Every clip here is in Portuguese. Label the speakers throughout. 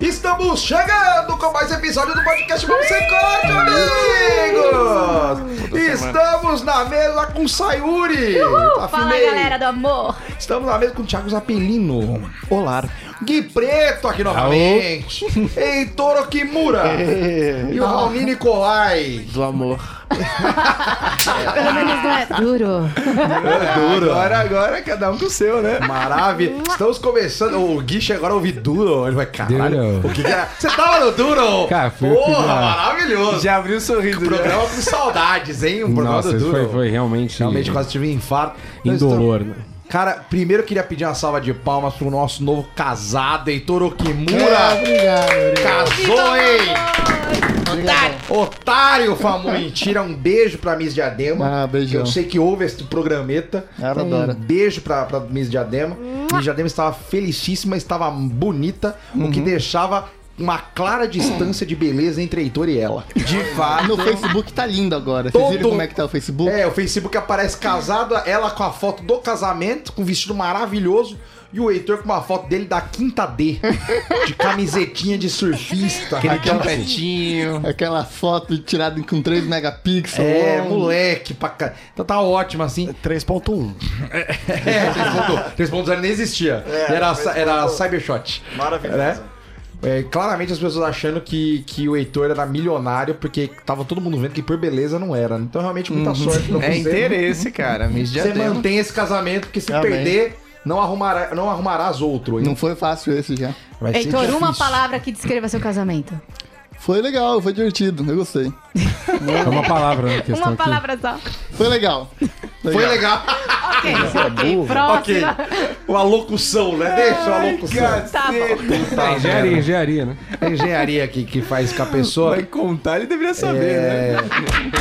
Speaker 1: estamos chegando com mais episódio do podcast Vamos Sem Corte, amigos! Estamos na mesa com o Sayuri!
Speaker 2: Uhul, fala
Speaker 1: Afinei.
Speaker 2: galera do amor.
Speaker 1: Estamos na mesa com o Thiago Zapelino. Olá. Gui Preto aqui novamente. Heitor Okimura. e o Raulini Colai.
Speaker 3: do amor.
Speaker 2: Pelo menos não é duro.
Speaker 1: É Duro. Agora, agora, cada um com o seu, né? Maravilha. Estamos começando. O Gui chegou agora a ouvir duro. Ele vai, caralho.
Speaker 4: Duro.
Speaker 1: O que que era? Você tava no duro?
Speaker 4: Cara, fui eu que
Speaker 1: Porra,
Speaker 4: lá.
Speaker 1: maravilhoso.
Speaker 3: Já abriu o sorriso,
Speaker 1: Um
Speaker 3: né?
Speaker 1: programa com saudades, hein? Um programa
Speaker 4: Nossa,
Speaker 1: do
Speaker 4: isso
Speaker 1: duro.
Speaker 4: foi, foi realmente,
Speaker 1: Realmente quase tive um infarto. Nós
Speaker 4: indolor.
Speaker 1: estamos-
Speaker 4: né?
Speaker 1: Cara, primeiro eu queria pedir uma salva de palmas pro nosso novo casado, Heitor
Speaker 5: Ah,
Speaker 1: Okimura. Casou, hein? Otário, famoso. Mentira, um beijo pra Miss Diadema.
Speaker 6: Ah, beijão.
Speaker 1: Eu sei que houve esse programeta. Então,
Speaker 6: Ela adora.
Speaker 1: Um beijo pra, pra Miss Diadema. Miss Diadema estava felicíssima, estava bonita, o que deixava uma clara distância de beleza entre Heitor e ela.
Speaker 3: De fato.
Speaker 5: Então,
Speaker 6: No Facebook tá lindo agora. Vocês viram
Speaker 1: Todo-
Speaker 6: como é que tá o Facebook?
Speaker 1: É, o Facebook aparece casada, ela com a foto do casamento, com um vestido maravilhoso, e o Heitor com uma foto dele da quinta D, de camisetinha de surfista.
Speaker 3: Aquele
Speaker 1: Aquela-
Speaker 3: campetinho.
Speaker 6: Aquela foto tirada com 3 megapixels.
Speaker 1: É,
Speaker 6: long.
Speaker 1: moleque, pra ca- Então tá ótimo assim.
Speaker 3: 3.1.
Speaker 1: É, 3.0 3.0 nem existia. era, era Cybershot.
Speaker 5: Maravilhoso.
Speaker 1: Né? É, claramente as pessoas achando que, que o Heitor era milionário, porque tava todo mundo vendo que por beleza não era. né? Então realmente muita sorte pra
Speaker 3: É
Speaker 1: você.
Speaker 3: interesse, cara. Miss
Speaker 1: Você
Speaker 3: Diadema.
Speaker 1: mantém esse casamento, porque se
Speaker 6: Amém.
Speaker 1: perder, não, arrumará, não arrumarás outro. hein?
Speaker 6: Não foi fácil esse já.
Speaker 1: Vai ser
Speaker 2: Heitor, uma
Speaker 1: é difícil.
Speaker 2: palavra que descreva seu casamento.
Speaker 6: Foi legal, foi divertido, eu gostei.
Speaker 4: É uma palavra na questão
Speaker 2: Uma
Speaker 4: aqui.
Speaker 2: palavra só.
Speaker 6: Foi legal.
Speaker 1: Foi legal.
Speaker 2: Ok, ok, próxima.
Speaker 1: Uma locução, né? Deixa a locução.
Speaker 2: Tá bom.
Speaker 4: É, engenharia, engenharia, né?
Speaker 1: A engenharia que, que faz com a pessoa.
Speaker 3: Vai contar, ele deveria saber, né?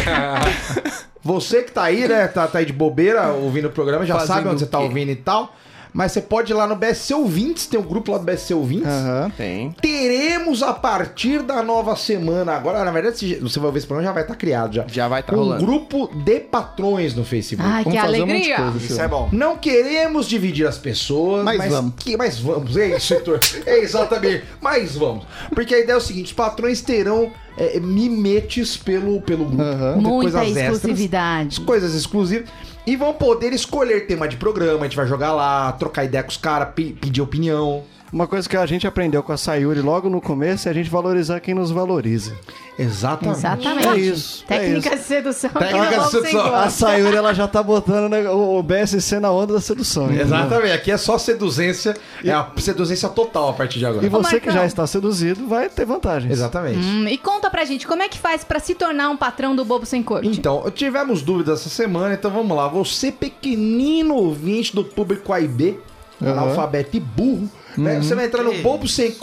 Speaker 1: É. Você que tá aí, né? Tá, tá aí de bobeira ouvindo o programa, já
Speaker 3: Fazendo
Speaker 1: sabe onde você tá
Speaker 3: o quê?
Speaker 1: ouvindo e tal. Mas você pode ir lá no BSC Ouvintes, tem um grupo lá do BSC Ouvintes.
Speaker 6: Aham.
Speaker 3: Tem.
Speaker 1: Teremos a partir da nova semana. Agora, na verdade, esse- você vai ver esse programa já vai estar criado já.
Speaker 3: Já vai tá
Speaker 1: um
Speaker 3: rolando.
Speaker 1: grupo de patrões no Facebook.
Speaker 2: Ai, que
Speaker 6: Vamos fazer um monte de
Speaker 2: alegria.
Speaker 6: coisa,
Speaker 5: Isso
Speaker 6: senhor.
Speaker 5: é bom.
Speaker 1: Não queremos dividir as pessoas,
Speaker 6: Mas vamos.
Speaker 1: Que, mas vamos, é isso, Heitor. É exatamente. Mas vamos. Porque a ideia é o seguinte: os patrões terão é, mimetes pelo, pelo grupo.
Speaker 6: Aham.
Speaker 1: vão ter
Speaker 2: Muita
Speaker 1: extras,
Speaker 2: exclusividade.
Speaker 1: coisas exclusivas. E vão poder escolher tema de programa. A gente vai jogar lá, trocar ideia com os caras, pe- pedir opinião.
Speaker 5: Uma coisa que a gente aprendeu com a Sayuri logo no começo é a gente valorizar quem nos valoriza.
Speaker 1: Exatamente.
Speaker 2: Exatamente.
Speaker 5: É isso, é
Speaker 2: Técnica
Speaker 5: isso.
Speaker 2: de sedução.
Speaker 1: Técnica de
Speaker 2: Vamos sem
Speaker 1: sedução.
Speaker 2: gosto.
Speaker 5: A Sayuri, ela já tá botando né, o o BSC na onda da sedução. entendeu?
Speaker 1: Exatamente. Aqui é só seduzência. É a seduzência total a partir de agora.
Speaker 5: E você que
Speaker 2: Marcão.
Speaker 5: já está seduzido vai ter vantagens.
Speaker 1: Exatamente.
Speaker 2: Hum, e conta pra gente, como é que faz pra se tornar um patrão do Bobo Sem Corte?
Speaker 1: Então, tivemos dúvidas essa semana, então vamos lá. Você, pequenino ouvinte do público AIB, analfabeto e burro,
Speaker 6: Uhum.
Speaker 1: né? Você vai entrar no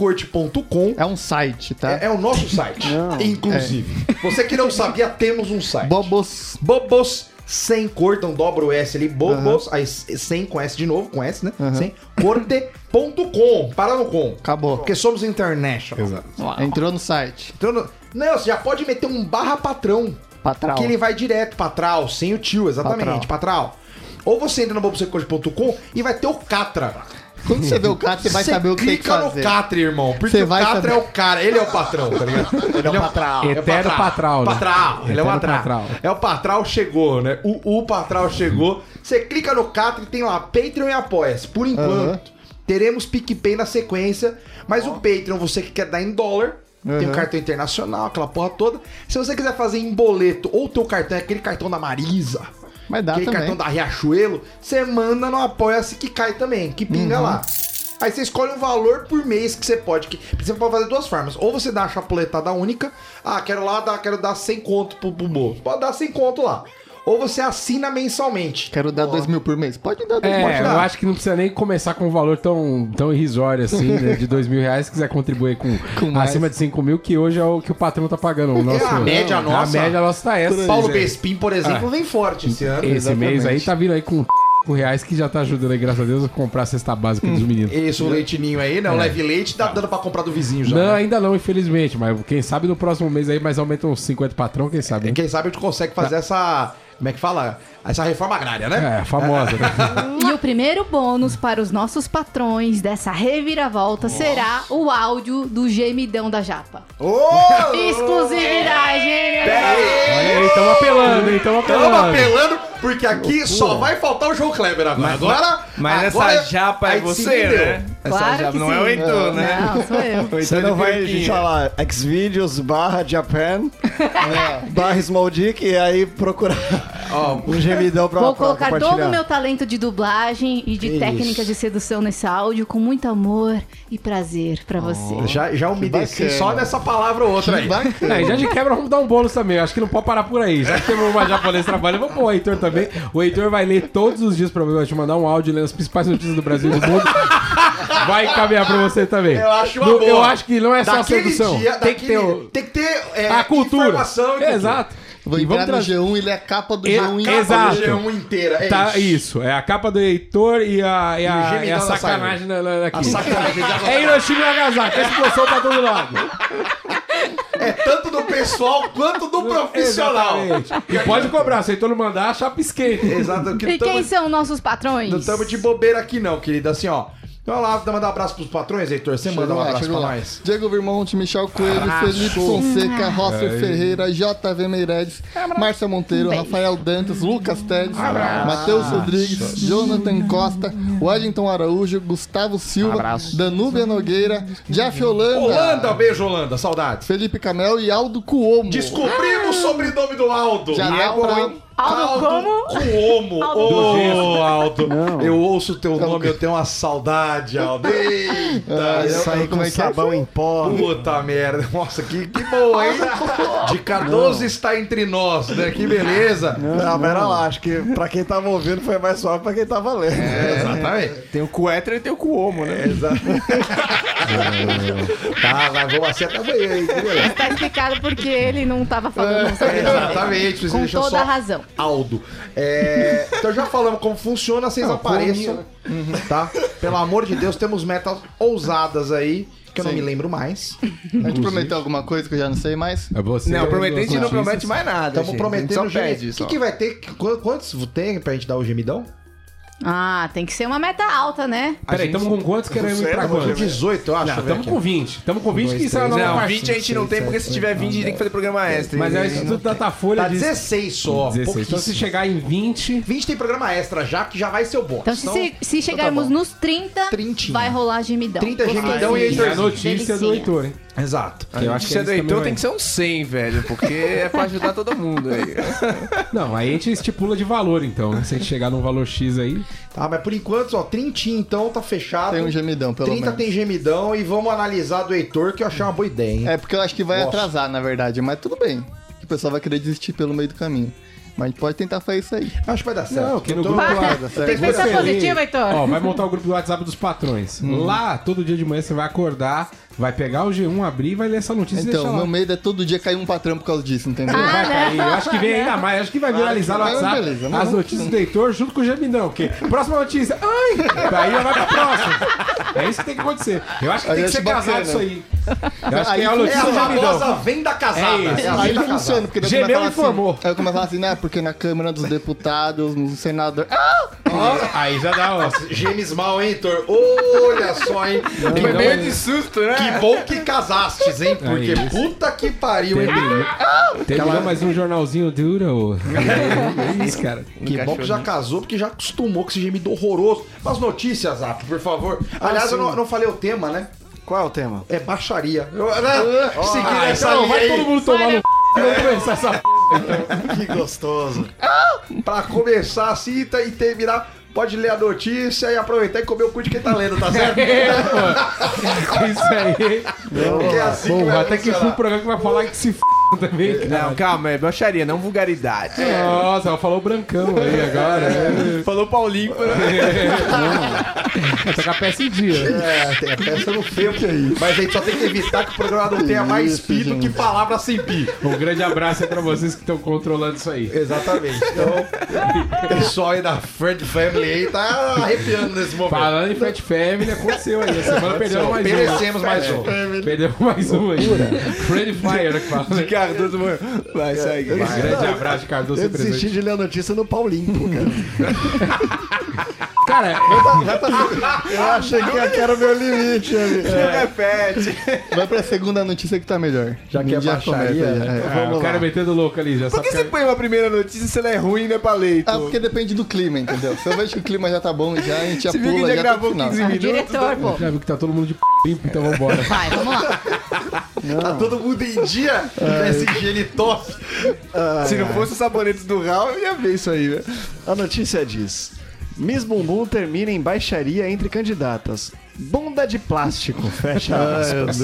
Speaker 1: bobosemcorte.com.
Speaker 6: É um site, tá? é.
Speaker 1: É, é o nosso site, inclusive. Você que não sabia, temos um
Speaker 5: É.
Speaker 1: site.
Speaker 6: Bobos.
Speaker 1: Bobos sem corte, então dobra o S ali, bobos, aí sem com S de novo, com S, né? Sem corte.com, para no com.
Speaker 6: Acabou.
Speaker 1: Porque somos international.
Speaker 6: Entrou no site.
Speaker 1: Então, não, não, você já pode meter um barra patrão.
Speaker 6: Patral.
Speaker 1: Que ele vai direto, patral, sem o tio, exatamente, patral. Ou você entra no bobosecote.com e vai ter o Catra.
Speaker 6: Quando você vê o cara, você vai
Speaker 1: Você
Speaker 6: saber o que tem que
Speaker 1: clica no
Speaker 6: fazer.
Speaker 1: Catra, irmão. Porque
Speaker 6: Você
Speaker 1: o
Speaker 6: vai
Speaker 1: Catra
Speaker 6: saber.
Speaker 1: é o cara, ele é o patrão, tá ligado? Ele é o patral.
Speaker 4: Eterno patral, né?
Speaker 1: Patral, ele é o
Speaker 4: Eterno
Speaker 1: patral.
Speaker 4: patral.
Speaker 1: É o patral chegou, né? O, o patral chegou. Você clica no Catra e tem lá Patreon e Apoia-se. Por enquanto, teremos PicPay na sequência, mas o Patreon, você que quer dar em dólar... Tem o cartão internacional, aquela porra toda. Se você quiser fazer em boleto ou teu cartão é aquele cartão da Marisa,
Speaker 6: Mas dá
Speaker 1: aquele
Speaker 6: também.
Speaker 1: cartão da Riachuelo, você manda no Apoia-se que cai também, que pinga
Speaker 4: Uhum.
Speaker 1: lá. Aí você escolhe um valor por mês que você pode. Que, você pode fazer duas formas. Ou você dá a chapuletada única. Ah, quero lá dar, quero dar 100 conto pro, pro bolso. Pode dar 100 conto lá. Ou você assina mensalmente.
Speaker 6: Quero dar dois mil por mês. Pode dar dois mil.
Speaker 4: É,
Speaker 6: Pode
Speaker 4: eu
Speaker 6: dar.
Speaker 4: acho que não precisa nem começar com um valor tão, tão irrisório assim, né, de dois mil reais, se quiser contribuir com,
Speaker 6: Com mais.
Speaker 4: acima de cinco mil, que hoje é o que o patrão tá pagando. O nosso,
Speaker 1: a média nossa.
Speaker 4: A média nossa tá essa.
Speaker 1: É Paulo
Speaker 3: é.
Speaker 4: Esse
Speaker 1: Bespin, por exemplo, vem forte esse ano.
Speaker 4: Ah. mês
Speaker 6: exatamente.
Speaker 4: aí tá vindo aí com com reais que já tá ajudando aí, graças a Deus, a comprar a cesta básica dos meninos.
Speaker 1: Esse o leitinho aí, né? O leve leite tá dando pra comprar do vizinho já.
Speaker 4: É. Não,
Speaker 1: né?
Speaker 4: ainda não,
Speaker 1: É
Speaker 4: infelizmente, mas quem sabe no próximo mês aí mais aumenta uns 50 patrão, quem sabe. né?
Speaker 1: Quem sabe a gente consegue fazer essa, Como é que fala? Essa reforma agrária, né?
Speaker 4: É, famosa. né?
Speaker 2: E o primeiro bônus para os nossos patrões dessa reviravolta será o áudio do gemidão da japa.
Speaker 4: É.
Speaker 1: Oh. Ô!
Speaker 2: Exclusividade!
Speaker 4: Olha aí, É, tamo apelando, hein? Tamo
Speaker 1: Estamos
Speaker 4: apelando.
Speaker 1: apelando, porque aqui só vai faltar o João Kleber agora. agora
Speaker 5: Ah,
Speaker 3: Mas
Speaker 1: agora-
Speaker 3: essa japa é
Speaker 1: aí se
Speaker 3: você,
Speaker 1: fudeu.
Speaker 3: né? Essa
Speaker 2: Claro
Speaker 3: japa
Speaker 2: que
Speaker 3: não
Speaker 2: sim.
Speaker 3: é o Heitor, né?
Speaker 2: Não, sou eu.
Speaker 3: O Heitor
Speaker 5: Você não
Speaker 3: de
Speaker 5: vai a gente
Speaker 3: peruquinha.
Speaker 5: falar Xvideos barra Japan né? barra Small Dick e aí procurar um gemidão pra
Speaker 2: Vou
Speaker 5: pra
Speaker 2: colocar todo
Speaker 5: compartilhar.
Speaker 2: o meu talento de dublagem e de técnicas de sedução nesse áudio com muito amor e prazer pra você.
Speaker 1: Já, já umedeci
Speaker 6: bacana.
Speaker 1: só dessa palavra ou outra aí.
Speaker 6: Bacana.
Speaker 4: É, e já de quebra, vamos dar um bônus também. Acho que não pode parar por aí. Já que temos uma japonesa trabalhando, vamos pôr o Heitor também. O Heitor vai ler todos os dias pra mim, vai te mandar um áudio lendo as principais notícias do Brasil e do mundo. Vai encaminhar pra você também.
Speaker 1: Eu acho uma
Speaker 4: Não,
Speaker 1: boa.
Speaker 4: Eu acho que não é só
Speaker 1: Daquele
Speaker 4: sedução.
Speaker 1: dia-
Speaker 4: tem, que ter
Speaker 1: daquele-
Speaker 4: o-
Speaker 1: tem que ter é,
Speaker 4: a cultura.
Speaker 1: informação e cultura.
Speaker 4: Exato.
Speaker 6: Vou
Speaker 4: E
Speaker 6: entrar
Speaker 4: vamos
Speaker 6: no
Speaker 4: trazer.
Speaker 6: G1, ele é a capa do
Speaker 4: É a
Speaker 6: G1.
Speaker 4: capa Exato.
Speaker 1: A G1 inteira. É
Speaker 4: Tá, isso. É a capa do Heitor e a, e
Speaker 1: E o
Speaker 4: a,
Speaker 1: gemidão
Speaker 4: e a
Speaker 1: da
Speaker 4: sacanagem na, na, aqui.
Speaker 1: A sacanagem da
Speaker 4: É Hiroshima e Nagasaki. A explosão tá todo lado.
Speaker 1: É tanto do pessoal quanto do profissional.
Speaker 4: Exatamente. E pode cobrar. Se o Heitor não mandar, a chapa esquenta.
Speaker 1: Exato. que
Speaker 2: E
Speaker 1: tamo-
Speaker 2: quem são nossos patrões?
Speaker 1: Não estamos de bobeira aqui não, querido. Assim, ó. Então lá, mandar um abraço pros patrões, Heitor. Você manda um abraço pra nós. Hum.
Speaker 6: Diego Vermonte, Michel Coelho, Felipe Fonseca, Rosser Ferreira, JV Meireles,
Speaker 1: É,
Speaker 6: Márcia Monteiro, Rafael Dantas, Lucas Tedes, Matheus Rodrigues, Jonathan Costa, Wellington Araújo, Gustavo Silva, Danúbia Nogueira, Jeff Holanda,
Speaker 1: Holanda, beijo, Holanda. Saudades.
Speaker 6: Felipe Camel e Aldo Cuomo.
Speaker 1: Descobrimos o sobrenome do Aldo.
Speaker 6: Já
Speaker 1: E é
Speaker 6: dá
Speaker 1: por
Speaker 6: pra-
Speaker 1: aí.
Speaker 2: Aldo como?
Speaker 1: Cuomo.
Speaker 2: Aldo.
Speaker 1: Ô, Aldo. Eu ouço o teu nome, eu tenho uma saudade, Aldo.
Speaker 3: Ah.
Speaker 1: Eita. eu-
Speaker 5: Sair com
Speaker 6: Como é que é?
Speaker 5: sabão em pó.
Speaker 1: Puta merda. Nossa, que, que boa, hein? De Cardoso está entre nós, né? Que beleza.
Speaker 5: Não, pera lá, acho que pra quem tava ouvindo foi mais suave pra quem tava lendo.
Speaker 1: É, exatamente.
Speaker 3: Tem o Coetra e tem o Cuomo, né?
Speaker 1: Tá, vai, vamos acertar bem aí. que beleza.
Speaker 2: Tá explicado porque ele não tava falando sobre
Speaker 1: Exatamente, vocês
Speaker 2: Com
Speaker 1: deixam
Speaker 2: toda
Speaker 1: só
Speaker 2: a razão.
Speaker 1: Aldo. É, então já falamos como funciona, vocês apareçam, tá? Pelo amor de Deus, temos metas ousadas aí, que eu não me lembro mais.
Speaker 6: A gente prometeu alguma coisa que eu já não sei mais.
Speaker 4: É você.
Speaker 3: Não, prometendo a gente não
Speaker 4: Notícias.
Speaker 3: promete mais nada.
Speaker 1: Estamos
Speaker 3: gente. A gente
Speaker 1: prometendo,
Speaker 3: só pede,
Speaker 1: gente. O que,
Speaker 3: só.
Speaker 1: que vai ter? Qu- Quantos tem pra gente dar o gemidão?
Speaker 2: Ah, tem que ser uma meta alta, né?
Speaker 4: Peraí, tamo com quantos? Queremos ir
Speaker 1: é
Speaker 4: pra quantos?
Speaker 1: 18, né? eu acho.
Speaker 4: Não,
Speaker 1: vem
Speaker 4: tamo
Speaker 1: aqui.
Speaker 4: com 20. Tamo com 20 que isso é a nova
Speaker 3: Não,
Speaker 4: parte.
Speaker 3: 20 a gente não tem, porque se tiver 20 a gente tem que fazer programa extra.
Speaker 4: Mas é o
Speaker 3: a
Speaker 4: Instituto Datafolha
Speaker 1: Tá
Speaker 4: diz
Speaker 1: 16 só.
Speaker 4: 16. Então se
Speaker 1: pouquíssimo.
Speaker 4: chegar em 20...
Speaker 1: 20 tem programa extra já, que já vai ser o bônus.
Speaker 2: Então, se, se- se chegarmos nos 30,
Speaker 1: Trintinha.
Speaker 2: vai rolar gemidão.
Speaker 1: 30
Speaker 2: Então,
Speaker 1: gemidão e
Speaker 4: E
Speaker 1: Heitorzinho.
Speaker 4: a notícia é do
Speaker 2: Delicinha.
Speaker 4: Heitor, hein? é
Speaker 1: Exato.
Speaker 4: Eu
Speaker 3: a
Speaker 5: é
Speaker 4: acho que
Speaker 3: notícia
Speaker 4: eles
Speaker 3: do
Speaker 4: também
Speaker 3: Heitor
Speaker 4: vai-
Speaker 3: tem que ser um 100, velho, porque é pra ajudar todo mundo aí.
Speaker 4: Não, aí a gente estipula de valor, então. né? Se a gente chegar num valor X aí...
Speaker 1: Tá, mas por enquanto, ó, Trintinho então tá fechado.
Speaker 6: Tem um gemidão, pelo
Speaker 1: 30
Speaker 6: menos.
Speaker 1: tem gemidão e vamos analisar do Heitor, que eu achei uma boa ideia, hein?
Speaker 6: É porque eu acho que vai
Speaker 1: Nossa.
Speaker 6: atrasar, na verdade, mas tudo bem. O pessoal vai querer desistir pelo meio do caminho. Mas a gente pode tentar fazer isso aí.
Speaker 1: Acho que é vai dar certo.
Speaker 4: Não, que no
Speaker 1: Eu tô-
Speaker 4: grupo
Speaker 2: lá,
Speaker 1: Eu tô
Speaker 2: Tem
Speaker 1: esperando.
Speaker 2: pensa positivo, Heitor.
Speaker 4: é Ó, vai montar o grupo do WhatsApp dos patrões.
Speaker 6: Hum.
Speaker 4: Lá, todo dia de manhã, você vai acordar, vai pegar o G1, abrir, vai ler essa notícia e
Speaker 6: Então,
Speaker 4: deixar
Speaker 6: meu
Speaker 4: lá.
Speaker 6: medo é todo dia cair um patrão por causa disso,
Speaker 2: Ah,
Speaker 6: entendeu?
Speaker 4: Vai
Speaker 2: né?
Speaker 4: cair. Eu acho que vem ainda mais, acho que vai viralizar no
Speaker 6: Ah,
Speaker 4: WhatsApp
Speaker 6: beleza, não,
Speaker 4: as
Speaker 6: não.
Speaker 4: notícias do Heitor junto com o Gemidão. Porque próxima notícia, ai! Daí já vai pra próxima. É isso que tem que acontecer. Eu acho que
Speaker 6: Aí
Speaker 4: tem que
Speaker 6: acho
Speaker 4: ser casado
Speaker 6: bacana.
Speaker 4: isso aí. Eu acho que
Speaker 6: Aí
Speaker 4: é a
Speaker 1: É
Speaker 4: notícia
Speaker 1: a
Speaker 4: do Gemidão.
Speaker 1: famosa venda casada.
Speaker 4: É isso.
Speaker 1: É a
Speaker 6: Aí
Speaker 1: venda
Speaker 5: tá
Speaker 6: funciona,
Speaker 1: casada.
Speaker 6: porque daí
Speaker 4: Gemeu
Speaker 6: eu começo a falar
Speaker 4: informou.
Speaker 6: Assim, aí eu começo a falar assim, né? Porque na Câmara dos Deputados, no Senador. Ah,
Speaker 4: Ó, Aí já dá, ó.
Speaker 1: Gêmeos mal, hein, Heitor? Olha só, hein? Que
Speaker 3: Foi
Speaker 5: é
Speaker 1: bom-
Speaker 3: meio
Speaker 5: um
Speaker 3: de susto, né?
Speaker 1: Que bom que casastes, hein? Porque
Speaker 4: É isso.
Speaker 1: puta que pariu, hein?
Speaker 4: Terminou, terminou mais um jornalzinho dura, ô. É isso, cara.
Speaker 1: Que bom que já casou, porque já acostumou com esse gemido horroroso. Mas notícias, Zap, por favor. Aliás, eu não, não falei o tema, né?
Speaker 5: Qual é o tema?
Speaker 1: É baixaria. Eu, né? Seguindo essa
Speaker 4: Então,
Speaker 1: linha
Speaker 4: vai
Speaker 1: aí. é
Speaker 4: todo mundo tomar no c... e vamos começar essa p...
Speaker 1: Que gostoso. pra começar a cita e terminar, pode ler a notícia e aproveitar e comer o cu de quem tá lendo, tá certo?
Speaker 4: Isso aí.
Speaker 1: Porque é assim que
Speaker 4: Porra,
Speaker 1: vai
Speaker 4: até que fui um
Speaker 1: funcionar.
Speaker 4: programa que vai falar que se f... também. cara.
Speaker 3: Não, calma, é baixaria, não vulgaridade.
Speaker 4: Nossa, ela falou brancão aí agora. né?
Speaker 3: Falou Paulinho.
Speaker 4: Tá com a peça em dia.
Speaker 1: É, tem a peça no feio que aí. Mas a gente só tem que evitar que o programa não tenha mais pi do que palavra sem pi.
Speaker 4: Um grande abraço aí pra vocês que estão controlando isso aí.
Speaker 1: Exatamente. Então, o pessoal aí da Friend Family aí tá arrepiando nesse momento.
Speaker 4: Falando em Fat Family, aconteceu aí. Essa semana perdemos mais um.
Speaker 1: Perecemos mais um.
Speaker 4: Perdemos mais um aí. Friendly Fire, né, que fala. né?
Speaker 5: Cardoso morreu. Vai, segue.
Speaker 4: Um grande abraço de
Speaker 5: Eu
Speaker 4: Cardoso
Speaker 5: desisti
Speaker 4: sempre presente.
Speaker 5: de ler a notícia no Paulinho, cara.
Speaker 4: Cara,
Speaker 5: Eu achei que aqui era o meu limite ali.
Speaker 6: É. Vai pra segunda notícia que tá melhor.
Speaker 5: Já que é
Speaker 6: Ninguém
Speaker 5: baixaria,
Speaker 6: comenta,
Speaker 5: né?
Speaker 6: já, é.
Speaker 4: ah, o cara metendo louco ali, já
Speaker 3: Por
Speaker 4: sabe. é
Speaker 3: que você põe uma primeira notícia se ela é ruim, né, pra leito?
Speaker 6: Ah, porque depende do clima, entendeu? Se eu vejo que o clima já tá bom, já a gente já
Speaker 3: Você viu que
Speaker 6: pula
Speaker 3: já
Speaker 6: já tá até o
Speaker 3: gravou
Speaker 6: final.
Speaker 3: 15
Speaker 2: Ah,
Speaker 3: minutos?
Speaker 2: diretor, pô.
Speaker 4: Já viu que tá todo mundo de p limpo, então vambora.
Speaker 2: Vai, vamos lá.
Speaker 1: Tá todo mundo em dia? PSG ele top.
Speaker 3: Se não fosse o sabonete do Raul, eu ia ver isso aí, né?
Speaker 5: A notícia diz: Miss Bumbum termina em baixaria entre candidatas. Bunda de plástico. Fecha aspas.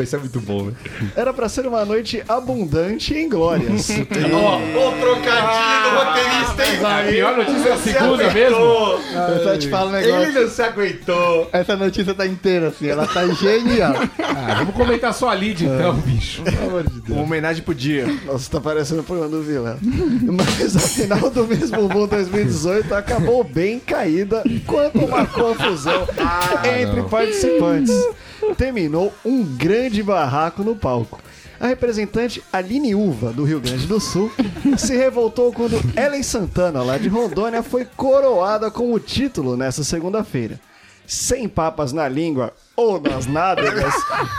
Speaker 1: Isso é muito bom, né?
Speaker 5: Era pra ser uma noite abundante em glórias.
Speaker 1: Ó, o trocadilho do roteirista, hein?
Speaker 4: A pior notícia é a
Speaker 1: Se
Speaker 4: segunda mesmo?
Speaker 1: aguentou.
Speaker 6: Eu só te falo um negócio.
Speaker 1: Ele não se aguentou.
Speaker 6: Essa notícia tá inteira, assim. Ela tá genial.
Speaker 4: Ah, vamos comentar só a lead então, bicho.
Speaker 3: Uma homenagem pro dia.
Speaker 5: Nossa, tá parecendo o programa do Vila. Mas a final do Miss Bumbum 2018 acabou bem caída quanto uma confusão entre participantes. Terminou um grande barraco no palco. A representante Aline Uva, do Rio Grande do Sul, se revoltou quando Ellen Santana, lá de Rondônia, foi coroada com o título nessa segunda-feira. Sem papas na língua ou nas nádegas,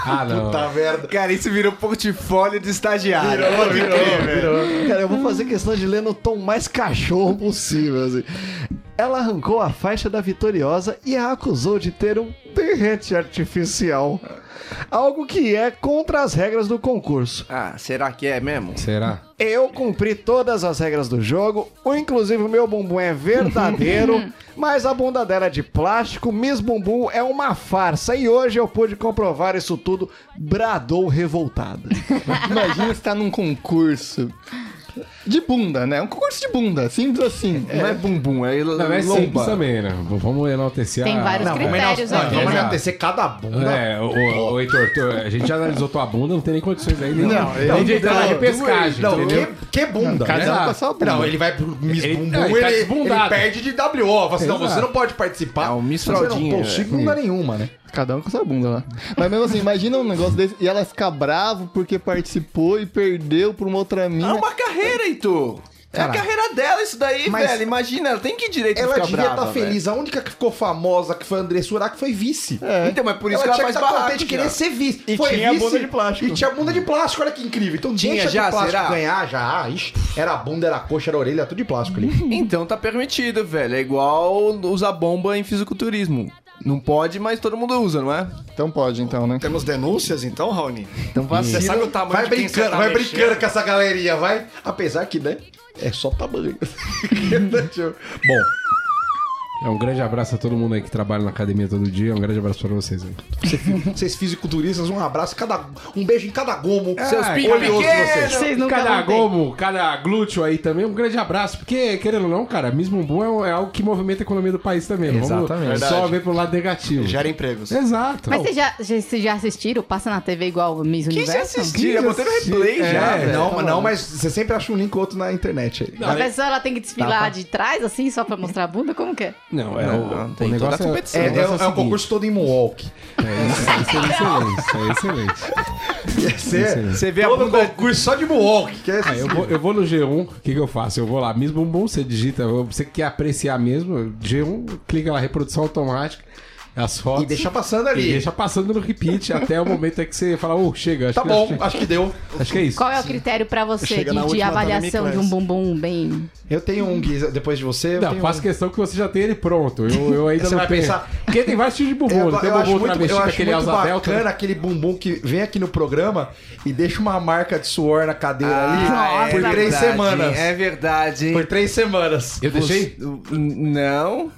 Speaker 4: Ah, não.
Speaker 1: Tá merda.
Speaker 3: Cara, isso virou portfólio de estagiário.
Speaker 5: Cara, eu vou fazer questão de ler no tom mais cachorro possível, assim. Ela arrancou a faixa da vitoriosa e a acusou de ter um derrete artificial. Algo que é contra as regras do concurso.
Speaker 3: Ah, será que é mesmo?
Speaker 4: Será?
Speaker 5: Eu cumpri todas as regras do jogo, o- inclusive o meu bumbum é verdadeiro, mas a bunda dela é de plástico, Miss Bumbum é uma farsa e hoje eu pude comprovar isso tudo, bradou revoltada.
Speaker 6: Imagina você tá num concurso de bunda, né? Um concurso de bunda, simples assim.
Speaker 3: Não é bumbum, é
Speaker 4: Não, é simples
Speaker 3: lomba.
Speaker 4: também, né? V- Vamos enaltecer
Speaker 2: Tem
Speaker 4: a-
Speaker 2: vários
Speaker 4: Não,
Speaker 2: critérios
Speaker 4: mas-
Speaker 2: aqui.
Speaker 4: Não,
Speaker 1: Vamos
Speaker 4: mas-
Speaker 1: acontecer cada bunda.
Speaker 4: É, o, o, o Heitor, tu- a gente já analisou tua bunda, não tem nem condições aí. Nem, não, nem de entrar na repescagem,
Speaker 1: Não,
Speaker 4: entendeu?
Speaker 1: que, que bunda. né?
Speaker 6: Cada um
Speaker 4: Exato.
Speaker 6: com a sua bunda.
Speaker 1: Não, ele vai pro Miss
Speaker 4: Ele-
Speaker 1: Bumbum,
Speaker 4: não,
Speaker 1: ele,
Speaker 4: ele tá
Speaker 1: ele
Speaker 4: desbundado.
Speaker 1: perde de WO. Fala assim, não, você
Speaker 4: Exato.
Speaker 1: não pode participar.
Speaker 3: É o Miss
Speaker 1: Você não-
Speaker 3: Fraldinha,
Speaker 1: Pô,
Speaker 3: é.
Speaker 1: Chico não dá nenhuma, né?
Speaker 6: Cada um com sua bunda lá. Mas mesmo assim, imagina um negócio desse e ela ficar bravo porque participou e perdeu por uma outra
Speaker 3: É
Speaker 6: mina.
Speaker 3: uma carreira, Heitor. É a carreira dela isso daí,
Speaker 1: Mas-
Speaker 3: velho. Imagina, ela tem que direito
Speaker 1: Ela
Speaker 3: de ficar
Speaker 1: devia
Speaker 3: brava,
Speaker 1: estar
Speaker 3: velho.
Speaker 1: feliz. A única que ficou famosa que foi a Andressa Urach foi vice.
Speaker 3: Então, mas por isso
Speaker 1: ela,
Speaker 3: que
Speaker 1: tinha
Speaker 3: ela
Speaker 1: que
Speaker 3: faz
Speaker 1: estar contente
Speaker 3: barraco.
Speaker 1: de querer
Speaker 3: já.
Speaker 1: ser vice.
Speaker 5: É. E
Speaker 1: foi
Speaker 5: tinha
Speaker 1: vice,
Speaker 5: bunda de plástico.
Speaker 1: E tinha bunda de plástico, olha que incrível. Então
Speaker 3: Tinha
Speaker 1: deixa
Speaker 3: já,
Speaker 1: de plástico
Speaker 3: será?
Speaker 1: ganhar já. Ah, Ixi, era a bunda, era a coxa, era a orelha, tudo de plástico ali.
Speaker 3: Então tá permitido, velho. É igual usar bomba em fisiculturismo. Não pode, mas todo mundo usa, não é?
Speaker 6: Então pode, então, né?
Speaker 5: Temos denúncias então, Raoni?
Speaker 3: Então vacina. Você sabe o tamanho
Speaker 1: Vai
Speaker 3: de quem você
Speaker 1: brincando,
Speaker 3: tá
Speaker 1: vai
Speaker 3: mexendo.
Speaker 1: brincando com essa galerinha, vai. Apesar que, né, é só tamanho. Bom,
Speaker 4: É um grande abraço a todo mundo aí que trabalha na academia todo dia. Um grande abraço pra vocês aí.
Speaker 1: vocês fisiculturistas, um abraço, cada, um beijo em cada gomo.
Speaker 3: Seus
Speaker 4: Ah,
Speaker 3: pintos
Speaker 1: olhoso de
Speaker 3: pequenos.
Speaker 1: vocês.
Speaker 2: Vocês nunca
Speaker 4: cada
Speaker 2: vão ter.
Speaker 4: gomo, cada glúteo aí também, um grande abraço. Porque, querendo ou não, cara, mesmo bom é, um- é algo que movimenta a economia do país também. não Vamos
Speaker 5: Exatamente.
Speaker 4: só ver pro lado negativo.
Speaker 5: Gera empregos.
Speaker 1: É,
Speaker 4: Exato.
Speaker 2: Mas vocês já, já- vocês já assistiram? Passa na TV igual o Miss
Speaker 3: Quem já
Speaker 2: Universo?
Speaker 3: assistiu? Já botei no replay
Speaker 4: É,
Speaker 3: já,
Speaker 1: É,
Speaker 3: velho.
Speaker 1: não, mas não, mas você sempre acha um link ou outro na internet aí.
Speaker 4: Não,
Speaker 2: A
Speaker 4: é-
Speaker 2: pessoa ela tem que desfilar de trás, assim, só pra mostrar a bunda? Como que é?
Speaker 4: Não, é o,
Speaker 3: Não,
Speaker 4: o
Speaker 3: tem toda a
Speaker 4: negócio
Speaker 3: competição.
Speaker 1: É,
Speaker 4: o
Speaker 1: é,
Speaker 4: negócio
Speaker 1: é um
Speaker 4: o seguinte.
Speaker 1: concurso todo em Moonwalk.
Speaker 4: É, isso, isso é excelente, isso é excelente.
Speaker 1: Você,
Speaker 3: Você vê a
Speaker 1: todo
Speaker 3: bunda.
Speaker 1: concurso só de Moonwalk. Que é
Speaker 4: é Ah, eu, vou, eu vou no G1, o que, que eu faço? Eu vou lá, Miss Bumbum, você digita, você quer apreciar mesmo, G1, clica lá, reprodução automática, as fotos.
Speaker 1: E deixa passando
Speaker 4: e
Speaker 1: ali.
Speaker 4: deixa passando no repeat até o momento em que você fala, ô, chega, acho
Speaker 1: Tá
Speaker 4: que
Speaker 1: bom,
Speaker 4: acho,
Speaker 1: acho que deu.
Speaker 4: que- acho que é isso.
Speaker 2: Qual é o critério pra você
Speaker 5: Chega na
Speaker 2: de, de
Speaker 5: última, tá na
Speaker 2: avaliação de um
Speaker 5: minha classe.
Speaker 2: bumbum bem...
Speaker 1: Eu tenho um, Gui, depois de você. Eu
Speaker 4: Não,
Speaker 1: tenho
Speaker 4: faço
Speaker 1: um.
Speaker 4: questão que você já tenha ele pronto. Eu, eu ainda
Speaker 1: Você
Speaker 4: não
Speaker 1: vai
Speaker 4: tenho.
Speaker 1: pensar-
Speaker 4: Porque tem vários tipos de bumbum.
Speaker 1: É, Eu,
Speaker 4: né? tem
Speaker 1: eu
Speaker 4: o
Speaker 1: acho
Speaker 4: bumbum
Speaker 1: muito,
Speaker 4: travesti,
Speaker 1: eu
Speaker 4: com
Speaker 1: acho
Speaker 4: aquele
Speaker 1: muito
Speaker 4: asa delta.
Speaker 1: bacana aquele bumbum que vem aqui no programa e deixa uma marca de suor na cadeira ali por três
Speaker 3: verdade,
Speaker 1: semanas.
Speaker 3: Ah, É verdade.
Speaker 1: Por três semanas.
Speaker 4: Eu deixei?
Speaker 3: Você- Não.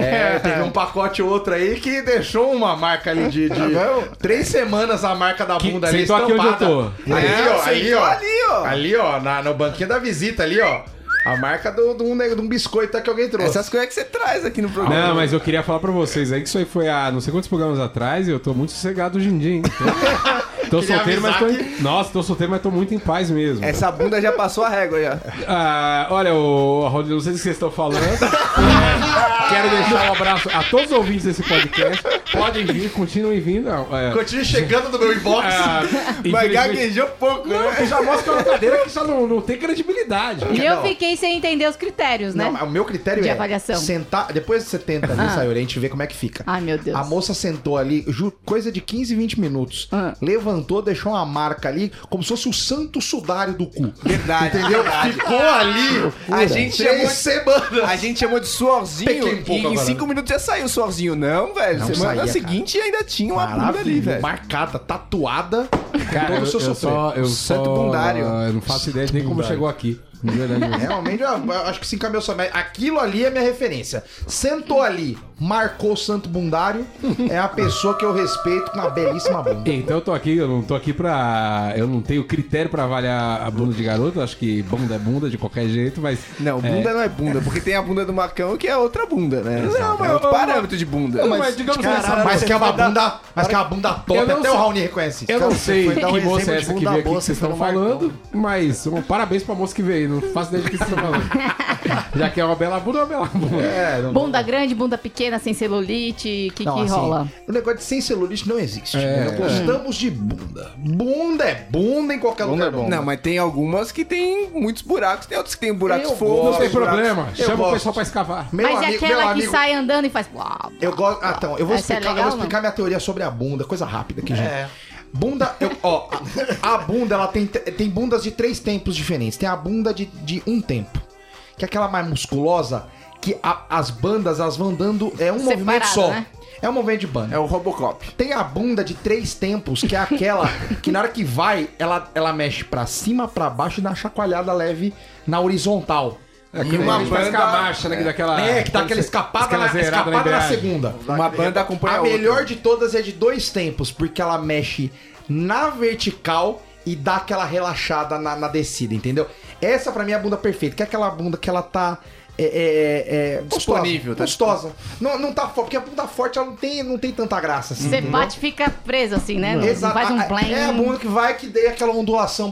Speaker 1: É, teve um pacote ou outro aí que deixou uma marca ali de.
Speaker 3: É
Speaker 1: de três semanas a marca da
Speaker 4: Que-
Speaker 1: bunda ali
Speaker 4: sentou aqui onde eu tô.
Speaker 1: Ali,
Speaker 3: É,
Speaker 1: ó, ali,
Speaker 3: sentou
Speaker 1: ó.
Speaker 3: ali, ó.
Speaker 1: Ali, ó, na, no banquinho da visita ali, ó. A marca do- de um, ne- de um biscoito que alguém trouxe.
Speaker 3: Essas coisas que você traz aqui no programa.
Speaker 4: Não, mas eu queria falar pra vocês aí que isso aí foi há não sei quantos programas atrás e eu tô muito sossegado hoje em dia, hein? Tô, tô
Speaker 1: Queria
Speaker 4: solteiro, mas tô.
Speaker 1: avisar É.
Speaker 4: em- Nossa, tô solteiro, mas tô muito em paz mesmo.
Speaker 3: Essa bunda já passou a régua já.
Speaker 4: Ah, olha, o Rodrigo, não sei se vocês estão falando. Quero deixar um abraço a todos os ouvintes desse podcast. Podem vir, continuem vindo. Não, é,
Speaker 1: Continue chegando no meu inbox.
Speaker 4: ah,
Speaker 3: Mas
Speaker 4: infelizmente-
Speaker 3: gaguejou pouco,
Speaker 4: Não,
Speaker 3: né?
Speaker 4: eu já mostra uma cadeira que só não, não tem credibilidade.
Speaker 2: E eu
Speaker 1: Não.
Speaker 2: fiquei sem entender os critérios, né?
Speaker 1: Não, mas o meu critério
Speaker 2: De
Speaker 1: é
Speaker 2: avaliação.
Speaker 1: sentar. Depois você tenta ali,
Speaker 2: Ah.
Speaker 1: Sayori, a gente vê como é que fica.
Speaker 2: Ai, meu Deus.
Speaker 1: A moça sentou ali, ju- coisa de 15, 20 minutos.
Speaker 2: Ah.
Speaker 1: Levantou, deixou uma marca ali, como se fosse o santo sudário do cu.
Speaker 3: Verdade,
Speaker 1: Entendeu?
Speaker 3: verdade.
Speaker 1: Ficou ali.
Speaker 3: A gente
Speaker 1: três
Speaker 3: chamou de-
Speaker 1: semanas.
Speaker 3: A gente chamou de suorzinho
Speaker 1: Pequei um pouco
Speaker 3: e em
Speaker 1: agora,
Speaker 3: cinco minutos já saiu o suorzinho. Não, velho.
Speaker 1: Não
Speaker 3: semana
Speaker 1: saía,
Speaker 3: seguinte ainda tinha uma bunda
Speaker 1: Maravilha,
Speaker 3: ali, velho.
Speaker 1: Marcada, tatuada.
Speaker 4: Cara,
Speaker 1: todo o seu
Speaker 4: eu, eu
Speaker 1: sofrer.
Speaker 4: só, eu
Speaker 3: Santo
Speaker 4: só-
Speaker 3: bundário.
Speaker 4: Eu não faço ideia de nem como
Speaker 1: bundário.
Speaker 4: chegou aqui. De verdade mesmo.
Speaker 1: Realmente, eu, eu acho que se encaminhou só. mas Aquilo ali é minha referência. Sentou ali, marcou o santo bundário. É a pessoa que eu respeito com uma belíssima bunda.
Speaker 4: Então eu tô aqui, eu não tô aqui pra. Eu não tenho critério pra avaliar a bunda de garoto, acho que bunda é bunda de qualquer jeito, mas.
Speaker 3: Não,
Speaker 4: é,
Speaker 3: bunda não é bunda, porque tem a bunda do Macão que é outra bunda, né?
Speaker 4: Não, mas-
Speaker 3: é outro parâmetro de bunda.
Speaker 4: Não, mas, digamos que essa-
Speaker 1: mas que é uma bunda, mas que é uma bunda
Speaker 4: Eu
Speaker 1: top.
Speaker 4: não
Speaker 1: Até o
Speaker 4: sei-
Speaker 1: Raoni reconhece.
Speaker 4: Eu não
Speaker 5: Cara,
Speaker 4: sei
Speaker 5: você foi dar um
Speaker 4: que moça
Speaker 5: exemplo
Speaker 4: é
Speaker 5: de
Speaker 4: essa que
Speaker 5: bunda
Speaker 4: veio aqui que
Speaker 5: boa,
Speaker 4: vocês
Speaker 5: você
Speaker 4: estão
Speaker 5: foi no Marcão.
Speaker 4: falando, mas um parabéns pra moça que veio, não faço ideia de que vocês estão falando. Já que é uma bela bunda, é uma bela bunda.
Speaker 1: É, não,
Speaker 2: Bunda grande, bunda pequena, sem celulite, o que, que
Speaker 1: assim,
Speaker 2: rola?
Speaker 1: O negócio de sem celulite não existe. né?
Speaker 4: É,
Speaker 1: Nós gostamos de bunda. Bunda é bunda em qualquer
Speaker 4: é
Speaker 1: lugar. do mundo.
Speaker 3: Não, mas tem algumas que tem muitos buracos, tem outras que tem buracos
Speaker 1: Eu
Speaker 3: fofos.
Speaker 4: Não
Speaker 1: gosto,
Speaker 4: tem problema,
Speaker 1: eu
Speaker 4: chama o
Speaker 1: gosto.
Speaker 4: pessoal pra escavar.
Speaker 1: Meu
Speaker 2: Mas é
Speaker 1: amigo-
Speaker 2: aquela
Speaker 1: meu
Speaker 2: que
Speaker 1: amigo-
Speaker 2: sai andando e faz. blá, blá,
Speaker 1: Eu gosto. Ah, então, eu vou
Speaker 2: Essa é
Speaker 1: explicar, eu
Speaker 2: legal,
Speaker 1: vou explicar minha teoria sobre a bunda, coisa rápida aqui, gente.
Speaker 5: É.
Speaker 1: Bunda, eu- ó, a a bunda, ela tem, tem bundas de três tempos diferentes. Tem a bunda de, de um tempo, que é aquela mais musculosa, que a- as bandas, elas vão dando, é um
Speaker 2: Separado,
Speaker 1: movimento só.
Speaker 2: né?
Speaker 1: É um movimento de banda.
Speaker 3: É o Robocop.
Speaker 1: Tem a bunda de três tempos, que é aquela que na hora que vai, ela, ela mexe pra cima, pra baixo e dá uma chacoalhada leve na horizontal.
Speaker 4: É
Speaker 3: E uma
Speaker 4: faz
Speaker 3: banda-
Speaker 4: com a baixa, né? que Daquela,
Speaker 1: é, que dá aquela escapada, na,
Speaker 4: zerada
Speaker 1: escapada na
Speaker 4: embreagem.
Speaker 1: segunda.
Speaker 3: Uma banda acompanha
Speaker 1: A
Speaker 3: outra.
Speaker 1: melhor de todas é de dois tempos, porque ela mexe na vertical e dá aquela relaxada na, na descida, entendeu? Essa pra mim é a bunda perfeita, que é aquela bunda que ela tá. É, é, é, é, gostosa,
Speaker 3: Disponível, tá?
Speaker 1: Gostosa. Não, não tá forte, porque a bunda forte ela não tem, não tem tanta graça assim.
Speaker 2: Você
Speaker 1: entendeu?
Speaker 2: bate e fica preso assim, né? Não
Speaker 1: Exato.
Speaker 2: Faz um blend.
Speaker 1: É a bunda que vai que dê aquela ondulação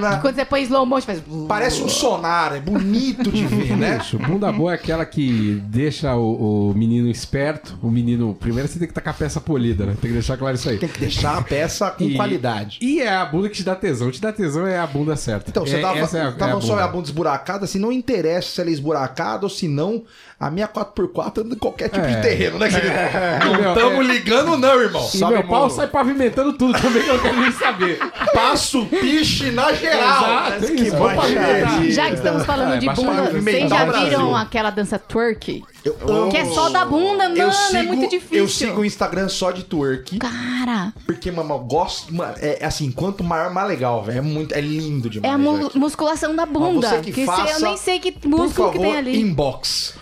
Speaker 1: bacana.
Speaker 2: Quando você põe slow motion, faz. blá.
Speaker 1: Parece um sonar, é bonito de ver, né?
Speaker 4: Isso, bunda boa é aquela que deixa o, o menino esperto. O menino, primeiro você tem que estar com a peça polida, né? Tem que deixar claro isso aí.
Speaker 1: Tem que deixar a peça com
Speaker 4: E-
Speaker 1: qualidade.
Speaker 4: E é a bunda que te dá tesão. Te dá tesão é a bunda certa.
Speaker 1: Então, você
Speaker 4: é,
Speaker 1: tava,
Speaker 4: essa é a,
Speaker 1: tava
Speaker 4: é a
Speaker 1: só a bunda esburacada, se não interessa se ela é esburacada ou se não, a minha 4x4 anda em qualquer tipo de
Speaker 4: É.
Speaker 1: terreno, né, querido?
Speaker 4: Meu,
Speaker 1: Não tamo
Speaker 4: é.
Speaker 1: ligando não, irmão.
Speaker 4: E
Speaker 3: Sobe
Speaker 4: meu pau
Speaker 3: morro.
Speaker 4: sai pavimentando tudo também, que eu não quero nem saber.
Speaker 1: Passo piche na geral.
Speaker 4: Exato, que isso. Vou
Speaker 1: um
Speaker 5: baixaria.
Speaker 4: pavimentar.
Speaker 2: Já que estamos falando
Speaker 4: É,
Speaker 2: de
Speaker 4: baixa
Speaker 2: bunda,
Speaker 4: pra
Speaker 2: vocês
Speaker 1: movimentar
Speaker 2: já
Speaker 1: o Brasil.
Speaker 2: viram aquela dança twerk?
Speaker 1: Eu amo.
Speaker 2: Que é só da bunda, mano,
Speaker 1: Eu sigo,
Speaker 2: é muito difícil.
Speaker 1: Eu sigo o Instagram só de twerk,
Speaker 2: Cara,
Speaker 1: porque, mano, eu gosto. Mano, é é assim, quanto maior, mais legal, velho. É, muito, é lindo demais.
Speaker 2: é a
Speaker 1: velho.
Speaker 2: mu- musculação da bunda.
Speaker 1: você que
Speaker 2: se-
Speaker 1: faça,
Speaker 2: eu nem sei que
Speaker 1: Por
Speaker 2: músculo
Speaker 1: favor,
Speaker 2: que tem ali.
Speaker 1: inbox.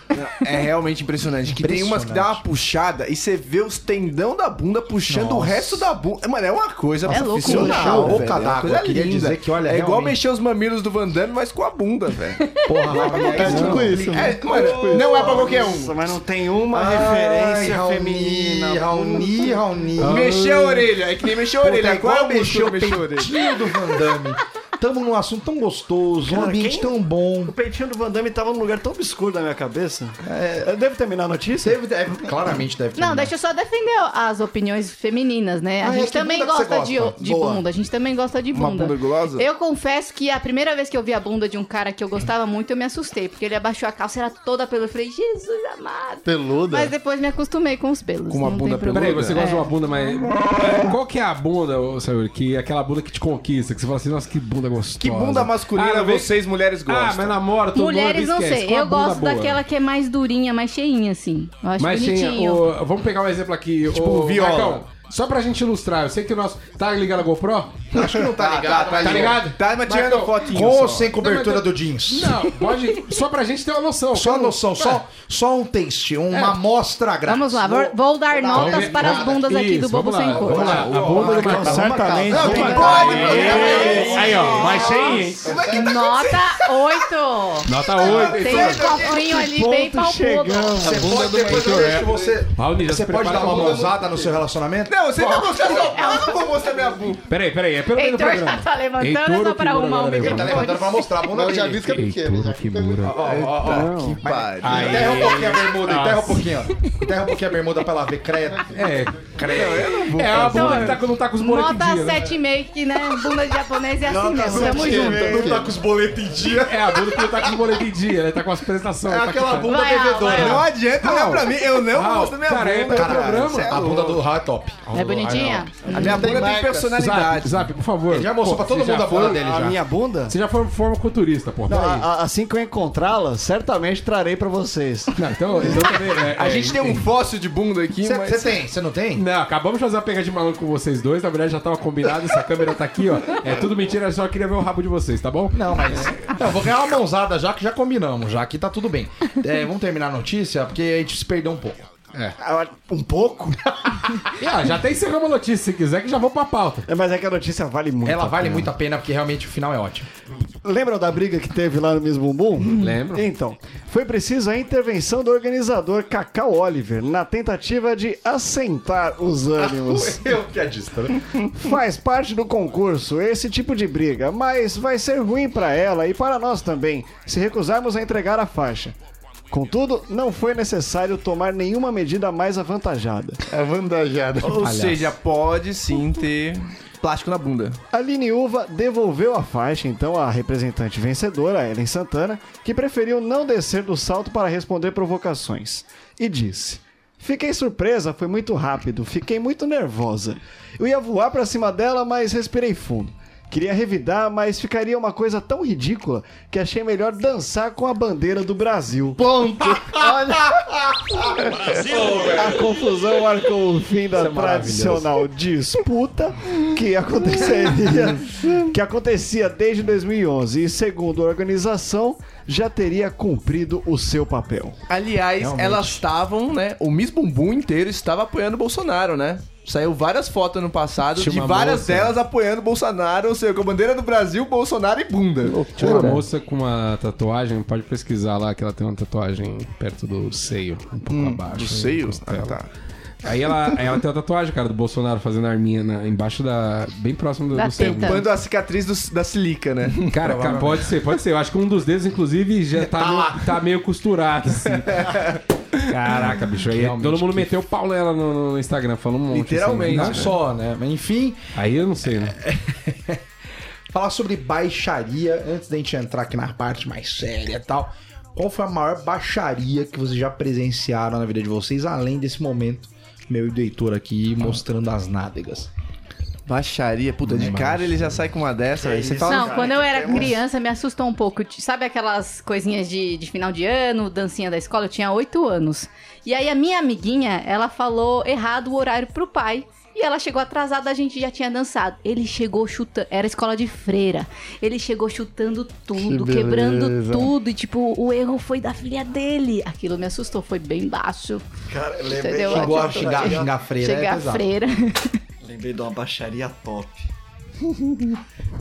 Speaker 3: É realmente impressionante. Que tem umas que dá uma puxada e você vê os tendão da bunda puxando o
Speaker 1: Nossa.
Speaker 3: resto da bunda. Mano, é uma coisa
Speaker 2: É louco.
Speaker 1: Deixar a boca
Speaker 3: velho, é uma
Speaker 1: d'água,
Speaker 3: coisa
Speaker 1: eu queria
Speaker 3: linda.
Speaker 1: dizer que, olha,
Speaker 3: É igual
Speaker 1: realmente-
Speaker 3: mexer os mamilos do Van Damme, mas com a bunda, velho.
Speaker 1: Porra, Raoni,
Speaker 6: É tipo isso, mano.
Speaker 3: É, mano, não é pra qualquer um.
Speaker 5: Nossa, mas não tem uma
Speaker 1: Ai,
Speaker 5: referência
Speaker 1: Raoni,
Speaker 5: feminina.
Speaker 1: Raoni, Raoni.
Speaker 3: Mexer a orelha, é que nem mexer a orelha.
Speaker 1: Puta,
Speaker 3: Agora
Speaker 1: igual mexeu
Speaker 3: mexeu,
Speaker 1: o
Speaker 3: mexeu a orelha.
Speaker 1: peitinho do Van Damme. Tamo num assunto tão gostoso, um
Speaker 5: Cara,
Speaker 1: ambiente
Speaker 5: quem-
Speaker 1: tão bom.
Speaker 5: O peitinho do Van Damme tava num lugar tão obscuro da minha cabeça. É, eu devo terminar a notícia?
Speaker 1: Deve, deve- claramente deve ter.
Speaker 2: Não, deixa eu só defender as opiniões femininas, né? A
Speaker 1: Ah, é,
Speaker 2: gente
Speaker 1: que
Speaker 2: também
Speaker 1: bunda que
Speaker 2: gosta,
Speaker 1: você
Speaker 2: de,
Speaker 1: gosta?
Speaker 2: de
Speaker 1: Boa.
Speaker 2: bunda. A gente também gosta de
Speaker 3: Uma
Speaker 2: bunda.
Speaker 3: bunda gulosa?
Speaker 2: Eu confesso que a primeira vez que eu vi a bunda de um cara que eu gostava muito, eu me assustei. Porque ele abaixou a calça, era toda pelo. Eu falei, Jesus amado.
Speaker 6: Peluda.
Speaker 2: Mas depois me acostumei com os pelos.
Speaker 3: Com uma
Speaker 2: não
Speaker 3: bunda
Speaker 2: tem problema.
Speaker 4: Peraí, você gosta
Speaker 2: É.
Speaker 4: de uma bunda, mas. Qual que é a bunda, ô, senhor? Que é aquela bunda que te conquista, que você fala assim, nossa, que bunda gostosa.
Speaker 3: Que bunda masculina
Speaker 4: Ah, não,
Speaker 3: vocês mulheres
Speaker 4: Ah, mas
Speaker 3: gostam?
Speaker 4: namora, todo
Speaker 2: Mulheres,
Speaker 4: mundo
Speaker 2: não
Speaker 4: esquece.
Speaker 2: sei.
Speaker 4: Qual a
Speaker 2: Eu
Speaker 4: bunda
Speaker 2: gosto
Speaker 4: boa?
Speaker 2: daquela que é mais durinha, mais cheinha, assim. Eu acho
Speaker 4: Mas tinha,
Speaker 2: bonitinho.
Speaker 4: ô, vamos pegar um exemplo aqui. Tipo,
Speaker 3: um viola.
Speaker 4: só pra gente ilustrar, eu sei que o nosso. Tá ligado a GoPro?
Speaker 1: Acho que não tá ligado.
Speaker 4: tá ligado?
Speaker 3: Tá, mas tirando
Speaker 4: Marcão,
Speaker 3: fotinho
Speaker 1: Com ou
Speaker 3: só.
Speaker 1: sem cobertura
Speaker 4: Não,
Speaker 1: do
Speaker 4: mas-
Speaker 1: jeans?
Speaker 4: Não, pode. Só pra gente ter uma noção.
Speaker 1: Só
Speaker 4: Como-
Speaker 1: noção, só, só um teste, uma amostra grátis.
Speaker 2: Vamos lá, vou, vou dar notas
Speaker 4: Vamos-
Speaker 2: para as
Speaker 4: vamos-
Speaker 2: bundas aqui
Speaker 4: isso,
Speaker 2: do Bobo
Speaker 4: vamos lá,
Speaker 2: Sem Cor.
Speaker 4: Vamos lá, a bunda do
Speaker 1: Marcão,
Speaker 4: Marcão.
Speaker 1: Marcão.
Speaker 5: Certamente.
Speaker 1: Não,
Speaker 5: Vamos
Speaker 1: que
Speaker 5: marcar.
Speaker 1: bom, hein, programa?
Speaker 4: Aí, ó, baixei, hein?
Speaker 2: Nota 8.
Speaker 4: Nota 8.
Speaker 2: Tem um cofrinho ali bem palpudo.
Speaker 1: Você pode, depois eu deixo você.
Speaker 4: Paulinho, já
Speaker 1: Você
Speaker 4: se
Speaker 1: pode dar
Speaker 4: prepara
Speaker 1: uma
Speaker 4: pra-
Speaker 1: mãozada no seu relacionamento?
Speaker 3: Não, você tá mostrando. Eu não vou mostrar minha bunda.
Speaker 4: Peraí, peraí, é pelo meio do
Speaker 2: Heitor já
Speaker 4: programa.
Speaker 2: tá levantando
Speaker 4: Heitor,
Speaker 2: só pra
Speaker 4: o figura
Speaker 2: arrumar um
Speaker 4: da
Speaker 1: Ele tá
Speaker 2: microfone.
Speaker 1: levantando pra mostrar a bunda
Speaker 6: Eu já
Speaker 1: dele.
Speaker 6: vi que é pequeno. já.
Speaker 1: Ó, ó, ó.
Speaker 3: Que pariu.
Speaker 4: Aí.
Speaker 1: Enterra um pouquinho a bermuda, enterra um pouquinho. ó. Enterra um pouquinho a bermuda pra ela ver, credo.
Speaker 4: É,
Speaker 1: Credo.
Speaker 4: é a bunda que tá, com- não tá com os boletos em
Speaker 2: Nota
Speaker 4: dia, né?
Speaker 2: 7,5, que né? Bunda de japonês é assim mesmo. Tamo
Speaker 6: sete e
Speaker 2: junto.
Speaker 6: meio.
Speaker 1: Não tá com os boletos em dia.
Speaker 4: É, a bunda que não tá com os boletos em dia, ela tá com as apresentações.
Speaker 1: É
Speaker 4: tá
Speaker 1: aquela
Speaker 4: com-
Speaker 1: bunda
Speaker 2: Vai, Al,
Speaker 1: devedora.
Speaker 2: vai,
Speaker 3: Não
Speaker 1: Não,
Speaker 3: adianta olhar pra mim, eu não vou
Speaker 4: Raul,
Speaker 3: mostrar minha
Speaker 4: cara, é
Speaker 3: bunda.
Speaker 4: pelo
Speaker 1: Caralho,
Speaker 4: programa.
Speaker 1: a bunda do Raul é top.
Speaker 2: É bonitinha?
Speaker 3: A minha bunda tem
Speaker 4: Zap,
Speaker 3: personalidade.
Speaker 4: zap, por favor.
Speaker 1: Ele já mostrou
Speaker 4: Pô,
Speaker 1: pra todo
Speaker 4: você
Speaker 1: mundo
Speaker 4: já
Speaker 1: a bunda
Speaker 4: foi-
Speaker 1: dele
Speaker 5: A
Speaker 1: já.
Speaker 5: minha bunda?
Speaker 4: Você já foi forma culturista, pô.
Speaker 5: Não,
Speaker 4: Peraí.
Speaker 5: a- a- assim que eu encontrá-la, certamente trarei pra vocês.
Speaker 4: Não, então, então também, é,
Speaker 3: A
Speaker 4: é,
Speaker 3: gente tem um fóssil de bunda aqui, mas.
Speaker 1: Você tem, você não tem?
Speaker 4: Não, acabamos de fazer uma pega de maluco com vocês dois. Na verdade, já tava combinado. Essa câmera tá aqui, ó. É tudo mentira, eu só queria ver o rabo de vocês, tá bom?
Speaker 1: Não, mas. Não, vou ganhar uma mãozada já que já combinamos, já que tá tudo bem. É, vamos terminar a notícia, porque a gente se perdeu um pouco.
Speaker 5: Um pouco?
Speaker 4: E, ó, já até encerramos a notícia, se quiser, que já vou pra pauta.
Speaker 5: É, Mas é que a notícia vale muito.
Speaker 1: Ela
Speaker 5: a
Speaker 1: vale
Speaker 5: pena.
Speaker 1: muito a pena, porque realmente o final é ótimo.
Speaker 5: Lembram da briga que teve lá no Miss Bumbum?
Speaker 4: Lembro.
Speaker 5: Então, foi preciso a intervenção do organizador Cacau Oliver na tentativa de assentar os ânimos.
Speaker 1: Ah, Eu que adisto, né?
Speaker 5: Faz parte do concurso esse tipo de briga, mas vai ser ruim para ela e para nós também se recusarmos a entregar a faixa. Contudo, não foi necessário tomar nenhuma medida mais avantajada.
Speaker 6: Avantajada.
Speaker 3: Ou seja, pode sim ter plástico na bunda.
Speaker 5: A Aline Uva devolveu a faixa, então, à representante vencedora, Ellen Santana, que preferiu não descer do salto para responder provocações. E disse: Fiquei surpresa, foi muito rápido, fiquei muito nervosa. Eu ia voar para cima dela, mas respirei fundo. Queria revidar, mas ficaria uma coisa tão ridícula que achei melhor dançar com a bandeira do Brasil.
Speaker 6: Ponto.
Speaker 5: A confusão marcou o fim da tradicional disputa que aconteceria, que acontecia desde 2011 e, segundo a organização, já teria cumprido o seu papel.
Speaker 3: Aliás, elas estavam, né? O Miss Bumbum inteiro estava apoiando o Bolsonaro, né? Saiu várias fotos no passado
Speaker 4: Tinha
Speaker 3: de
Speaker 4: uma
Speaker 3: várias
Speaker 4: moça.
Speaker 3: delas apoiando o Bolsonaro, ou seja, com a bandeira do Brasil, Bolsonaro e bunda.
Speaker 4: Tinha uma moça com uma tatuagem, pode pesquisar lá que ela tem uma tatuagem perto do seio, um pouco
Speaker 1: Hum,
Speaker 4: abaixo. Do
Speaker 3: seio? Ah, tá.
Speaker 4: Aí ela, aí ela tem uma tatuagem, cara, do Bolsonaro fazendo a arminha na- embaixo da. bem próximo do,
Speaker 2: Da
Speaker 4: do seio.
Speaker 2: teta.
Speaker 3: Quando a cicatriz do- da silica, né?
Speaker 4: Cara, cara, pode ser, pode ser. Eu acho que um dos dedos, inclusive, já tá, meio, tá meio costurado, assim. Caraca, bicho, aí todo mundo meteu o pau nela no, no Instagram, falou um monte. assim,
Speaker 3: Literalmente,
Speaker 4: né?
Speaker 1: Não só, né? Mas enfim,
Speaker 4: Aí eu não sei, né?
Speaker 1: É, falar sobre baixaria, antes da gente entrar aqui na parte mais séria e tal. Qual foi a maior baixaria que vocês já presenciaram na vida de vocês, além desse momento meu e do Heitor aqui mostrando as nádegas?
Speaker 3: Baixaria, puta, de cara ele já sai com uma dessa, aí você fala.
Speaker 2: Não, quando eu
Speaker 6: é
Speaker 2: era criança me assustou um pouco. T- Sabe aquelas coisinhas de, de final de ano, dancinha da escola? Eu tinha oito anos. E aí a minha amiguinha, ela falou errado o horário pro pai. E ela chegou atrasada, a gente já tinha dançado. Ele chegou chutando. Era escola de freira. Ele chegou chutando tudo,
Speaker 6: Que
Speaker 2: quebrando
Speaker 6: beleza.
Speaker 2: tudo. E tipo, o erro foi da filha dele. Aquilo me assustou, foi bem baixo.
Speaker 6: Cara,
Speaker 2: Entendeu?
Speaker 1: Chegou a
Speaker 2: Aquilo-
Speaker 1: xingar, xingar a freira, é
Speaker 2: Chegar a
Speaker 1: pesado.
Speaker 2: freira.
Speaker 6: Lembrei de uma baixaria top.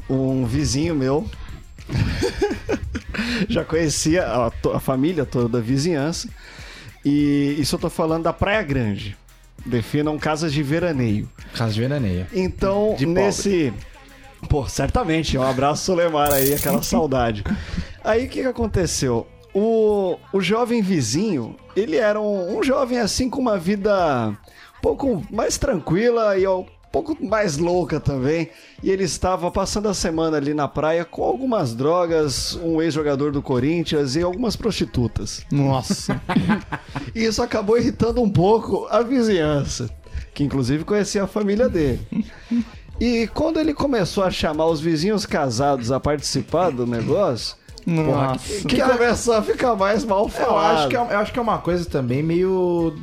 Speaker 5: Um vizinho meu já conhecia a, to- a família toda da vizinhança, e isso eu tô falando da Praia Grande. Definam casas de veraneio.
Speaker 1: Casa de veraneia.
Speaker 5: Então,
Speaker 3: De pobre.
Speaker 5: nesse. Pô, certamente. Um abraço, Solemar, aí, aquela saudade. Aí o que, que aconteceu? O, o jovem vizinho, ele era um, um jovem assim com uma vida um pouco mais tranquila e um pouco mais louca também. E ele estava passando a semana ali na praia com algumas drogas, um ex-jogador do Corinthians e algumas prostitutas.
Speaker 6: Nossa.
Speaker 5: E isso acabou irritando um pouco a vizinhança, que inclusive conhecia a família dele. E quando ele começou a chamar os vizinhos casados a participar do negócio,
Speaker 6: Nossa.
Speaker 5: que começou a ficar mais mal
Speaker 1: Eu
Speaker 5: falado.
Speaker 1: acho, que é, eu acho que é uma coisa também meio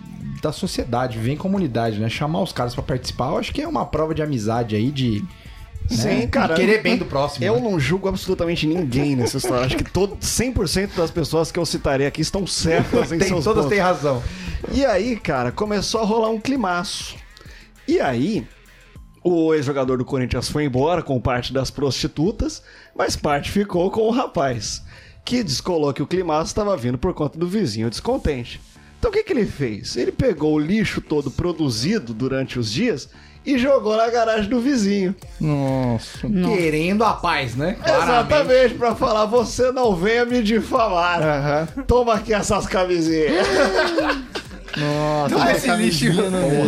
Speaker 1: da sociedade, vem comunidade, né? Chamar os caras pra participar, eu acho que é uma prova de amizade aí, de. né?
Speaker 5: Sim, cara.
Speaker 1: De querer bem do próximo.
Speaker 5: Eu
Speaker 1: né?
Speaker 5: não julgo absolutamente ninguém nessa história. Acho que todo, 100% das pessoas que eu citarei aqui estão certas em
Speaker 1: Tem-
Speaker 5: seus
Speaker 1: todas
Speaker 5: pontos.
Speaker 1: têm razão.
Speaker 5: E aí, cara, começou a rolar um climaço. E aí, O ex-jogador do Corinthians foi embora com parte das prostitutas, mas parte ficou com o rapaz, que descolou que o climaço estava vindo por conta do vizinho descontente. Então o que, que ele fez? Ele pegou o lixo todo produzido durante os dias e jogou na garagem do vizinho.
Speaker 6: Nossa.
Speaker 1: Querendo a paz, né?
Speaker 5: Exatamente, pra falar, você não venha me difamar. Toma aqui essas camisinhas.
Speaker 6: Nossa.
Speaker 3: Ah, esse lixo,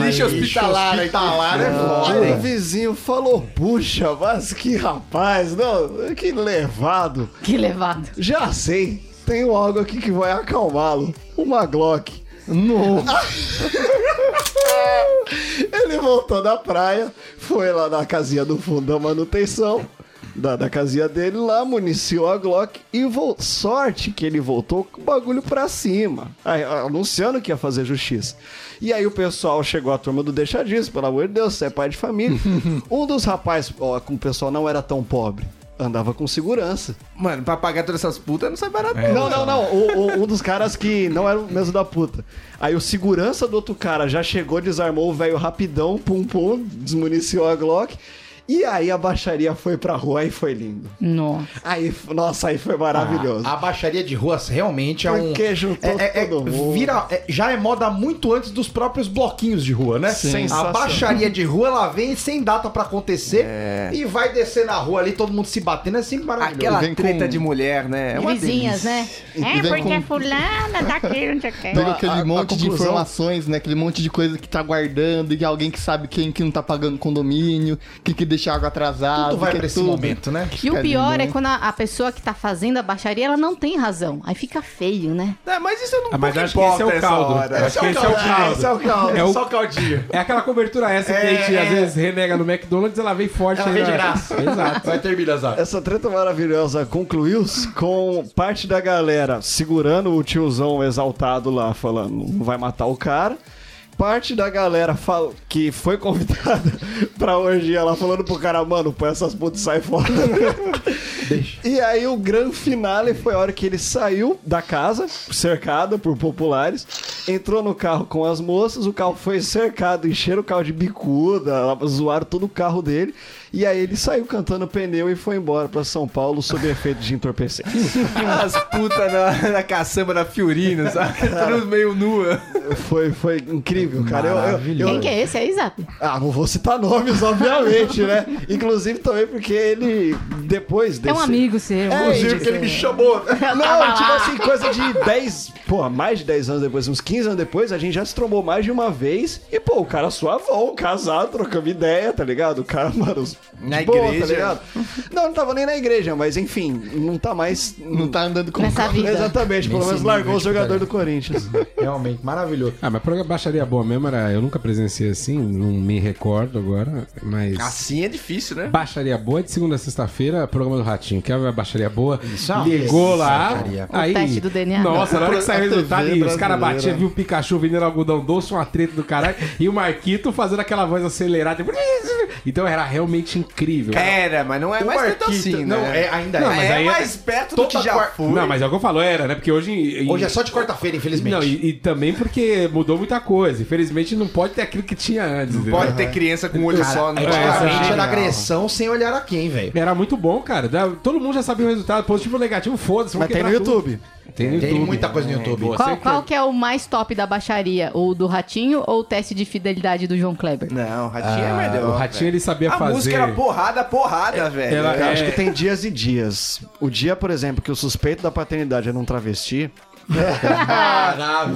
Speaker 3: lixo hospitalar aqui.
Speaker 1: tá
Speaker 5: Hospitalar
Speaker 1: né?
Speaker 5: é foda. Aí o vizinho falou, puxa, mas que rapaz, não, que levado.
Speaker 2: Que levado.
Speaker 5: Já sei, tenho algo aqui que vai acalmá-lo. Uma Glock. Ele voltou da praia, foi lá na casinha do fundo da manutenção, da, da casinha dele lá, municiou a Glock e vol- sorte que ele voltou com o bagulho pra cima, aí, anunciando que ia fazer justiça. E aí o pessoal chegou à turma do Deixa disso, pelo amor de Deus, você é pai de família. um dos rapazes, ó, com o pessoal não era tão pobre, andava com segurança.
Speaker 3: Mano, pra pagar todas essas putas não sai barato.
Speaker 1: É,
Speaker 3: não.
Speaker 5: Não, não, não. O- o- um dos caras que não era o mesmo da puta. Aí o segurança do outro cara já chegou, desarmou o velho rapidão, pum pum, desmuniciou a Glock. E aí a baixaria foi pra rua e foi lindo.
Speaker 2: Nossa.
Speaker 5: Aí, f- nossa, aí foi maravilhoso.
Speaker 1: Ah, A baixaria de ruas realmente é um.
Speaker 5: Porque juntou
Speaker 1: é, é,
Speaker 5: todo mundo.
Speaker 1: Vira, é, já é moda muito antes dos próprios bloquinhos de rua, né?
Speaker 5: Sensacional.
Speaker 1: A baixaria de rua, ela vem sem data pra acontecer
Speaker 5: É.
Speaker 1: e vai descer na rua ali, todo mundo se batendo, é sempre maravilhoso.
Speaker 3: Aquela
Speaker 6: Vem com-
Speaker 3: treta de mulher, né? É uma
Speaker 2: Vizinhas,
Speaker 3: delícia.
Speaker 2: né?
Speaker 6: E
Speaker 7: É,
Speaker 6: vem
Speaker 7: porque
Speaker 6: com-
Speaker 7: é fulana daquele, não sei o quê.
Speaker 6: Pega
Speaker 5: a-
Speaker 6: aquele
Speaker 5: a- a
Speaker 6: monte de
Speaker 5: conclusão-
Speaker 6: informações, né? Aquele monte de coisa que tá guardando e alguém que sabe quem que não tá pagando condomínio, quem que deixa a água atrasada.
Speaker 1: Tudo vai
Speaker 6: que é
Speaker 1: pra esse
Speaker 6: tudo.
Speaker 1: momento, né?
Speaker 2: E o
Speaker 6: Fica
Speaker 2: pior
Speaker 6: lindo,
Speaker 2: é
Speaker 6: né?
Speaker 2: quando a, a pessoa que tá fazendo a baixaria, ela não tem razão. Aí fica feio, né?
Speaker 3: É, mas isso eu não
Speaker 4: Ah, mas
Speaker 3: pouco
Speaker 4: acho que esse é o
Speaker 3: importa essa
Speaker 4: caldo.
Speaker 3: hora.
Speaker 4: Acho que esse é o caldo.
Speaker 1: Esse é o caldo,
Speaker 4: É o-
Speaker 1: só o caldinho.
Speaker 4: É aquela cobertura essa que a gente
Speaker 1: É,
Speaker 4: às
Speaker 1: é.
Speaker 4: vezes renega no McDonald's, ela vem forte. né?
Speaker 1: Ela
Speaker 4: aí
Speaker 1: vem de
Speaker 4: na-
Speaker 1: graça.
Speaker 4: Exato.
Speaker 1: Vai terminar, Zá.
Speaker 5: Essa treta maravilhosa concluiu-se com parte da galera segurando o tiozão exaltado lá, falando não vai matar o cara. Parte da galera fal- que foi convidada pra orgia lá, falando pro cara, mano, põe essas putas e sai fora. E aí o grande finale foi a hora que ele saiu da casa, cercado por populares, entrou no carro com as moças, o carro foi cercado, encheram o carro de bicuda, zoaram todo o carro dele, e aí ele saiu cantando pneu e foi embora pra São Paulo sob efeito de entorpecentes.
Speaker 3: As putas na, na caçamba da Fiorina, sabe? Todas meio nua.
Speaker 5: Foi, foi incrível, cara. Eu- eu- eu-
Speaker 2: Quem que é esse aí, Zap?
Speaker 5: Ah, não vou citar nomes, obviamente, né? Inclusive também porque ele, depois
Speaker 2: É
Speaker 5: desse...
Speaker 2: um amigo seu. um
Speaker 5: É,
Speaker 2: amigo
Speaker 5: que ele me
Speaker 2: seu.
Speaker 5: chamou. Não,
Speaker 2: tava
Speaker 5: tipo
Speaker 2: lá.
Speaker 5: assim, coisa de 10, pô, mais de 10 anos depois, uns 15 anos depois, a gente já se trombou mais de uma vez. E, pô, o cara suavão, casado, trocando ideia, tá ligado? O cara, mano, de
Speaker 3: Na
Speaker 5: tá
Speaker 3: igreja.
Speaker 5: ligado? Não, não tava nem na igreja, mas enfim, não tá mais.
Speaker 6: Não tá andando com
Speaker 2: Nessa vida.
Speaker 5: Exatamente, pelo
Speaker 4: Nesse
Speaker 5: menos
Speaker 4: nível
Speaker 5: largou o
Speaker 4: de
Speaker 5: jogador
Speaker 4: putaria.
Speaker 5: do Corinthians.
Speaker 1: Realmente, maravilhoso.
Speaker 4: Ah, mas pra baixaria boa mesmo era. Eu nunca presenciei assim, não me recordo agora, mas.
Speaker 1: Ah,
Speaker 3: Assim é difícil, né?
Speaker 4: Baixaria Boa de segunda a sexta-feira, programa do Ratinho. Quer ver a Baixaria Boa?
Speaker 1: é uma
Speaker 4: Ligou
Speaker 1: delícia,
Speaker 4: lá.
Speaker 1: cara.
Speaker 4: Aí,
Speaker 2: O teste do DNA.
Speaker 4: Nossa, na hora que
Speaker 6: A
Speaker 4: saiu o
Speaker 6: TV
Speaker 4: resultado, e os caras
Speaker 6: brasileira.
Speaker 4: batiam, viu o Pikachu vendendo algodão doce, uma treta do caralho. e o Marquito fazendo aquela voz acelerada. Então era realmente incrível.
Speaker 3: Era, mas não é mais tanto assim, né?
Speaker 1: não, é, ainda é.
Speaker 4: Não, mas
Speaker 3: é
Speaker 4: aí-
Speaker 3: mais perto do
Speaker 1: Toda
Speaker 3: que já
Speaker 1: quar-
Speaker 3: foi.
Speaker 4: Não, mas é o que eu falo, era, né? Porque hoje. em-
Speaker 1: Hoje é só de quarta-feira, infelizmente.
Speaker 4: Não, e, e também porque mudou muita coisa. Infelizmente não pode ter aquilo que tinha antes. entendeu?
Speaker 3: Pode ter criança com um olho só,
Speaker 1: É,
Speaker 3: né?
Speaker 1: Antigamente
Speaker 4: é. Essa-
Speaker 1: era agressão sem olhar a quem, velho.
Speaker 4: Era muito bom, cara. Da- Todo mundo já sabia o resultado, positivo ou negativo, foda-se. vamos
Speaker 5: Mas tem no
Speaker 4: quebrar tudo.
Speaker 5: YouTube.
Speaker 4: Tem no
Speaker 1: Tem
Speaker 4: YouTube. né?
Speaker 1: muita coisa no YouTube.
Speaker 4: boa.
Speaker 2: Qual,
Speaker 4: Sempre-
Speaker 2: qual que é o mais top da baixaria? O do Ratinho ou o teste de fidelidade do João Kleber?
Speaker 3: Não, o Ratinho é
Speaker 4: Ah,
Speaker 3: melhor.
Speaker 4: o Ratinho ele sabia
Speaker 3: velho. A
Speaker 4: fazer.
Speaker 3: música era porrada, porrada, velho.
Speaker 4: Ela-
Speaker 5: Eu acho
Speaker 4: é-
Speaker 5: que tem dias e dias. O dia, por exemplo, que o suspeito da paternidade era um travesti.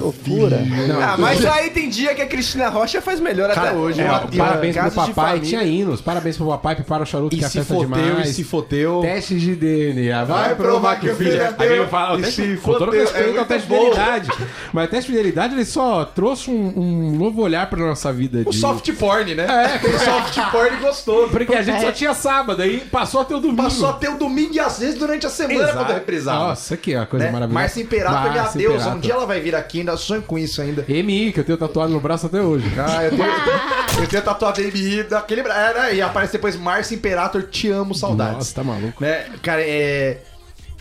Speaker 5: Loucura.
Speaker 3: Ah, mas aí tem dia que a Cristina Rocha faz melhor até hoje.
Speaker 4: É,
Speaker 3: né?
Speaker 4: ó, parabéns pro
Speaker 3: Casos de
Speaker 4: papai,
Speaker 3: família.
Speaker 4: tinha hinos. Parabéns pro papai, prepara o charuto
Speaker 1: E
Speaker 4: que
Speaker 1: se
Speaker 4: afeta
Speaker 1: fodeu, e
Speaker 4: demais.
Speaker 1: se fodeu.
Speaker 4: Teste de DNA. Vai,
Speaker 1: provar que o filho é
Speaker 4: Aí
Speaker 1: teu.
Speaker 4: eu falo,
Speaker 1: E se
Speaker 4: teste, com todo
Speaker 1: fodeu, é
Speaker 4: respeito ao
Speaker 1: muito
Speaker 4: teste de
Speaker 1: bom.
Speaker 4: fidelidade. Mas o teste de fidelidade, ele só trouxe um, um novo olhar pra nossa vida.
Speaker 1: O
Speaker 3: Um
Speaker 4: de-
Speaker 1: soft porn, né? É, aquele soft porn gostoso.
Speaker 4: Porque a gente só tinha sábado, aí passou até o domingo.
Speaker 1: é. Passou até o um domingo e às vezes durante a semana
Speaker 4: Exato.
Speaker 1: quando reprisava.
Speaker 4: Nossa, que é uma coisa
Speaker 1: né?
Speaker 4: maravilhosa.
Speaker 1: Marcia Imperato, minha
Speaker 4: Márcia
Speaker 1: deusa,
Speaker 4: Imperato.
Speaker 1: um dia ela vai vir aqui, ainda sonho com isso ainda.
Speaker 4: MI, que eu tenho tatuado no braço até hoje.
Speaker 1: Ah, eu tenho, eu tenho tatuado MI daquele bra- é, né? era, e aparece depois Márcio Imperator, te amo, saudades.
Speaker 4: Nossa, tá maluco.
Speaker 1: Né? Cara, é.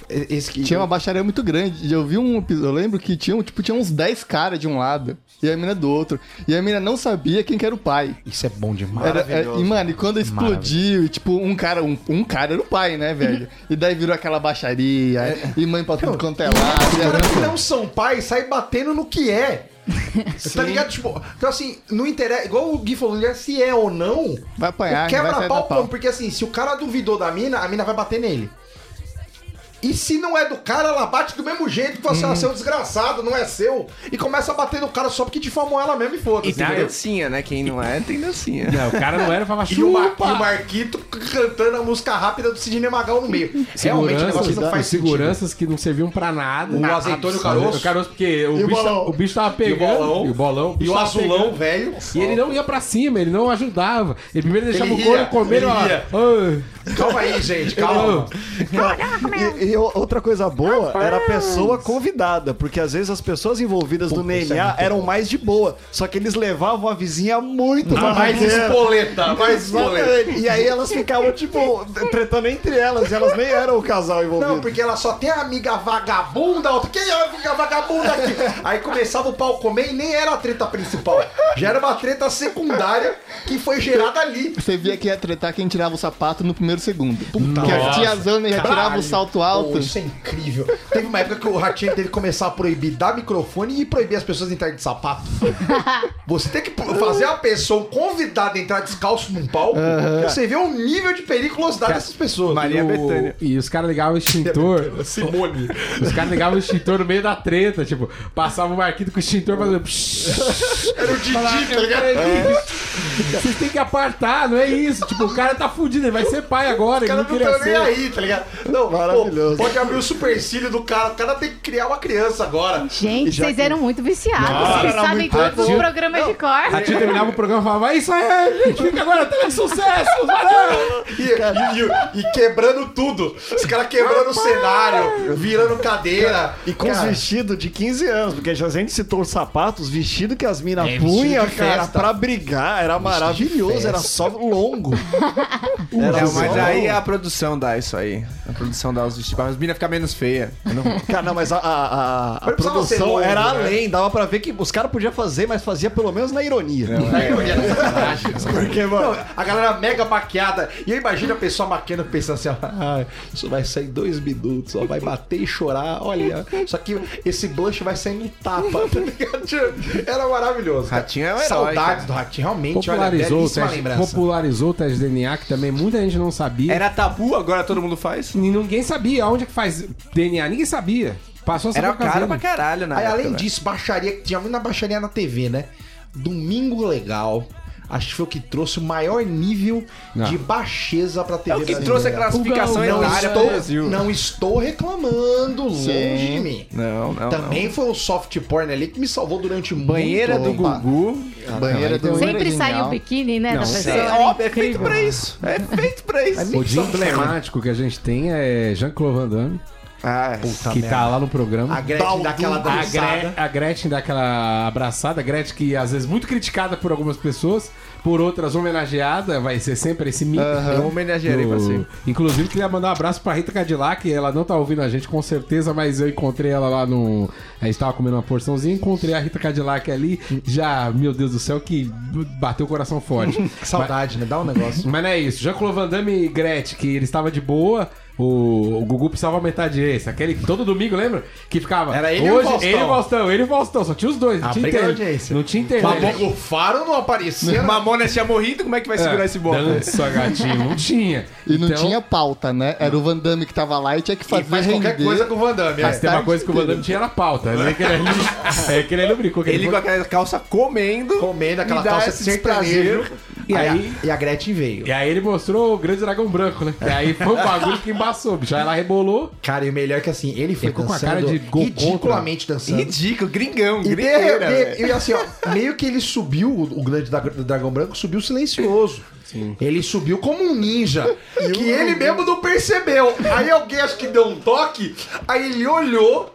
Speaker 1: Esse que...
Speaker 6: Tinha uma baixaria muito grande. Eu vi um episódio, eu lembro que tinha, tipo, tinha uns 10 caras de um lado e a mina do outro. E a mina não sabia quem que era o pai.
Speaker 1: Isso é bom demais.
Speaker 6: Era, é, e, mano, e quando explodiu, e, tipo, um cara, um, um cara era o pai, né, velho? E daí virou aquela baixaria, e mãe pra tudo quanto é lado. e
Speaker 1: Cara que
Speaker 6: era-
Speaker 1: não são pais sai batendo no que é. tá ligado? Tipo, então assim, não interessa. Igual o Gui falou, não interessa se é ou não.
Speaker 6: Vai apanhar,
Speaker 1: o
Speaker 6: vai
Speaker 1: quebra
Speaker 6: sair
Speaker 1: pau,
Speaker 6: da pau.
Speaker 1: come, porque assim, se o cara duvidou da mina, a mina vai bater nele. E se não é do cara, ela bate do mesmo jeito que você
Speaker 4: Uhum.
Speaker 1: é seu desgraçado, não é seu. E começa a bater no cara só porque difamou ela mesmo e
Speaker 3: E
Speaker 1: foda-se.
Speaker 3: tem
Speaker 1: entendeu?
Speaker 3: dancinha, né? Quem não é, tem dancinha.
Speaker 4: Não, o cara não era pra
Speaker 1: E o, Mar...
Speaker 4: chupa.
Speaker 1: e o Marquito cantando a música rápida do Sidney Magal no meio. Realmente o negócio que não faz sentido.
Speaker 4: seguranças que não serviam pra nada.
Speaker 1: O
Speaker 4: Nada.
Speaker 1: Azeitônio Caroço.
Speaker 4: O Caroço, porque o,
Speaker 1: E o
Speaker 4: bicho, tá-
Speaker 1: bolão.
Speaker 4: o bicho tava pegando.
Speaker 1: E o bolão.
Speaker 4: E o, bolão, o
Speaker 1: E
Speaker 4: bicho
Speaker 1: o
Speaker 4: tava
Speaker 1: azulão,
Speaker 4: pegando.
Speaker 1: velho.
Speaker 4: E ele não ia pra cima, ele não ajudava. Ele primeiro deixava
Speaker 1: Ele
Speaker 4: o couro
Speaker 1: ria,
Speaker 4: comer,
Speaker 1: ele
Speaker 4: ó.
Speaker 1: ria.
Speaker 4: Ô,
Speaker 1: Calma aí, gente, calma.
Speaker 5: E, e o- outra coisa boa era a pessoa convidada, porque às vezes as pessoas envolvidas no DNA eram mais de boa, só que eles levavam a vizinha muito
Speaker 1: Ah, mais
Speaker 5: barraqueira.
Speaker 1: espoleta, mais espoleta.
Speaker 5: Exatamente. E aí elas ficavam, tipo, tretando entre elas, e elas nem eram o casal envolvido.
Speaker 1: Não, porque ela só tem a amiga vagabunda. outra- Quem é a amiga vagabunda aqui? Aí começava o pau comer e nem era a treta principal. Já era uma treta secundária que foi gerada ali.
Speaker 6: Você via que ia tretar quem tirava o sapato no primeiro segundo. que a tiazana ia tirar o salto alto.
Speaker 1: Pô, isso é incrível. Teve uma época que o Ratinho teve que começar a proibir dar microfone e proibir as pessoas de entrar de sapato. Você tem que fazer a pessoa convidada a entrar descalço num palco, você vê o nível de periculosidade dessas pessoas.
Speaker 3: Maria Bethânia.
Speaker 4: E os caras ligavam o extintor.
Speaker 1: Simone.
Speaker 4: Os caras ligavam o extintor no meio da treta, tipo, passava o Marquito com o extintor fazendo. psh.
Speaker 1: Era o Didi,
Speaker 4: Falava,
Speaker 1: tá ligado?
Speaker 4: "Peraí, Vocês têm que apartar, não é isso? Tipo, o cara tá fudido, ele vai ser pai agora,
Speaker 1: O
Speaker 4: ele
Speaker 1: cara
Speaker 4: não
Speaker 1: não
Speaker 4: queria
Speaker 1: tá nem
Speaker 4: ser.
Speaker 1: aí, tá ligado? Não,
Speaker 5: Maravilhoso.
Speaker 1: pô, pode abrir o supercílio do cara. O cara tem que criar uma criança agora.
Speaker 2: Gente, vocês eram muito viciados. vocês
Speaker 5: era
Speaker 2: sabem
Speaker 5: muito
Speaker 2: todos os
Speaker 4: bom.
Speaker 2: programas de cor.
Speaker 4: A tia terminava o programa e falava, "É isso aí, gente, fica agora, teve sucesso, valeu!
Speaker 1: E, e- e- e quebrando tudo. Os caras quebrando o cenário, virando cadeira.
Speaker 5: E com os
Speaker 1: Cara,
Speaker 5: vestidos de 15 anos, porque já a gente citou os sapatos, os vestidos que as minas
Speaker 1: É, vestido
Speaker 5: punham,
Speaker 1: de
Speaker 5: cara,
Speaker 1: festa.
Speaker 5: pra brigar, era maravilhoso, era só longo. era
Speaker 3: Não, mas
Speaker 5: só-
Speaker 3: aí é a produção dá isso aí. A produção dá os vestidos. As minas ficam menos feias.
Speaker 5: Cara, não, mas a, a- a- a
Speaker 1: Mas precisava ser
Speaker 5: produção
Speaker 1: longo,
Speaker 5: era
Speaker 1: né?
Speaker 5: além, dava pra ver que os caras podiam fazer, mas fazia pelo menos na ironia.
Speaker 1: Né?
Speaker 3: é
Speaker 5: Porque, mano,
Speaker 1: Não, a galera mega maquiada. E eu imagino a pessoa maquiando pensando assim, ó, "Ah, isso vai sair dois minutos, ó, vai bater e chorar, olha. Só que esse blush vai sair no tapa, tá ligado? Era maravilhoso. cara.
Speaker 3: Ratinho é um herói,
Speaker 1: Saudades
Speaker 3: cara.
Speaker 1: do Ratinho, realmente, olha,
Speaker 4: Popularizou o,
Speaker 1: belíssima
Speaker 4: teste,
Speaker 1: lembrança.
Speaker 4: popularizou o teste de DNA, que também muita gente não sabia.
Speaker 3: Era tabu, agora todo mundo faz.
Speaker 4: E ninguém sabia onde é que faz DNA, ninguém sabia. Passou a saber
Speaker 3: Era
Speaker 4: por causa
Speaker 3: caro
Speaker 4: dele.
Speaker 3: pra caralho, né?
Speaker 1: Aí, além disso, baixaria, tinha muita baixaria na TV, né? Domingo Legal. Acho que foi o que trouxe o maior nível
Speaker 4: Não.
Speaker 1: de baixeza pra TV
Speaker 3: É Ah. o que
Speaker 1: brasileira.
Speaker 3: trouxe a classificação
Speaker 1: Não
Speaker 3: etária pro
Speaker 1: estou,
Speaker 3: Brasil.
Speaker 1: não estou reclamando, longe de mim.
Speaker 3: Não, não,
Speaker 1: Também foi o soft porn ali que me salvou durante muito
Speaker 3: Banheira do
Speaker 1: tempo.
Speaker 3: Gugu.
Speaker 6: Banheira
Speaker 1: então
Speaker 6: do
Speaker 1: é
Speaker 2: Sempre
Speaker 6: original.
Speaker 2: saiu o biquíni, né, da pessoa.
Speaker 3: É
Speaker 2: Era
Speaker 3: óbvio, é feito
Speaker 2: incrível.
Speaker 3: pra isso. É feito pra isso.
Speaker 4: O dia emblemático que a gente tem é Jean-Claude Van Damme,
Speaker 3: Ah,
Speaker 4: que tá lá no programa.
Speaker 1: A Gretchen daquela
Speaker 4: A,
Speaker 1: dançada.
Speaker 4: Gre a Gretchen dá aquela abraçada, a Gretchen que às vezes muito criticada por algumas pessoas, por outras homenageada, vai ser sempre esse mito.
Speaker 3: eu homenagearei pra
Speaker 4: Do-
Speaker 3: sempre.
Speaker 4: Inclusive, queria mandar um abraço pra Rita Cadillac. Ela não tá ouvindo a gente com certeza, mas eu encontrei ela lá no. A gente tava comendo uma porçãozinha, encontrei a Rita Cadillac ali. Já, meu Deus do céu, que bateu o coração forte.
Speaker 1: Saudade, né? Dá um negócio.
Speaker 4: Mas não é isso. Jean-Claude Van Damme e Gretchen, que ele estava de boa. O, o Gugu precisava aumentar de audiência. Aquele que todo domingo, lembra? Que ficava.
Speaker 1: Era ele e o
Speaker 4: hoje,
Speaker 1: Faustão.
Speaker 4: Ele e o Faustão, ele e o Faustão. Só tinha os dois. Não
Speaker 1: Ah,
Speaker 4: tinha
Speaker 1: briga na
Speaker 4: internet.
Speaker 1: audiência.
Speaker 4: Não tinha internet.
Speaker 1: Mas o Faro não aparecia. né?
Speaker 3: Mamona tinha morrido, como é que vai segurar esse bolo?
Speaker 4: Dança, gatinho. Não tinha.
Speaker 6: E não
Speaker 4: Então,
Speaker 6: tinha pauta, né? Era o Van Damme que tava lá e tinha que
Speaker 1: E
Speaker 6: fazer
Speaker 1: faz
Speaker 6: render.
Speaker 1: qualquer coisa com o Van Damme.
Speaker 4: Mas
Speaker 1: É.
Speaker 4: tem uma
Speaker 6: tarde
Speaker 4: coisa que o Van Damme tinha era pauta. Né? Que ele, é que ele lubricou. Que ele
Speaker 3: Ele com
Speaker 4: foi-
Speaker 3: aquela calça comendo.
Speaker 1: Comendo aquela
Speaker 3: Me dá
Speaker 1: calça de
Speaker 3: esse
Speaker 1: sertanejo.
Speaker 4: E aí-
Speaker 1: a, e a Gretchen veio.
Speaker 4: E aí ele mostrou o grande dragão branco, né? E aí foi um bagulho que embaçou, bicho. Aí ela rebolou.
Speaker 1: Cara, e o melhor é que assim, ele foi
Speaker 4: ficou com a
Speaker 1: dançando,
Speaker 4: cara de gol
Speaker 1: ridiculamente dançando.
Speaker 3: Ridículo, gringão,
Speaker 1: E de
Speaker 3: gringueira,
Speaker 1: repente,
Speaker 3: velho.
Speaker 1: e assim, ó, meio que ele subiu, o o grande dra- dragão branco subiu silencioso. Ele subiu como um ninja, que ele mesmo não percebeu. um Aí alguém acho que deu um toque, aí ele olhou,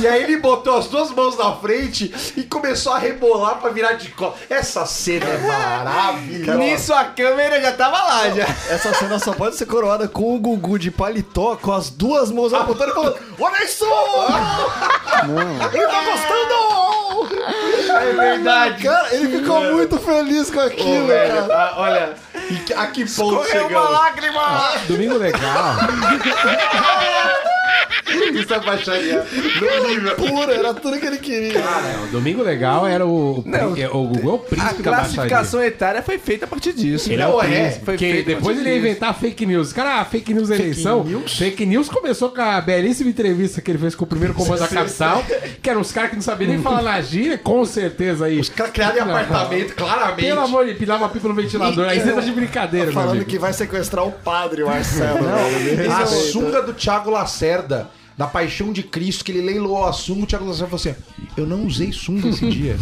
Speaker 1: E aí ele botou as duas mãos na frente e começou a rebolar pra virar de costas. Essa cena é maravilhosa.
Speaker 3: Nisso a câmera já tava lá, já.
Speaker 5: Essa cena só pode ser coroada com o Gugu de paletó, com as duas mãos apontando e falando: Olha isso! Ele tá gostando!
Speaker 1: É verdade.
Speaker 5: Cara, ele ficou muito feliz com aquilo,
Speaker 1: Ô,
Speaker 5: cara.
Speaker 1: velho, a- olha, e que- a que ponto
Speaker 3: Correu uma
Speaker 1: chegamos?
Speaker 3: lágrima.
Speaker 4: Domingo legal.
Speaker 1: Isso é baixaria. No nível.
Speaker 5: Puro, era tudo que ele queria.
Speaker 4: Não, domingo legal era o. O, príncipe- o Gugu é o
Speaker 3: A
Speaker 4: príncipe da baixaria.
Speaker 3: classificação etária foi feita a partir disso.
Speaker 4: Ele é
Speaker 1: Não,
Speaker 4: o
Speaker 1: é.
Speaker 4: príncipe.
Speaker 3: Foi
Speaker 4: Porque
Speaker 3: feito a
Speaker 4: depois
Speaker 3: partir
Speaker 4: ele ia
Speaker 3: disso.
Speaker 4: inventar fake news. Cara, fake news é eleição. Fake news começou com a belíssima entrevista que ele fez com o primeiro comando da capital, que eram os caras que não sabiam nem falar na gíria, com certeza aí.
Speaker 1: Os caras criaram em apartamento, claramente.
Speaker 4: Pelo amor de pilava pipa no ventilador. Aí você tá de brincadeira, meu
Speaker 5: Falando
Speaker 4: amigo.
Speaker 5: que vai sequestrar o padre, o Marcelo. é um Não,
Speaker 1: A sunga do Thiago Lacerda, da Paixão de Cristo, que ele leiloou a sunga, o Thiago Lacerda falou assim: Eu não usei sunga esse dia.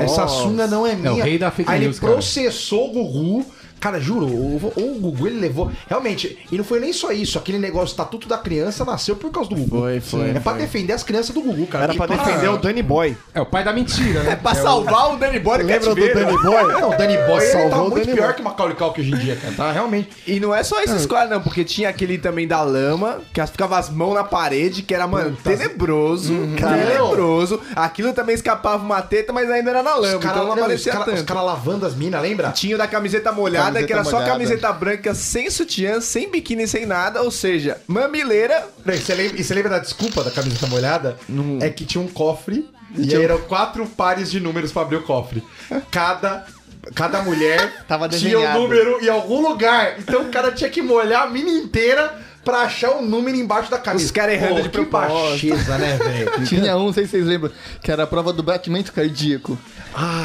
Speaker 1: Essa sunga não é minha.
Speaker 4: o rei da fake
Speaker 1: Aí
Speaker 4: news,
Speaker 1: ele
Speaker 4: cara.
Speaker 1: processou o Gugu. Cara, juro, o, o Gugu ele levou. Realmente, e não foi nem só isso. Aquele negócio, o Estatuto da Criança nasceu por causa do Gugu.
Speaker 3: Foi, foi,
Speaker 1: É pra
Speaker 3: foi.
Speaker 1: defender as crianças do Gugu, cara.
Speaker 5: Era
Speaker 1: E
Speaker 5: pra defender o Danny Boy.
Speaker 4: É o pai da mentira, né?
Speaker 3: Pra salvar o Danny Boy do
Speaker 5: Lembra do
Speaker 3: cativeiro.
Speaker 5: Danny Boy?
Speaker 1: Não, o Danny Boy ele tá
Speaker 5: Salvou o
Speaker 1: muito
Speaker 5: Danny
Speaker 1: pior
Speaker 5: Boy.
Speaker 1: que o Macaulay Culkin hoje em dia, cara. Tá realmente.
Speaker 3: E não é só esses quadros, não, porque tinha aquele também da lama, que as- ficava as mãos na parede, que era, mano, tenebroso,
Speaker 4: Uhum.
Speaker 3: tenebroso. Aquilo também escapava uma teta, mas ainda era na lama,
Speaker 1: Os caras
Speaker 3: então não aparecia
Speaker 1: cara, os
Speaker 3: tanto.
Speaker 1: cara lavando as minas, lembra?
Speaker 3: Tinha o da camiseta molhada,
Speaker 5: Camiseta
Speaker 3: que era só
Speaker 5: molhada.
Speaker 3: camiseta branca, sem sutiã, sem biquíni, sem nada, ou seja, mamileira.
Speaker 1: Não, E você lembra, e você lembra da desculpa da camiseta molhada? É que tinha um cofre e aí eram quatro pares de números pra abrir o cofre. Cada. Cada mulher
Speaker 5: Tava
Speaker 1: tinha um
Speaker 5: desenhado.
Speaker 1: número em algum lugar. Então o cara tinha que molhar a mina inteira pra achar o número embaixo da camisa.
Speaker 3: Os caras errando de
Speaker 1: que
Speaker 3: propósito.
Speaker 1: baixeza, né, velho?
Speaker 5: Tinha um, não sei se vocês lembram, que era a prova do batimento cardíaco.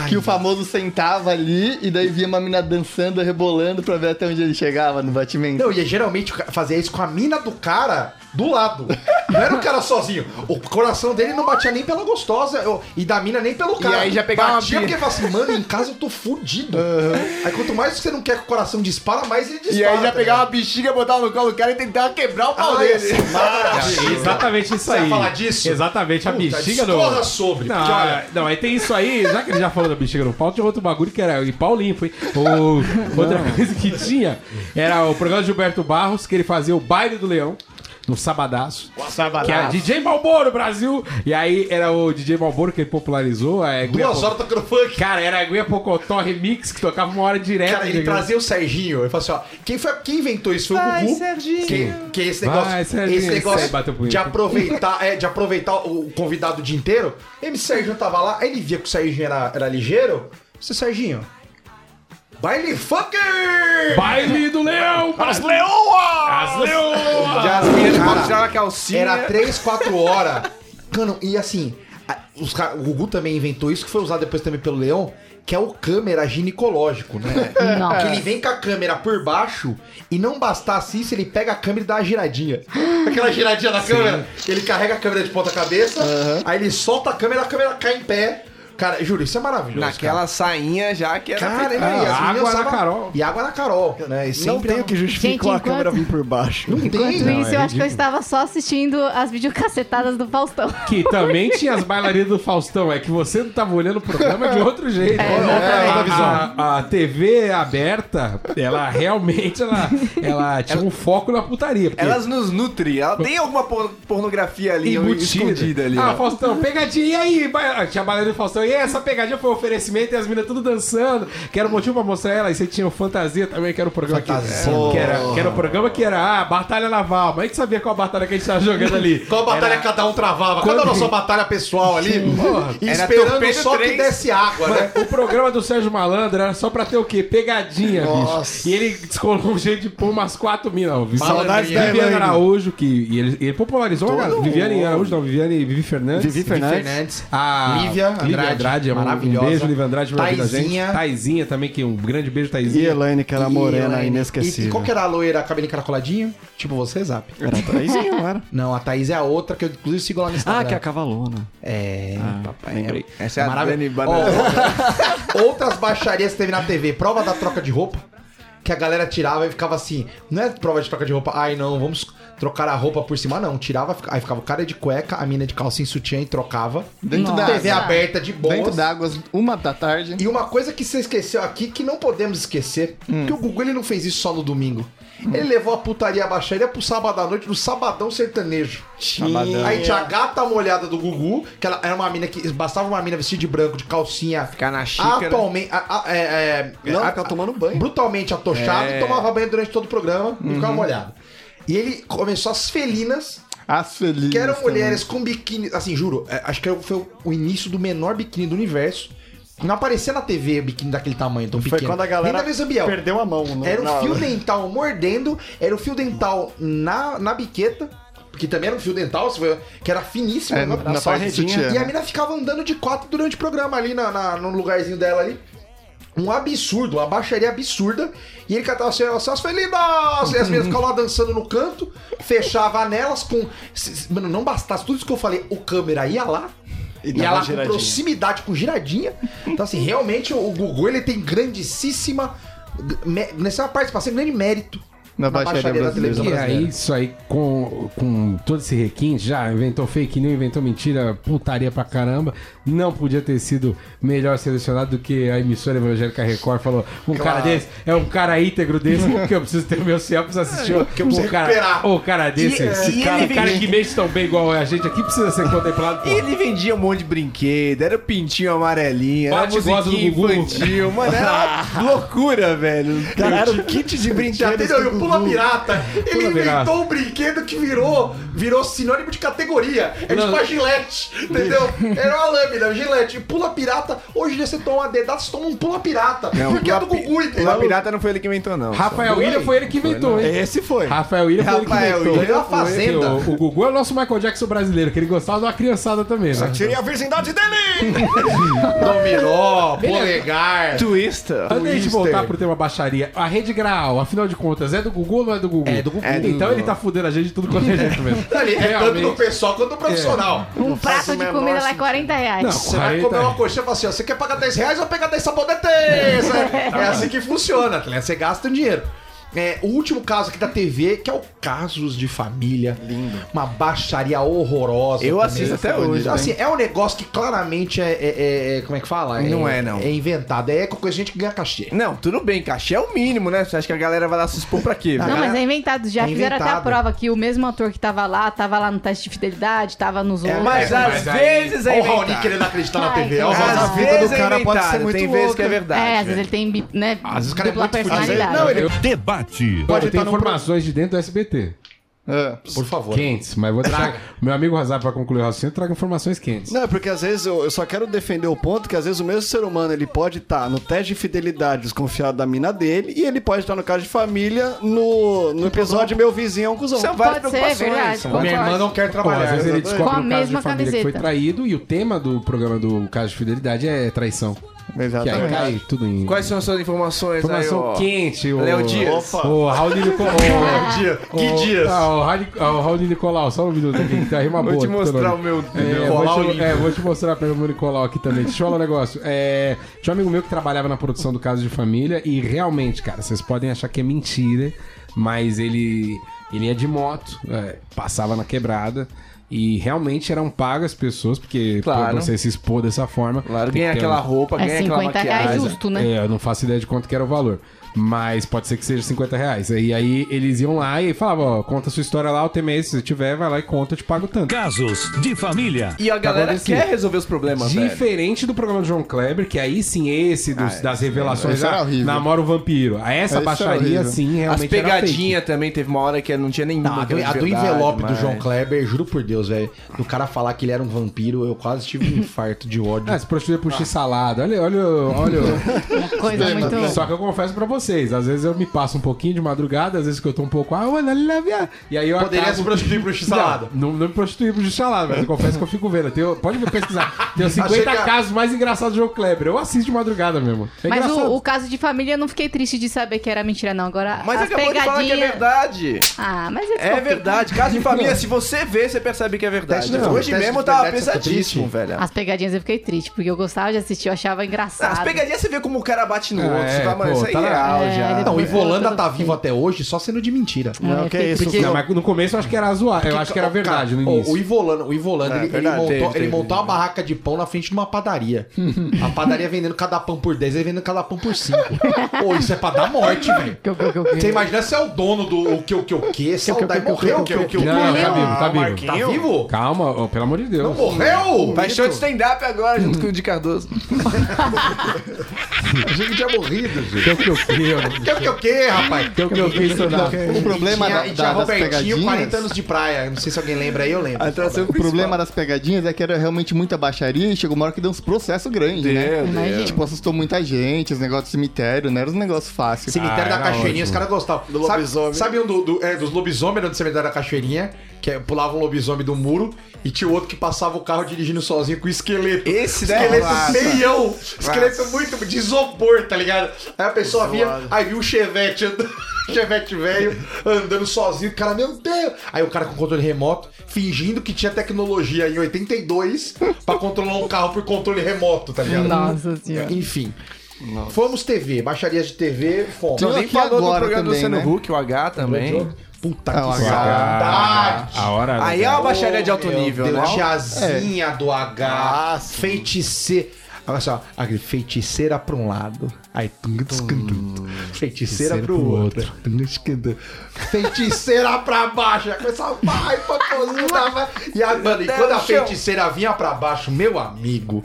Speaker 5: que o famoso sentava ali e daí via uma mina dançando, rebolando pra ver até onde ele chegava no batimento.
Speaker 1: Não, e é geralmente o cara fazia isso com a mina do cara do lado. Não era o cara sozinho. O coração dele não batia nem pela gostosa eu- e da mina nem pelo cara.
Speaker 3: aí já pegava uma
Speaker 1: Batia
Speaker 3: bi-
Speaker 1: porque falava assim, mano, em casa eu tô fudido. Aí quanto mais você não quer que o coração dispara, mais ele dispara.
Speaker 3: E aí já
Speaker 1: tá
Speaker 3: pegava uma bexiga, botava no colo do cara e tentava quebrar o pau
Speaker 1: ligado? Ah,
Speaker 3: dele.
Speaker 1: esse
Speaker 4: É
Speaker 1: macho.
Speaker 4: Exatamente isso
Speaker 1: Você ia
Speaker 4: aí.
Speaker 1: falar disso?
Speaker 4: Exatamente, a
Speaker 1: Puta,
Speaker 4: bexiga do.
Speaker 1: discorra sobre,
Speaker 4: Não, é,
Speaker 1: porque, olha-
Speaker 4: não, aí tem isso aí, já que ele já falou da bexiga no pau, tinha outro bagulho que era. E pau limpo, hein? O- outra coisa que tinha era o programa de Gilberto Barros, que ele fazia o baile do leão. No sabadaço. Que era DJ Malboro Brasil. E aí era o DJ Malboro que ele popularizou. A Guia
Speaker 1: Duas
Speaker 4: Po-
Speaker 1: horas tocando funk.
Speaker 4: Cara, era a Guia Pocotó Remix que tocava uma hora direto.
Speaker 1: Cara, ele
Speaker 4: entendeu?
Speaker 1: trazia o Serginho. Ele falou assim: ó, quem, foi, quem inventou isso foi o
Speaker 3: Vai,
Speaker 1: Gugu.
Speaker 3: Serginho.
Speaker 1: Que, que esse negócio,
Speaker 4: Vai, Serginho,
Speaker 1: esse
Speaker 4: você
Speaker 1: negócio
Speaker 4: bateu punheta.
Speaker 1: de aproveitar, é, de aproveitar o convidado o dia inteiro. Ele, Serginho tava lá, aí ele via que o Serginho era, era ligeiro. Você, Serginho. Baile fucker!
Speaker 4: Baile do leão! As
Speaker 3: Leoa!
Speaker 4: leoas!
Speaker 3: Já as meninas
Speaker 1: Cara,
Speaker 3: tiraram a calcinha.
Speaker 1: Era 3, 4 horas. Mano, e assim, a- os ca- o Gugu também inventou isso, que foi usado depois também pelo Leão, que é o câmera ginecológico, né?
Speaker 2: Não.
Speaker 1: Que ele vem com a câmera por baixo e não bastasse isso, ele pega a câmera e dá uma giradinha. Aquela giradinha da câmera, ele carrega a câmera de ponta cabeça, aí ele solta a câmera, a câmera cai em pé. Cara, juro, isso é maravilhoso.
Speaker 3: Naquela é, sainha já que era.
Speaker 1: Cara,
Speaker 3: feita-
Speaker 1: cara né? e as
Speaker 4: água
Speaker 1: meninas
Speaker 4: na
Speaker 1: usavam-
Speaker 4: Carol.
Speaker 1: E água na Carol, né? E
Speaker 5: Não
Speaker 1: sempre
Speaker 3: é
Speaker 5: tem o
Speaker 3: um-
Speaker 5: que
Speaker 2: Gente,
Speaker 5: justificar a
Speaker 2: enquanto-
Speaker 5: câmera vir por baixo.
Speaker 2: Enquanto
Speaker 4: Não,
Speaker 2: isso,
Speaker 4: é
Speaker 2: eu acho que
Speaker 4: ridículo.
Speaker 2: eu estava só assistindo as videocacetadas do Faustão.
Speaker 4: Que também tinha as bailarinas do Faustão, é que você não tava olhando o programa de outro jeito.
Speaker 3: É,
Speaker 4: a, a- a TV aberta, ela realmente ela, ela tinha um foco na putaria. porque
Speaker 3: Elas nos nutrem. Ela tem alguma por- pornografia ali
Speaker 4: embutida.
Speaker 3: escondida ali.
Speaker 4: Ah,
Speaker 3: ó.
Speaker 4: Faustão, pegadinha. E aí? ba- Tinha a bailarina do Faustão. E essa pegadinha foi um oferecimento e as meninas tudo dançando. Que era um motivo pra mostrar ela. E você tinha o Fantasia também, que era o programa que,
Speaker 1: Fantasia.
Speaker 4: que era. Que era o programa que era, ah, Batalha Naval. Mas a gente sabia qual batalha que a gente tava jogando ali.
Speaker 1: Qual batalha
Speaker 4: Era-
Speaker 1: cada um travava? Qual
Speaker 4: Quando-
Speaker 1: era a sua batalha pessoal ali? E
Speaker 3: Era
Speaker 1: esperando
Speaker 3: torpedo
Speaker 1: só que
Speaker 3: três.
Speaker 1: desse água, né?
Speaker 4: O programa do Sérgio Malandro era só pra ter o quê? Pegadinha, bicho.
Speaker 5: Nossa.
Speaker 4: E ele descolou um jeito de pôr umas quatro minas. ó.
Speaker 1: Saudades da
Speaker 4: Viviane
Speaker 1: Elaine.
Speaker 4: Araújo, que e ele, ele popularizou. uma galera. Viviane Araújo, não, Viviane Vivi Fernandes.
Speaker 5: Vivi Fernandes. Ah,
Speaker 4: A
Speaker 1: Lívia Andrade,
Speaker 4: Andrade, maravilhosa.
Speaker 1: maravilhosa.
Speaker 4: Um beijo, Lívia Andrade, pra ouvir da
Speaker 1: Taizinha.
Speaker 4: gente. Taizinha também, que um grande beijo,
Speaker 5: E
Speaker 4: Taizinha.
Speaker 5: Elaine, que era morena,
Speaker 1: Elaine.
Speaker 5: inesquecível.
Speaker 1: E, e qual que era a loira, cabelo encaracoladinho? Tipo você, Zap.
Speaker 5: Era Taizinho, era.
Speaker 1: Não, a Thaís é a outra que eu inclusive sigo lá no Instagram.
Speaker 5: Ah, que é a cavalona.
Speaker 1: É, papai.
Speaker 5: lembrei.
Speaker 3: Essa é a
Speaker 1: Maravilha.
Speaker 3: Dani
Speaker 1: Ó,
Speaker 3: Banana.
Speaker 1: outra- outras baixarias que teve na TV. Prova da troca de roupa. que a galera tirava e ficava assim, não é prova de troca de roupa, ai não, vamos trocar a roupa por cima, não. Tirava, fica- aí ficava o cara de cueca, a mina de calça em sutiã e trocava.
Speaker 6: Dentro da
Speaker 1: TV
Speaker 6: água.
Speaker 1: aberta de boa.
Speaker 6: Dentro da água, às uma da tarde.
Speaker 1: E uma coisa que você esqueceu aqui, que não podemos esquecer, que o Gugu ele não fez isso só no domingo. Ele levou a putaria baixaria pro sábado à noite, no sabadão sertanejo.
Speaker 5: Sabadão.
Speaker 1: Aí tinha a gata molhada do Gugu, que ela era uma mina que. Bastava uma mina vestida de branco, de calcinha.
Speaker 3: Ficar na xícara.
Speaker 1: Atualmente. a- a- é, é,
Speaker 5: Não,
Speaker 1: a-
Speaker 5: fica tomando banho.
Speaker 1: Brutalmente atochada
Speaker 3: É.
Speaker 1: e tomava banho durante todo o programa e ficava molhada. E ele começou as felinas
Speaker 6: As felizes.
Speaker 1: que eram
Speaker 6: também.
Speaker 1: mulheres com biquíni. Assim, juro, é, acho que foi o início do menor biquíni do universo. Não aparecia na TV biquíni daquele tamanho, tão pequeno.
Speaker 5: Foi quando a
Speaker 1: Nem
Speaker 5: galera
Speaker 1: da Luísa Biel.
Speaker 5: perdeu a mão. né?
Speaker 1: Era um
Speaker 5: Não,
Speaker 1: fio dental mordendo, era o fio dental na, na biqueta, porque também era um fio dental, se for- que era finíssimo.
Speaker 6: É,
Speaker 1: né?
Speaker 6: na, na parte do
Speaker 5: redinha.
Speaker 6: sutiã.
Speaker 1: E a
Speaker 6: né?
Speaker 1: mina ficava andando de quatro durante o programa ali na, na- no lugarzinho dela ali. Um absurdo, uma baixaria absurda. E ele cantava assim, elas felinas! E as meninas ficavam lá dançando no canto, fechava nelas com. se- se- Mano, não bastasse tudo isso que eu falei, o câmera ia lá.
Speaker 5: E
Speaker 1: E
Speaker 5: dava
Speaker 1: ela com
Speaker 5: giradinha.
Speaker 1: proximidade com giradinha. Então, assim, realmente o Gugu ele tem grandíssima. me- Nessa participação, grande mérito
Speaker 6: Na baixaria brasileira.
Speaker 4: E aí, isso aí, com, com todo esse requinte, já inventou fake news, inventou mentira, putaria pra caramba. Não podia ter sido melhor selecionado do que a emissora evangélica Record falou. Um cara desse, é um cara íntegro desse, que eu preciso ter o meu céu, preciso assistir. o-
Speaker 1: eu preciso
Speaker 4: o cara,
Speaker 1: recuperar.
Speaker 4: o cara desse,
Speaker 3: E-
Speaker 4: esse
Speaker 3: e
Speaker 4: cara,
Speaker 3: ele-
Speaker 4: cara que mexe tão bem igual a gente aqui, precisa ser contemplado.
Speaker 3: E
Speaker 4: pô.
Speaker 3: ele vendia um monte de brinquedo, era pintinho amarelinho, era
Speaker 4: Bate e goza
Speaker 3: musiquinha
Speaker 4: do Gugu.
Speaker 3: infantil, mano, era uma loucura, velho.
Speaker 5: Cara, era um kit de
Speaker 1: Já
Speaker 5: brinquedos.
Speaker 1: entendeu? E o Pula Pirata, ele
Speaker 4: Pula Pirata.
Speaker 1: inventou um brinquedo que virou, virou sinônimo de categoria. É tipo a gilete, entendeu? Era uma lâmina, gilete. E Pula Pirata, hoje em dia você toma uma dedada, você toma um Pula Pirata. porque é do Gugu,
Speaker 3: Pula
Speaker 1: entendeu?
Speaker 3: pirata não foi ele que inventou, não.
Speaker 4: Rafael William foi ele que inventou, hein?
Speaker 5: Esse foi.
Speaker 4: Rafael William foi ele que
Speaker 3: É Rafael é
Speaker 4: inventou.
Speaker 1: William da Fazenda.
Speaker 4: O, o Gugu é o nosso Michael Jackson brasileiro, que ele gostava de uma criançada também, né?
Speaker 5: Tirei a virgindade dele!
Speaker 1: Dominó, polegar.
Speaker 3: Twista.
Speaker 4: Antes de a gente
Speaker 1: Twister.
Speaker 4: voltar pro tema baixaria, a Rede Graal, afinal de contas, é do Gugu ou não é do Gugu?
Speaker 1: É do Gugu. É do
Speaker 4: então
Speaker 3: Gugu.
Speaker 4: ele tá fudendo a gente de tudo quanto é jeito mesmo.
Speaker 1: Ali, é tanto do
Speaker 4: Realmente.
Speaker 1: pessoal quanto do profissional.
Speaker 2: Um
Speaker 5: faço
Speaker 2: prato
Speaker 5: o
Speaker 2: de
Speaker 5: menor
Speaker 2: comida lá é
Speaker 5: sentido.
Speaker 2: 40 reais.
Speaker 4: Não,
Speaker 1: Você vai
Speaker 4: quarenta-
Speaker 1: comer
Speaker 3: tá.
Speaker 1: uma coxinha e fala assim, ó, você quer pagar 10 reais ou pegar 10 sabonetes? É, é assim que funciona, tá ligado? você gasta o dinheiro. É, o último caso aqui da TV, que é o Casos de Família. Lindo. Uma baixaria horrorosa.
Speaker 3: Eu
Speaker 1: também.
Speaker 3: assisto até hoje,
Speaker 1: Assim, é um negócio que claramente é... é- é- é- como é que fala?
Speaker 3: Não é, não.
Speaker 1: É inventado. É coisa de gente que ganha cachê.
Speaker 3: Não, tudo bem, cachê é o mínimo, né? Você acha que a galera vai lá se expor pra quê?
Speaker 2: Não,
Speaker 3: velho?
Speaker 2: mas é inventado. Já
Speaker 1: É
Speaker 2: fizeram até a
Speaker 1: inventado.
Speaker 2: prova que o mesmo ator que tava lá, tava lá no teste de fidelidade, tava nos outros.
Speaker 3: mas
Speaker 4: é,
Speaker 3: às
Speaker 4: mas aí-
Speaker 3: vezes é
Speaker 1: Olha o Raoni
Speaker 3: inventado.
Speaker 1: querendo acreditar na
Speaker 2: Ai,
Speaker 1: TV.
Speaker 2: que
Speaker 1: Olha o
Speaker 2: horror.
Speaker 1: Raoni.
Speaker 3: Às
Speaker 5: Mas a vida do
Speaker 3: vezes
Speaker 5: cara
Speaker 3: é
Speaker 5: pode ser
Speaker 3: inventado,
Speaker 5: muito
Speaker 3: tem vezes que é
Speaker 5: louca.
Speaker 3: verdade.
Speaker 2: É, às
Speaker 3: velho.
Speaker 2: vezes ele tem, bi- né,
Speaker 1: Às vezes o cara é
Speaker 2: dupla
Speaker 1: muito fudido.
Speaker 2: personalidade.
Speaker 1: Não, ele-
Speaker 8: Debate.
Speaker 4: Pode ter
Speaker 1: tá no pro-
Speaker 4: informações de dentro do SBT.
Speaker 6: É.
Speaker 1: Por favor.
Speaker 4: Quentes, mas vou traga. Meu amigo Razar, pra concluir o raciocínio, traga informações quentes.
Speaker 5: Não, é porque às vezes eu, eu só quero defender o ponto que às vezes o mesmo ser humano ele pode estar no teste de fidelidade desconfiado da mina dele e ele pode estar no caso de família no, no episódio Meu Vizinho é um Cuzão.
Speaker 3: São várias
Speaker 2: Pode ser,
Speaker 3: preocupações.
Speaker 2: verdade.
Speaker 3: são
Speaker 2: Pode
Speaker 1: Minha
Speaker 3: várias-
Speaker 1: irmã não quer
Speaker 4: Pô, às
Speaker 1: trabalhar.
Speaker 4: vezes ele descobre
Speaker 2: Com a
Speaker 4: um caso
Speaker 2: mesma
Speaker 4: de família que foi
Speaker 2: camiseta.
Speaker 4: traído e o tema do programa do caso de fidelidade é traição. Que aí
Speaker 5: Exatamente.
Speaker 4: cai tudo em.
Speaker 3: Quais são as suas informações
Speaker 4: Informação
Speaker 3: aí, ó?
Speaker 4: quente, o.
Speaker 3: Léo Dias.
Speaker 5: Opa.
Speaker 4: O Raul Nicolau.
Speaker 2: Ah.
Speaker 4: O
Speaker 1: Dia-
Speaker 4: o-
Speaker 1: Que dias.
Speaker 4: Ah, o Raul- o Raul Nicolau, só um minuto aqui, que tá rima boa.
Speaker 3: Vou te
Speaker 4: do teu
Speaker 3: mostrar
Speaker 4: nome.
Speaker 3: o meu...
Speaker 4: É,
Speaker 1: Nicolau
Speaker 4: vou, te,
Speaker 1: Oliva.
Speaker 4: é, vou te mostrar pelo meu Nicolau aqui também. Deixa eu falar um negócio. É, tinha um amigo meu que trabalhava na produção do Caso de Família e realmente, cara, vocês podem achar que é mentira, mas ele, ele ia de moto, é, passava na quebrada. E realmente eram pagas as pessoas, porque pô,
Speaker 3: Claro.
Speaker 4: pra você se expor dessa forma.
Speaker 3: Claro,
Speaker 4: tem
Speaker 3: ganha
Speaker 4: que ter
Speaker 3: aquela
Speaker 4: um-
Speaker 3: roupa,
Speaker 2: É
Speaker 3: ganha aquela
Speaker 2: 50 reais,
Speaker 3: maquiagem.
Speaker 2: justo. né?
Speaker 4: é, eu não faço ideia de quanto que era o valor. Mas pode ser que seja 50 reais. E aí eles iam lá e falavam, ó, conta sua história lá, o tema é esse. Se tiver, vai lá e conta, eu te pago tanto.
Speaker 8: Casos de família.
Speaker 3: E a galera
Speaker 4: acontecendo.
Speaker 3: quer resolver os problemas, velho.
Speaker 4: Diferente do programa do João Kleber, que aí sim, esse dos- das revelações,
Speaker 6: Esse era
Speaker 4: ah,
Speaker 6: horrível.
Speaker 4: namora o vampiro. Essa
Speaker 6: Esse era
Speaker 4: baixaria,
Speaker 6: horrível.
Speaker 4: sim,
Speaker 3: As
Speaker 4: realmente era fake.
Speaker 3: pegadinhas também, teve uma hora que não tinha nenhuma.
Speaker 1: Não, a
Speaker 3: que
Speaker 1: do,
Speaker 3: era
Speaker 1: a
Speaker 3: de
Speaker 1: do
Speaker 3: verdade,
Speaker 1: envelope do
Speaker 3: mas-
Speaker 1: João Kleber, juro por Deus, velho. Do cara falar que ele era um vampiro, eu quase tive um infarto de ódio.
Speaker 4: Ah, se prostituir por x-salada. Olha, olha, olha.
Speaker 2: Coisa muito...
Speaker 4: Só que eu confesso pra vocês, às vezes eu me passo um pouquinho de madrugada, às vezes que eu tô um pouco... Ah, olha, olha, olha, e aí eu
Speaker 1: Tá,
Speaker 4: acabo...
Speaker 1: prostituir pro
Speaker 4: Não, não, não me prostituí pro salada, mas eu confesso que eu fico vendo. Tem, pode me pesquisar. Tem os 50
Speaker 1: Achei que a-
Speaker 4: casos mais engraçados do João Kleber. Eu assisto de madrugada mesmo. É
Speaker 2: Mas
Speaker 4: engraçado.
Speaker 2: o, o caso de família, eu não fiquei triste de saber que era mentira, não. Agora,
Speaker 3: Mas
Speaker 2: as
Speaker 3: acabou de falar que é
Speaker 2: pegadinhas-
Speaker 3: verdade.
Speaker 2: Ah, mas eles
Speaker 3: É
Speaker 2: confiam.
Speaker 3: verdade. Caso de família, se você vê, você percebe que é verdade.
Speaker 1: Teste de-
Speaker 3: Hoje
Speaker 1: teste
Speaker 3: mesmo
Speaker 1: de
Speaker 3: eu tava
Speaker 1: verdade, você tá
Speaker 3: pesadíssimo,
Speaker 1: triste?
Speaker 3: velho.
Speaker 2: As pegadinhas eu fiquei triste, porque eu gostava de assistir, eu achava
Speaker 3: Ah, As
Speaker 2: engraçado.
Speaker 3: pegadinhas você vê como o cara bate no
Speaker 4: É,
Speaker 3: outro. Você fala, mano,
Speaker 4: pô,
Speaker 3: isso aí
Speaker 4: tá
Speaker 3: é
Speaker 4: na-
Speaker 5: real já.
Speaker 1: Não, o Ivolanda tá vivo até hoje só sendo de mentira.
Speaker 5: Não, que é isso,
Speaker 2: porque-
Speaker 4: Não, mas no começo eu acho que era zoar. Eu acho que era verdade no
Speaker 1: Cara,
Speaker 4: início.
Speaker 1: O Ivolanda, o Ivolanda
Speaker 5: É,
Speaker 1: ele, ele
Speaker 5: verdade,
Speaker 1: montou,
Speaker 5: teve,
Speaker 1: ele
Speaker 5: teve,
Speaker 1: montou
Speaker 5: teve.
Speaker 1: uma barraca de pão na frente de uma padaria. a padaria vendendo cada pão por 10, ele vendendo cada pão por 5. Pô, isso é pra dar morte, velho. Você imagina se é o dono do o que, o que, o que, saudade, morreu o que, o que, o que.
Speaker 4: Não, não, tá vivo, tá
Speaker 5: Ah,
Speaker 4: vivo.
Speaker 5: Marquinhos.
Speaker 1: Tá vivo?
Speaker 4: Calma, ó, pelo amor de Deus.
Speaker 1: Não morreu?
Speaker 3: Vai show de stand-up agora junto com o de Cardoso.
Speaker 1: Achei que tinha morrido, gente.
Speaker 4: Que é o que eu fiz,
Speaker 1: Que, o que, o que, rapaz?
Speaker 4: que é o que eu fiz, seu nada.
Speaker 6: O problema
Speaker 1: e tinha,
Speaker 6: da-
Speaker 1: e
Speaker 6: da-
Speaker 1: tinha
Speaker 6: das
Speaker 1: Robertinho,
Speaker 6: pegadinhas.
Speaker 1: 40 anos de praia. Não sei se alguém lembra aí, eu lembro.
Speaker 3: Atração
Speaker 6: O problema das pegadinhas é que era realmente muita baixaria e chegou uma hora que deu uns processos grandes, né?
Speaker 2: Imagina.
Speaker 6: Tipo, assustou muita gente, os negócios de cemitério, não era um negócio fácil.
Speaker 1: Cemitério da Cachoeirinha, os caras gostavam.
Speaker 5: Do
Speaker 1: Sabe-
Speaker 5: lobisomem.
Speaker 1: Sabe, um do, do- é, dos lobisomens era do cemitério da Cachoeirinha, que é, pulava um lobisomem do muro, e tinha o outro que passava o carro dirigindo sozinho com esqueleto.
Speaker 3: Esse, né?
Speaker 1: Esqueleto
Speaker 3: Nossa.
Speaker 1: feião. é Esqueleto muito de isopor, tá ligado? Aí a pessoa via, aí viu o Chevette andando. Chevette velho andando sozinho, o cara, meu Deus! Aí o cara com controle remoto, fingindo que tinha tecnologia em 82 pra controlar um carro por controle remoto, tá ligado?
Speaker 2: Nossa senhora.
Speaker 1: Enfim. Fomos TV, baixarias de TV, fomos.
Speaker 6: Tinha-
Speaker 3: Não, nem
Speaker 6: aqui
Speaker 3: falou do
Speaker 6: agora
Speaker 3: programa do
Speaker 6: também,
Speaker 3: Luciano
Speaker 6: né?
Speaker 3: Huck, o H também.
Speaker 1: Puta
Speaker 6: Ah, o
Speaker 1: que
Speaker 6: H.
Speaker 1: saudade!
Speaker 4: A hora.
Speaker 3: Aí é uma baixaria de alto
Speaker 1: Meu
Speaker 3: nível,
Speaker 1: Deus,
Speaker 3: né? Ah,
Speaker 1: Tiazinha do H, feiticeira. Olha só, aquele feiticeira pra um lado, aí tum, tum, tum, tum,
Speaker 3: Hum,
Speaker 1: tum. feiticeira pro outro, Tum, tum, tum. feiticeira pra baixo, aí começava, vai, papozinho, tava. E, a, mano, e quando a feiticeira vinha pra baixo, meu amigo,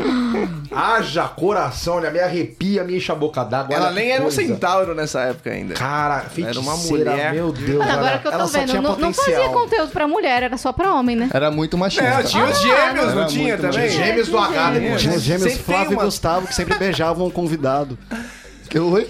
Speaker 1: haja coração, olha, me arrepia, me enche a boca d'água.
Speaker 3: Ela
Speaker 1: olha que
Speaker 3: nem era um
Speaker 1: coisa.
Speaker 3: centauro nessa época ainda.
Speaker 1: Cara, feiticeira,
Speaker 3: Era uma mulher.
Speaker 1: meu Deus,
Speaker 2: Mas agora
Speaker 1: olha,
Speaker 2: que eu tô
Speaker 1: ela só
Speaker 2: vendo,
Speaker 1: tinha
Speaker 2: não, não fazia
Speaker 1: potencial.
Speaker 2: conteúdo pra mulher, era só pra homem, né?
Speaker 6: Era Ah, muito machista.
Speaker 3: Não, tinha os gêmeos, não
Speaker 6: Era
Speaker 3: tinha
Speaker 6: muito
Speaker 3: também?
Speaker 1: Gêmeos do H, né?
Speaker 5: Tinha os gêmeos
Speaker 3: Sempre tem
Speaker 5: Flávio
Speaker 3: uma-
Speaker 5: e Gustavo que sempre beijavam um convidado.
Speaker 6: Ah, Oi?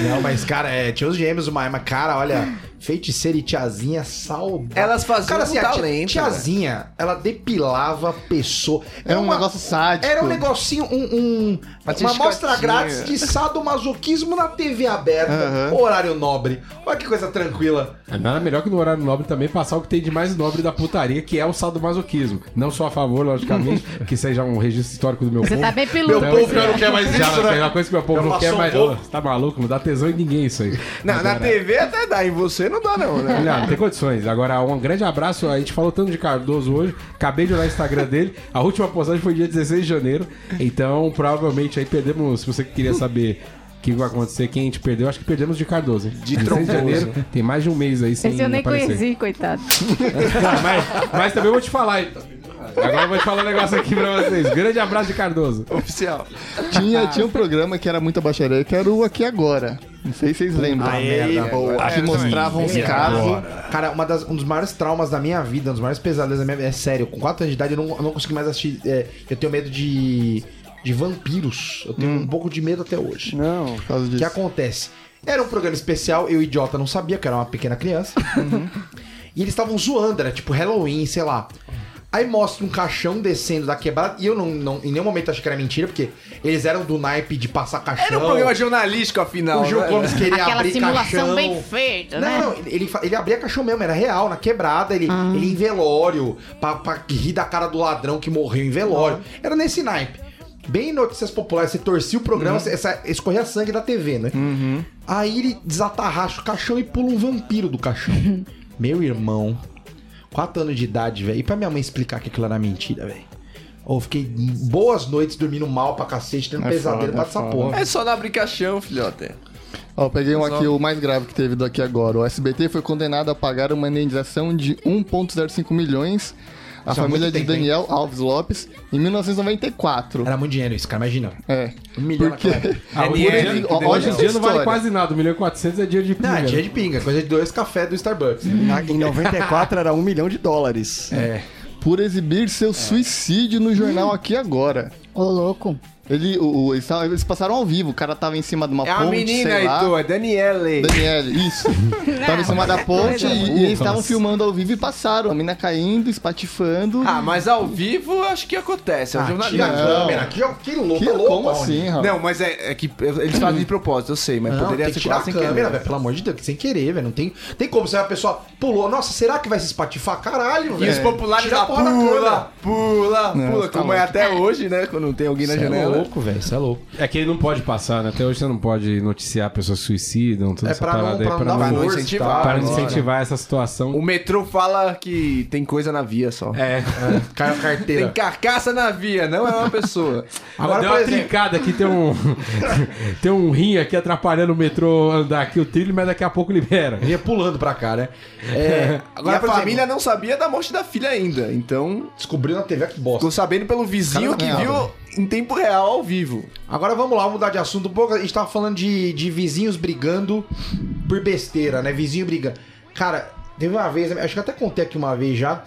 Speaker 6: um
Speaker 1: Não, mas, cara, é, tinha os gêmeos, mas, mas, cara, olha, feiticeira e tiazinha saudade.
Speaker 3: Elas faziam
Speaker 1: Cara, assim,
Speaker 3: um
Speaker 1: a tia-
Speaker 3: talento,
Speaker 1: tiazinha, ela depilava a pessoa.
Speaker 5: É
Speaker 6: Era um
Speaker 1: uma-
Speaker 6: negócio sádico.
Speaker 1: Era um negocinho, um, um-
Speaker 3: Uma
Speaker 1: uma amostra
Speaker 3: tiscatinha.
Speaker 1: grátis de sadomasoquismo na TV aberta, horário nobre. Olha que coisa tranquila.
Speaker 4: é Nada melhor que no horário nobre também passar o que tem de mais nobre da putaria, que é o sadomasoquismo. Não sou a favor, logicamente, que seja um registro histórico do meu
Speaker 2: Você
Speaker 4: povo.
Speaker 2: tá bem piludo.
Speaker 1: Meu povo já não quer mais isso,
Speaker 4: já,
Speaker 1: né?
Speaker 4: É uma coisa que meu povo
Speaker 1: Já
Speaker 4: não quer
Speaker 1: passou um
Speaker 4: mais.
Speaker 1: pouco.
Speaker 4: Ô, Você tá maluco? Não dá tesão em ninguém isso aí.
Speaker 3: Na, na TV até dá, em você não dá não, né?
Speaker 4: Não, não tem condições. Agora, um grande abraço. A gente falou tanto de Cardoso hoje. Acabei de olhar o Instagram dele. A última postagem foi dia 16 de janeiro. Então, provavelmente aí perdemos. Se você queria saber o que vai acontecer, quem a gente perdeu, acho que perdemos de Cardoso. hein? 16 de janeiro. Tem mais de um mês aí sem
Speaker 2: Esse eu nem
Speaker 4: aparecer.
Speaker 2: conheci, coitado.
Speaker 4: Não, mas, mas também eu vou te falar. hein? Agora eu vou te falar um negócio aqui pra vocês. Grande abraço de Cardoso.
Speaker 3: Oficial.
Speaker 6: Tinha, tinha um programa que era muita baixaria, que era o Aqui Agora. Não sei se vocês lembram.
Speaker 1: merda, boa.
Speaker 6: que mostrava uns casos.
Speaker 1: Cara, uma das, um dos maiores traumas da minha vida, um dos maiores pesadelos da minha vida. É sério, com 4 anos de idade eu não, eu não consigo mais assistir. é, eu tenho medo de. de vampiros. Eu
Speaker 3: Hum.
Speaker 1: tenho um pouco de medo até hoje.
Speaker 5: Não.
Speaker 6: Por causa
Speaker 1: O que
Speaker 6: disso.
Speaker 1: acontece? Era um programa especial, eu idiota não sabia, que era uma pequena criança.
Speaker 3: Uhum.
Speaker 1: E eles estavam zoando, era tipo Halloween, sei lá. Aí mostra um caixão descendo da quebrada, e eu não, não- em nenhum momento achei que era mentira, porque eles eram do naipe de passar caixão.
Speaker 3: Era um programa jornalístico, afinal.
Speaker 1: O Gil
Speaker 3: né?
Speaker 1: Gomes queria
Speaker 2: Aquela
Speaker 1: abrir
Speaker 2: simulação
Speaker 1: caixão.
Speaker 2: bem feita,
Speaker 1: Não,
Speaker 2: né?
Speaker 1: não, ele, ele, fa- ele abria caixão mesmo, era real, na quebrada, ele, ele em velório, pra, pra rir da cara do ladrão que morreu em velório. Era nesse naipe. Bem em notícias populares, você torcia o programa, você- essa, escorria sangue da TV, né? Aí ele desatarracha o caixão e pula um vampiro do caixão. Meu irmão, 4 anos de idade, velho. E pra minha mãe explicar que aquilo era mentira, velho. Eu fiquei boas noites dormindo mal pra cacete, tendo
Speaker 6: É
Speaker 1: pesadelo
Speaker 6: foda,
Speaker 1: pra
Speaker 6: é
Speaker 1: essa
Speaker 6: foda.
Speaker 1: porra.
Speaker 3: É só não abrir caixão, filhote.
Speaker 6: Ó, eu peguei um aqui, o mais grave que teve do Aqui Agora. O SBT foi condenado a pagar uma indenização de 1,05 milhões
Speaker 1: Isso é
Speaker 6: à
Speaker 1: há
Speaker 6: família
Speaker 1: muito
Speaker 6: de
Speaker 1: tempo, hein?
Speaker 6: Daniel Alves Lopes em 1994.
Speaker 1: Era muito dinheiro isso, cara, imagina.
Speaker 6: É.
Speaker 1: Um milhão
Speaker 6: Porque
Speaker 1: naquela época.
Speaker 4: Ah, hoje,
Speaker 3: NL,
Speaker 4: em dia-
Speaker 6: que deu
Speaker 4: hoje em
Speaker 6: essa
Speaker 4: dia não vale
Speaker 6: história.
Speaker 4: quase nada. 1 milhão e 400 é dia de
Speaker 1: Não,
Speaker 4: pinga.
Speaker 1: tinha de pinga, coisa de dois café do Starbucks.
Speaker 5: Ah, Em 94 era um milhão de dólares.
Speaker 6: por exibir seu suicídio no jornal Aqui Agora.
Speaker 2: Ô, louco.
Speaker 6: Ele, o, o- eles, tavam- eles passaram ao vivo, o cara tava em cima de uma
Speaker 3: É a
Speaker 6: ponte,
Speaker 3: menina,
Speaker 6: sei lá.
Speaker 3: Heitor, é Daniele.
Speaker 6: Daniele, isso. tava em cima da ponte e, e eles estavam filmando ao vivo e passaram. A mina caindo, espatifando.
Speaker 3: Ah, mas ao vivo acho que acontece.
Speaker 1: Ah,
Speaker 3: É um jornal-
Speaker 1: Tira a
Speaker 6: não.
Speaker 1: câmera, que, que louco,
Speaker 6: que,
Speaker 1: louco.
Speaker 6: como
Speaker 1: Rony.
Speaker 6: assim, rapaz?
Speaker 3: Não, mas é, é que eles fazem de propósito, eu sei, mas
Speaker 1: Não,
Speaker 3: poderia
Speaker 1: tem que
Speaker 3: ser
Speaker 1: tirar a
Speaker 3: quase sem
Speaker 1: câmera,
Speaker 3: câmera.
Speaker 1: velho, pelo amor de Deus, que sem querer, velho, não tem, tem como, se a pessoa pulou, nossa, será que vai se espatifar? Caralho,
Speaker 3: E
Speaker 1: velho.
Speaker 3: os populares
Speaker 1: É. Tira
Speaker 3: lá,
Speaker 1: a porra da
Speaker 3: pula,
Speaker 1: câmera.
Speaker 3: Né, pula, pula,
Speaker 6: Não,
Speaker 3: pula,
Speaker 6: tá
Speaker 3: como é até hoje, né? Quando não tem alguém na janela.
Speaker 9: louco, velho. Isso é louco.
Speaker 4: É que ele não pode passar, né? Até hoje você não pode noticiar pessoas que suicidam, toda
Speaker 1: É
Speaker 4: essa
Speaker 1: pra não-
Speaker 4: parada
Speaker 1: pra
Speaker 4: aí
Speaker 1: não né? dar
Speaker 3: Pra não
Speaker 1: força,
Speaker 3: incentivar.
Speaker 4: para
Speaker 3: agora.
Speaker 4: incentivar essa situação.
Speaker 3: O metrô fala que tem coisa na via só.
Speaker 4: É.
Speaker 1: Caiu a
Speaker 3: Tem
Speaker 1: carteira.
Speaker 3: carcaça na via, não é uma pessoa.
Speaker 4: Agora,
Speaker 1: Agora,
Speaker 4: Deu
Speaker 1: por
Speaker 4: uma
Speaker 1: exemplo-
Speaker 4: trincada aqui, tem um. tem um rim aqui atrapalhando o metrô andar aqui o trilho, mas daqui a pouco libera.
Speaker 1: Ia pulando pra cá, né? É,
Speaker 3: Agora,
Speaker 1: por
Speaker 3: a família
Speaker 1: exemplo,
Speaker 3: não sabia da morte da filha ainda, então
Speaker 1: descobriu na TV, ah, que bosta.
Speaker 3: ficou sabendo pelo vizinho que
Speaker 1: é,
Speaker 6: Cara, não.
Speaker 3: viu em tempo real ao vivo.
Speaker 1: Agora vamos lá, vamos mudar de assunto um pouco. A gente tava falando de, de vizinhos brigando por besteira, né? Vizinho brigando. Cara, teve uma vez, acho que eu até contei aqui uma vez já,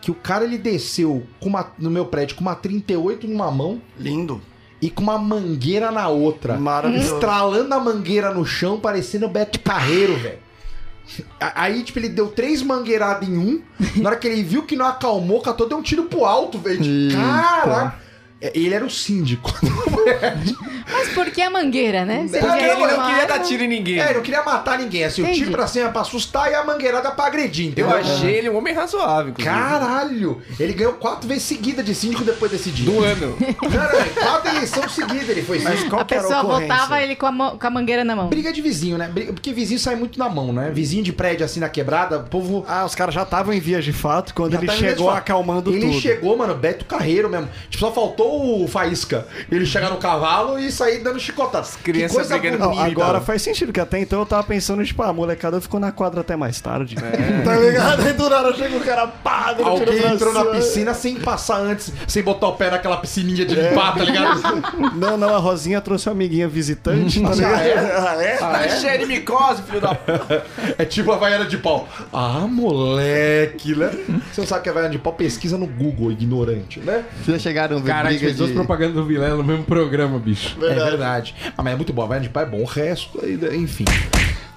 Speaker 1: que o cara ele desceu com uma- no meu prédio com uma 38 numa mão
Speaker 5: Lindo.
Speaker 1: e com uma mangueira na outra.
Speaker 5: Maravilhoso.
Speaker 1: Estralando a mangueira no chão, parecendo o Beto Carreiro, velho. A- Aí, tipo, ele deu três mangueiradas em um. Na hora que ele viu que não acalmou, catou, deu um tiro pro alto, velho. Tipo,
Speaker 6: Eita.
Speaker 1: Caraca! É, Ele era o síndico.
Speaker 2: Mas por que a mangueira, né? Se
Speaker 1: Porque
Speaker 2: tiver
Speaker 1: ele não
Speaker 2: uma arma-
Speaker 3: em ninguém.
Speaker 1: É, eu não queria matar ninguém. Assim, o
Speaker 2: Entendi.
Speaker 1: tiro pra cima pra assustar e a mangueirada pra agredir,
Speaker 3: Eu
Speaker 1: entendeu?
Speaker 3: achei ele um homem razoável, inclusive.
Speaker 1: Caralho! Ele ganhou quatro vezes seguida de síndico depois desse dia.
Speaker 3: do ano.
Speaker 1: Caralho, quatro eleições seguidas ele foi síndico.
Speaker 5: Qual
Speaker 2: A
Speaker 5: que era a
Speaker 2: pessoa
Speaker 5: ocorrência?
Speaker 2: voltava ele com a, mão- com a mangueira na mão.
Speaker 1: Briga de vizinho, né? Briga- Porque vizinho sai muito na mão, né? Vizinho de prédio assim na quebrada, o povo
Speaker 5: Ah, os caras já estavam em vias de fato quando
Speaker 1: Já
Speaker 5: ele
Speaker 1: tá em
Speaker 5: chegou
Speaker 1: mesmo-
Speaker 5: acalmando
Speaker 1: ele
Speaker 5: tudo.
Speaker 1: chegou, mano, Beto Carreiro mesmo. Tipo, só faltou o Faísca. Ele chegar no cavalo e sair dando chicotadas.
Speaker 3: crianças brigando
Speaker 5: Não, agora
Speaker 1: agora
Speaker 5: faz sentido, que até então eu tava pensando, tipo, ah, a molecada ficou na quadra até mais tarde.
Speaker 6: Tá ligado? Aí do nada chega o cara, pá, dá um tiro
Speaker 1: Alguém
Speaker 6: pra
Speaker 1: entrou na
Speaker 6: cima.
Speaker 1: piscina sem passar antes, sem botar o pé naquela piscininha de limpar, tá ligado?
Speaker 5: Não, não, a Rosinha trouxe uma amiguinha visitante, tá ligado?
Speaker 6: Ah, é?
Speaker 3: Ah, cheiro de micose, filho da
Speaker 1: É tipo a vaiana de pau. Ah, moleque, né? Você não sabe o que é vaiana de pau? Pesquisa no Google, ignorante, né?
Speaker 6: Vocês chegaram a ver
Speaker 4: Caralho, a gente
Speaker 6: briga
Speaker 4: fez duas
Speaker 6: de...
Speaker 4: propagandas do Vilela no mesmo programa, bicho.
Speaker 1: É verdade. Ah, mas é muito bom. A vaiana de pau é bom. O resto, aí, enfim.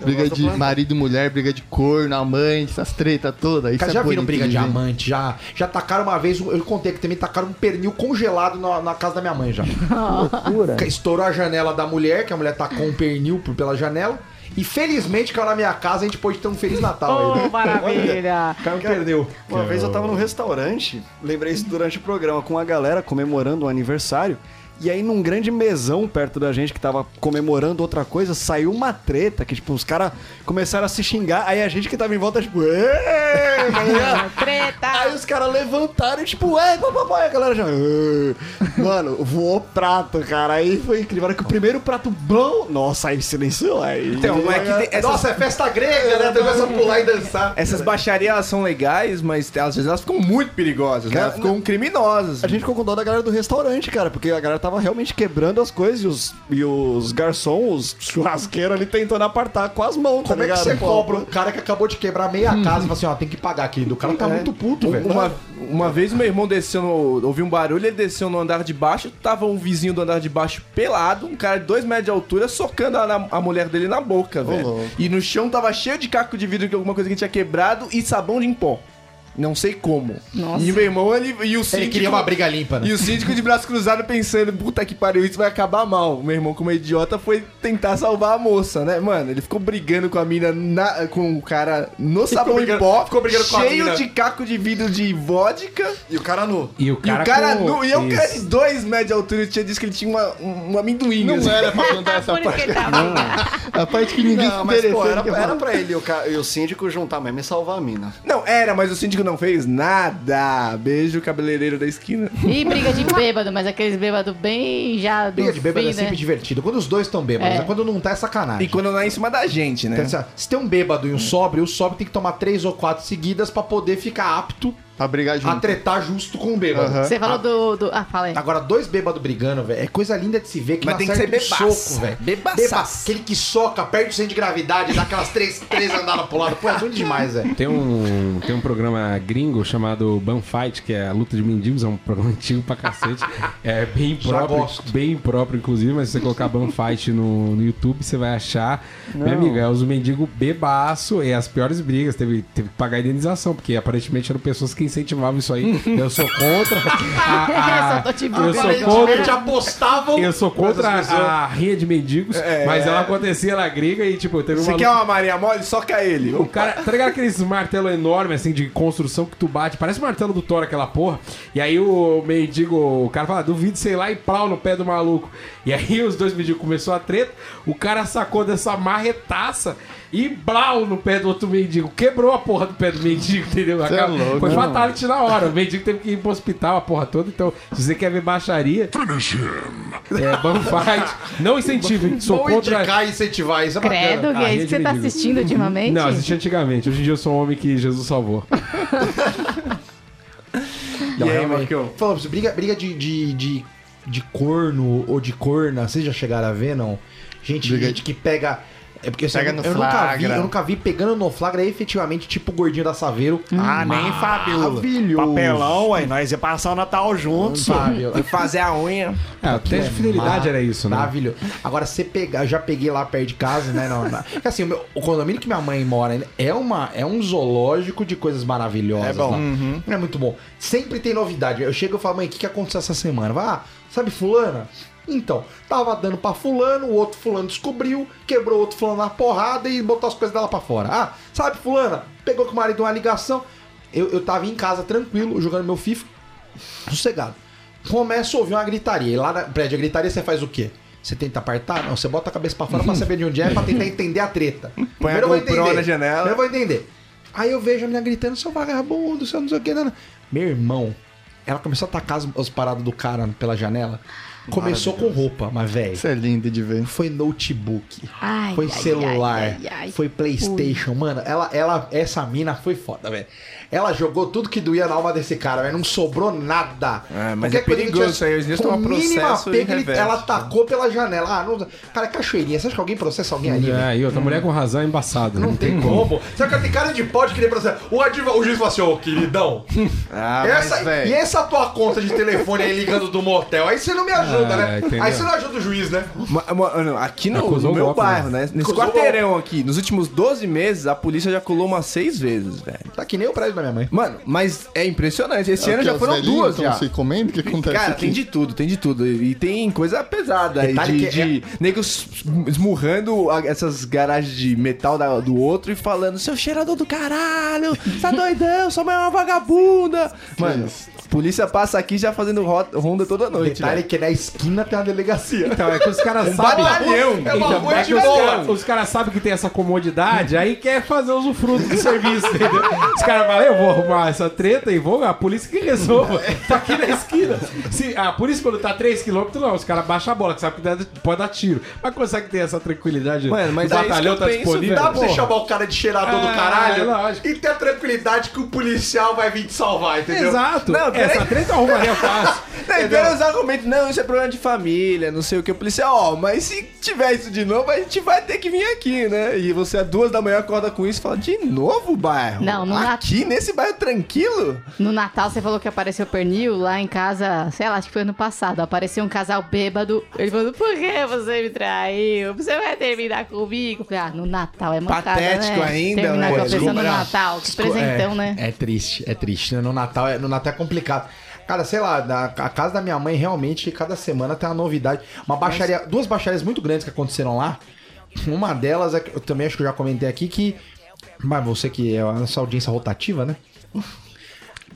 Speaker 6: Briga de marido e mulher, briga de corno, amante, essas tretas todas. Isso
Speaker 1: Cara,
Speaker 6: é
Speaker 1: já viram
Speaker 6: bonito
Speaker 1: briga de
Speaker 6: ver.
Speaker 1: amante, já, já tacaram uma vez, eu contei que também tacaram um pernil congelado na, na casa da minha mãe já. Loucura. Estourou a janela da mulher, que a mulher tacou um pernil por- pela janela. E felizmente caiu na minha casa, a gente pôde ter um Feliz Natal aí.
Speaker 2: Oh, maravilha!
Speaker 1: Caiu um pernil.
Speaker 5: Uma vez eu tava num restaurante, lembrei isso durante o programa, com uma galera comemorando um aniversário. E aí, num grande mesão perto da gente que tava comemorando outra coisa, saiu uma treta que, tipo, os caras começaram a se xingar. Aí a gente que tava em volta, tipo, "Ê!" tá ligado? Aí
Speaker 2: Treta!
Speaker 5: os caras levantaram e, tipo, ué, papai, a galera já. "Ê". Mano, voou prato, cara. Aí foi incrível. Era que o primeiro prato bom. Nossa, aí silenciou. Aí.
Speaker 3: Então, mas que tem- essas,
Speaker 1: Nossa, é festa grega, né? Tem essa pular e dançar.
Speaker 3: essas baixarias elas são legais, mas às vezes elas ficam muito perigosas, né? Elas ficam criminosas.
Speaker 5: A gente ficou com dó da galera do restaurante, cara, porque a galera tava realmente quebrando as coisas e os, e os garçons, os churrasqueiros ali tentando apartar com as mãos, tá
Speaker 1: Como é que
Speaker 5: ligado? Uhum.
Speaker 1: você
Speaker 5: Pô,
Speaker 1: cobra um cara que acabou de quebrar meia casa e fala assim, ó, tem que pagar querido. O cara
Speaker 5: É.
Speaker 1: tá muito puto,
Speaker 5: Uhum.
Speaker 1: velho.
Speaker 3: Uma, uma vez meu irmão desceu no. Ouviu um barulho, ele desceu no andar de baixo, tava um vizinho do andar de baixo pelado, um cara de dois metros de altura, socando a, na- a mulher dele na boca, velho.
Speaker 6: louco.
Speaker 3: E no chão tava cheio de caco de vidro, que alguma coisa que tinha quebrado, e sabão de em pó. Não sei como.
Speaker 2: Nossa.
Speaker 3: E meu irmão, ele. E o
Speaker 1: Ele
Speaker 3: síndico-
Speaker 5: tipo,
Speaker 1: queria uma briga limpa, né?
Speaker 3: E o síndico de braço cruzado pensando, puta que pariu, isso vai acabar mal. Meu irmão, como idiota, foi tentar salvar a moça, né? Mano, ele ficou brigando com a mina, na- com o cara no sabão em
Speaker 1: brigando-
Speaker 3: pó,
Speaker 1: ficou brigando com a
Speaker 3: cheio
Speaker 1: mina.
Speaker 3: de caco de vidro de vodka.
Speaker 5: E o cara nu.
Speaker 4: E o
Speaker 3: E
Speaker 4: cara.
Speaker 3: o cara
Speaker 4: com-
Speaker 3: nu, e eu, um cara de
Speaker 4: Isso.
Speaker 3: dois metros de altura, tinha dito que ele tinha uma, um, um amendoim. assim.
Speaker 6: Não era pra contar essa
Speaker 7: Por isso que
Speaker 6: parte.
Speaker 7: ele
Speaker 2: tá
Speaker 7: tava
Speaker 6: A parte que ninguém
Speaker 5: Não, mas pô, era,
Speaker 6: que eu
Speaker 5: era
Speaker 6: falo.
Speaker 5: pra ele e o, ca- e o síndico juntar mesmo e salvar a mina.
Speaker 3: Não, era, mas o síndico não fez nada. Beijo, cabeleireiro da esquina.
Speaker 2: E briga de bêbado, mas aqueles bêbado bem já do
Speaker 1: Briga de bêbado
Speaker 2: fim,
Speaker 1: é sempre
Speaker 2: né?
Speaker 1: divertido. Quando os dois estão bêbados,
Speaker 2: É.
Speaker 1: né? quando não tá é
Speaker 3: E
Speaker 1: sacanagem.
Speaker 3: quando Hum. não é em cima da gente, né?
Speaker 1: Então, assim, ó, se tem um bêbado e um sóbrio, o sóbrio tem que tomar três ou quatro seguidas pra poder ficar apto
Speaker 6: Pra brigar
Speaker 1: a
Speaker 6: junto.
Speaker 1: tretar justo com o bêbado.
Speaker 6: Aham.
Speaker 2: Você falou do, do- Ah, fala aí.
Speaker 1: Agora, dois bêbados brigando, velho, é coisa linda de se ver que
Speaker 3: Mas
Speaker 1: não
Speaker 3: tem que
Speaker 1: acerta
Speaker 3: ser
Speaker 1: um
Speaker 3: bebaço.
Speaker 1: soco, velho.
Speaker 3: Bebaçaço.
Speaker 1: Beba- Aquele que soca, perde o centro de gravidade, dá aquelas três, três andadas pro lado. Pô, é ruim demais, velho.
Speaker 4: Tem um, tem um programa gringo chamado Banfight, que é a luta de mendigos, é um programa antigo pra cacete. É bem
Speaker 1: Já
Speaker 4: próprio,
Speaker 1: gosto.
Speaker 4: bem próprio, inclusive, mas se você colocar Banfight no, no YouTube, você vai achar. Minha amiga, é os mendigos bebaço e as piores brigas. Teve, teve que pagar indenização, porque aparentemente eram pessoas que incentivava isso aí. Eu sou contra. a- a-
Speaker 2: Só tô te
Speaker 4: eu sou
Speaker 1: Eles
Speaker 4: contra.
Speaker 1: eles apostavam.
Speaker 4: Eu sou contra
Speaker 3: Quantas pessoas?
Speaker 4: a rinha de mendigos, mas ela acontecia na gringa e, tipo, teve
Speaker 3: Você
Speaker 4: uma.
Speaker 3: quer uma Maria Mole? Soca ele.
Speaker 4: O cara, tá ligado aqueles martelo enorme assim de construção que tu bate? Parece o martelo do Thor, aquela porra. E aí o mendigo, o cara fala, duvido, sei lá, e pau no pé do maluco. E aí os dois mendigos começou a treta, o cara sacou dessa marretaça e blau no pé do outro mendigo. Quebrou a porra do pé do mendigo, entendeu?
Speaker 6: Cê é
Speaker 4: Acaba-
Speaker 6: louco,
Speaker 4: Foi
Speaker 6: não.
Speaker 4: fatality na hora. O mendigo teve que ir pro hospital, a porra toda. Então, se você quer ver baixaria. É, Banfight. Não incentivem, sou
Speaker 1: Vão
Speaker 4: contra.
Speaker 1: indicar e incentivar isso. É bacana.
Speaker 2: Credo, Gui, é
Speaker 4: Ah,
Speaker 2: isso que você tá
Speaker 4: ridículo.
Speaker 2: assistindo ultimamente?
Speaker 4: Não, assisti antigamente. Hoje em dia eu sou um homem que Jesus salvou.
Speaker 3: E aí, Marcão?
Speaker 1: Falou pra você, briga, briga de, de, de, de corno ou de corna, vocês já chegaram a ver, não? Gente, gente que pega. É porque assim,
Speaker 5: Pega
Speaker 1: eu,
Speaker 5: no
Speaker 1: eu nunca vi,
Speaker 5: flagra.
Speaker 1: eu nunca vi pegando no flagra efetivamente, tipo o gordinho da Saveiro.
Speaker 3: Hum.
Speaker 5: Ah, nem Fábio. Papelão, aí nós ia passar o Natal juntos.
Speaker 1: Fábio.
Speaker 3: E fazer a unha.
Speaker 4: É, o teste de fidelidade era isso, né?
Speaker 1: Maravilhoso. Agora, você pegar, eu já peguei lá perto de casa, né? Não, não. Porque, Assim, o, meu- o condomínio que minha mãe mora ele é, uma, é um zoológico de coisas maravilhosas. É bom.
Speaker 4: Uhum.
Speaker 1: É muito bom. Sempre tem novidade. Eu chego e falo, mãe, o que, que aconteceu essa semana? Vai, ah, sabe fulana? Então, tava dando pra fulano, o outro fulano descobriu, quebrou o outro fulano na porrada e botou as coisas dela pra fora. Ah, sabe fulana? Pegou com o marido uma ligação. Eu, eu tava em casa tranquilo, jogando meu FIFA sossegado. Começa a ouvir uma gritaria. E lá na prédio, a gritaria você faz o quê? Você tenta apartar? Não, você bota a cabeça pra fora pra saber de onde é, pra tentar entender a treta.
Speaker 3: Põe a
Speaker 1: Primeiro eu vou
Speaker 3: GoPro
Speaker 1: entender.
Speaker 3: na janela.
Speaker 1: Primeiro Eu vou entender. Aí eu vejo a menina gritando, seu vagabundo, seu não sei o que. não, não." Meu irmão, ela começou a atacar as, as paradas do cara pela janela. Começou com roupa, mas velho.
Speaker 5: Isso é lindo de ver.
Speaker 1: Foi notebook.
Speaker 2: Ai,
Speaker 1: foi
Speaker 2: ai,
Speaker 1: celular.
Speaker 2: ai, ai, ai.
Speaker 1: Foi PlayStation. Mano, ela, ela, essa mina foi foda, velho. Ela jogou tudo que doía na alma desse cara, velho. Não sobrou nada.
Speaker 3: É, mas
Speaker 1: Qualquer
Speaker 3: é perigoso
Speaker 1: coisa que
Speaker 3: isso aí, hoje em dia
Speaker 1: com
Speaker 3: toma
Speaker 1: mínima
Speaker 3: processo e né?
Speaker 1: pega, ele-
Speaker 3: reverte.
Speaker 1: Ela atacou pela janela. Ah, não, cara, é cachoeirinha. Você acha que alguém processa alguém ali, velho?
Speaker 4: É, e outra mulher com razão é embaçada.
Speaker 1: Não
Speaker 3: Uhum.
Speaker 1: tem como. Sabe que tem cara de pau de querer processar? O, advogado, o juiz falou assim, ô, queridão,
Speaker 3: Ah,
Speaker 1: essa,
Speaker 3: mas, velho.
Speaker 1: e essa tua conta de telefone aí ligando do motel? Aí você não me ajuda,
Speaker 4: Ah,
Speaker 1: né?
Speaker 4: entendeu.
Speaker 1: Aí você não ajuda o juiz, né?
Speaker 3: Ma- ma- não, aqui no,
Speaker 4: Acusou
Speaker 3: no
Speaker 4: o
Speaker 3: meu
Speaker 4: golpe,
Speaker 3: bairro, né? Nesse
Speaker 1: Acusou o
Speaker 3: quarteirão aqui, nos últimos 12 meses, a polícia já colou umas seis vezes, velho.
Speaker 1: Tá que nem o prédio da minha mãe.
Speaker 3: Mano, mas é impressionante. Esse
Speaker 6: É
Speaker 3: ano
Speaker 6: que
Speaker 3: já
Speaker 6: os
Speaker 3: foram
Speaker 6: velhinhos
Speaker 3: duas
Speaker 6: tão
Speaker 3: já.
Speaker 6: se comendo, o que acontece
Speaker 3: Cara,
Speaker 6: aqui?
Speaker 3: tem de tudo, tem de tudo. E e tem coisa pesada aí,
Speaker 1: Detalhe
Speaker 3: de,
Speaker 1: que é-
Speaker 3: de negros esmurrando a- essas garagens de metal da- do outro e falando, seu cheirador do caralho, tá doidão, sua mãe é uma vagabunda. Mano, polícia passa aqui já fazendo ro- ronda toda noite,
Speaker 1: Detalhe
Speaker 3: velho.
Speaker 1: que na esquina tem uma delegacia.
Speaker 4: Então, é que os caras sabem.
Speaker 3: batalhão.
Speaker 1: É uma
Speaker 4: Então,
Speaker 1: rua
Speaker 4: é
Speaker 1: de
Speaker 4: que os
Speaker 1: boa.
Speaker 4: caras cara sabem que tem essa comodidade, aí quer fazer usufruto do serviço, entendeu? Os caras falam, eu vou arrumar essa treta e vou, a polícia que resolva. Tá aqui na esquina. Se, a polícia quando tá 3km, não, os caras baixam a bola, que sabe que dá- pode dar tiro. Mas consegue ter essa tranquilidade?
Speaker 3: Mano, mas
Speaker 4: o
Speaker 3: é isso
Speaker 4: batalhão
Speaker 3: que eu
Speaker 4: tá
Speaker 3: penso,
Speaker 4: disponível.
Speaker 1: Dá pra você
Speaker 4: Porra.
Speaker 1: chamar o cara de cheirador
Speaker 4: É,
Speaker 1: do caralho
Speaker 4: lógico.
Speaker 1: e ter a tranquilidade que o policial vai vir te salvar, entendeu? é
Speaker 4: Exato.
Speaker 3: Não, peraí.
Speaker 4: essa treta eu arrumaria fácil.
Speaker 3: Não, então e pera os argumentos, não, isso é problema de família, não sei o que. O policial, ó, mas se tiver isso de novo, a gente vai ter que vir aqui, né? E você às duas da manhã acorda com isso e fala, de novo, bairro?
Speaker 2: Não, não dá.
Speaker 3: Aqui, nesse bairro tranquilo?
Speaker 2: No Natal você falou que apareceu pernil lá em casa, sei lá, acho que foi ano passado. Apareceu um casal bêbado. Ele falou: Por que você me traiu? Você vai terminar comigo? Eu Falei, ah, no Natal é mancada,
Speaker 3: Patético
Speaker 2: né?
Speaker 3: ainda,
Speaker 2: Terminar
Speaker 3: né?
Speaker 2: com a pessoa no
Speaker 1: Desculpa,
Speaker 2: Natal. Que presentão,
Speaker 1: é,
Speaker 2: né?
Speaker 1: É triste, é triste. né? No Natal é, no Natal é complicado. Cara, sei lá, na- a casa da minha mãe realmente, cada semana tem uma novidade. Uma baixaria, duas baixarias muito grandes que aconteceram lá. Uma delas, é que eu também acho que eu já comentei aqui, que. Mas você que é a nossa audiência rotativa, né?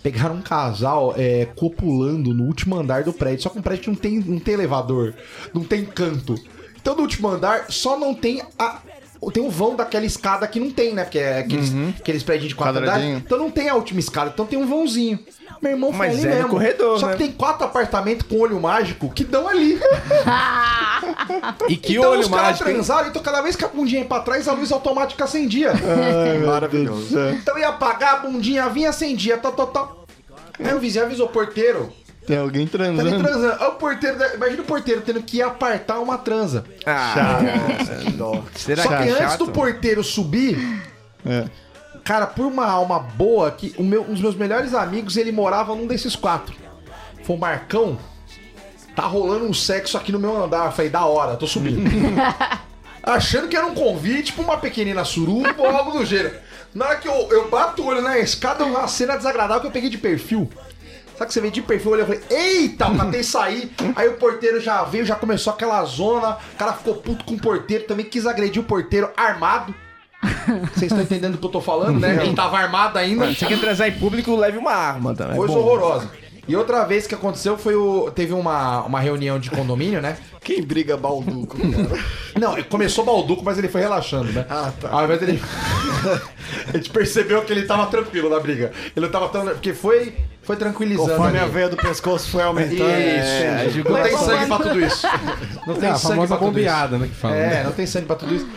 Speaker 1: Pegaram um casal é, copulando no último andar do prédio. Só que um prédio que não tem, não tem elevador, não tem canto. Então no último andar só não tem a. Tem o vão daquela escada que não tem, né? Porque é aqueles,
Speaker 3: Uhum.
Speaker 1: aqueles prédios de quatro andares.
Speaker 6: Quadradinho.
Speaker 1: Então não tem a última escada, então tem um vãozinho. Meu irmão foi
Speaker 3: Mas
Speaker 1: ali
Speaker 3: é no
Speaker 1: mesmo.
Speaker 3: corredor,
Speaker 1: Só
Speaker 3: né?
Speaker 1: que tem quatro apartamentos com olho mágico que dão ali.
Speaker 3: E que
Speaker 1: então
Speaker 3: olho
Speaker 1: os caras
Speaker 3: mágico, hein?
Speaker 1: transaram, então cada vez que a bundinha ia pra trás, a luz automática acendia.
Speaker 5: Maravilhoso.
Speaker 1: então ia apagar, a bundinha vinha, acendia, tal, tal, tal. Aí o vizinho avisou o porteiro.
Speaker 6: Tem alguém
Speaker 1: Tá ali
Speaker 6: transando.
Speaker 1: transando. Aí o porteiro, da- imagina o porteiro tendo que ir apartar uma transa.
Speaker 3: Ah, dó. Será
Speaker 1: Só que
Speaker 3: que é
Speaker 1: antes
Speaker 3: chato?
Speaker 1: do porteiro subir,
Speaker 6: É.
Speaker 1: cara, por uma alma boa, que o meu- um dos meus melhores amigos, ele morava num desses quatro. Foi o Marcão, tá rolando um sexo aqui no meu andar. Eu falei, da hora, tô subindo. achando que era um convite pra uma pequenina suruba ou algo do gênero. Na hora que eu, eu bato o olho na escada, uma cena desagradável que eu peguei de perfil. Sabe que você veio de perfil, eu olhei e falei, eita, matei sair. Aí o porteiro já veio, já começou aquela zona. O cara ficou puto com o porteiro, também quis agredir o porteiro armado. Vocês estão entendendo o que eu tô falando, né? Ele tava armado ainda.
Speaker 3: Você quer transar em público, leve uma arma também.
Speaker 1: Coisa
Speaker 3: é Bom,
Speaker 1: horrorosa. E outra vez que aconteceu foi o. Teve uma, uma reunião de condomínio, né?
Speaker 5: Quem briga balduco, cara?
Speaker 1: Não, começou balduco, mas ele foi relaxando, né?
Speaker 5: Ah, tá.
Speaker 1: Ao invés dele. a gente percebeu que ele tava tranquilo na briga. Ele não tava tão. Porque foi, foi tranquilizando.
Speaker 5: Conforme a Então,
Speaker 1: ali.
Speaker 5: veia do pescoço foi
Speaker 1: Isso,
Speaker 5: aumentando.
Speaker 3: É,
Speaker 1: isso. Não tem sangue pra tudo isso. Não tem
Speaker 4: É, a
Speaker 1: sangue
Speaker 4: famosa
Speaker 1: pra tudo isso.
Speaker 4: bombeada, né? Que fala.
Speaker 1: É, não tem sangue pra tudo isso.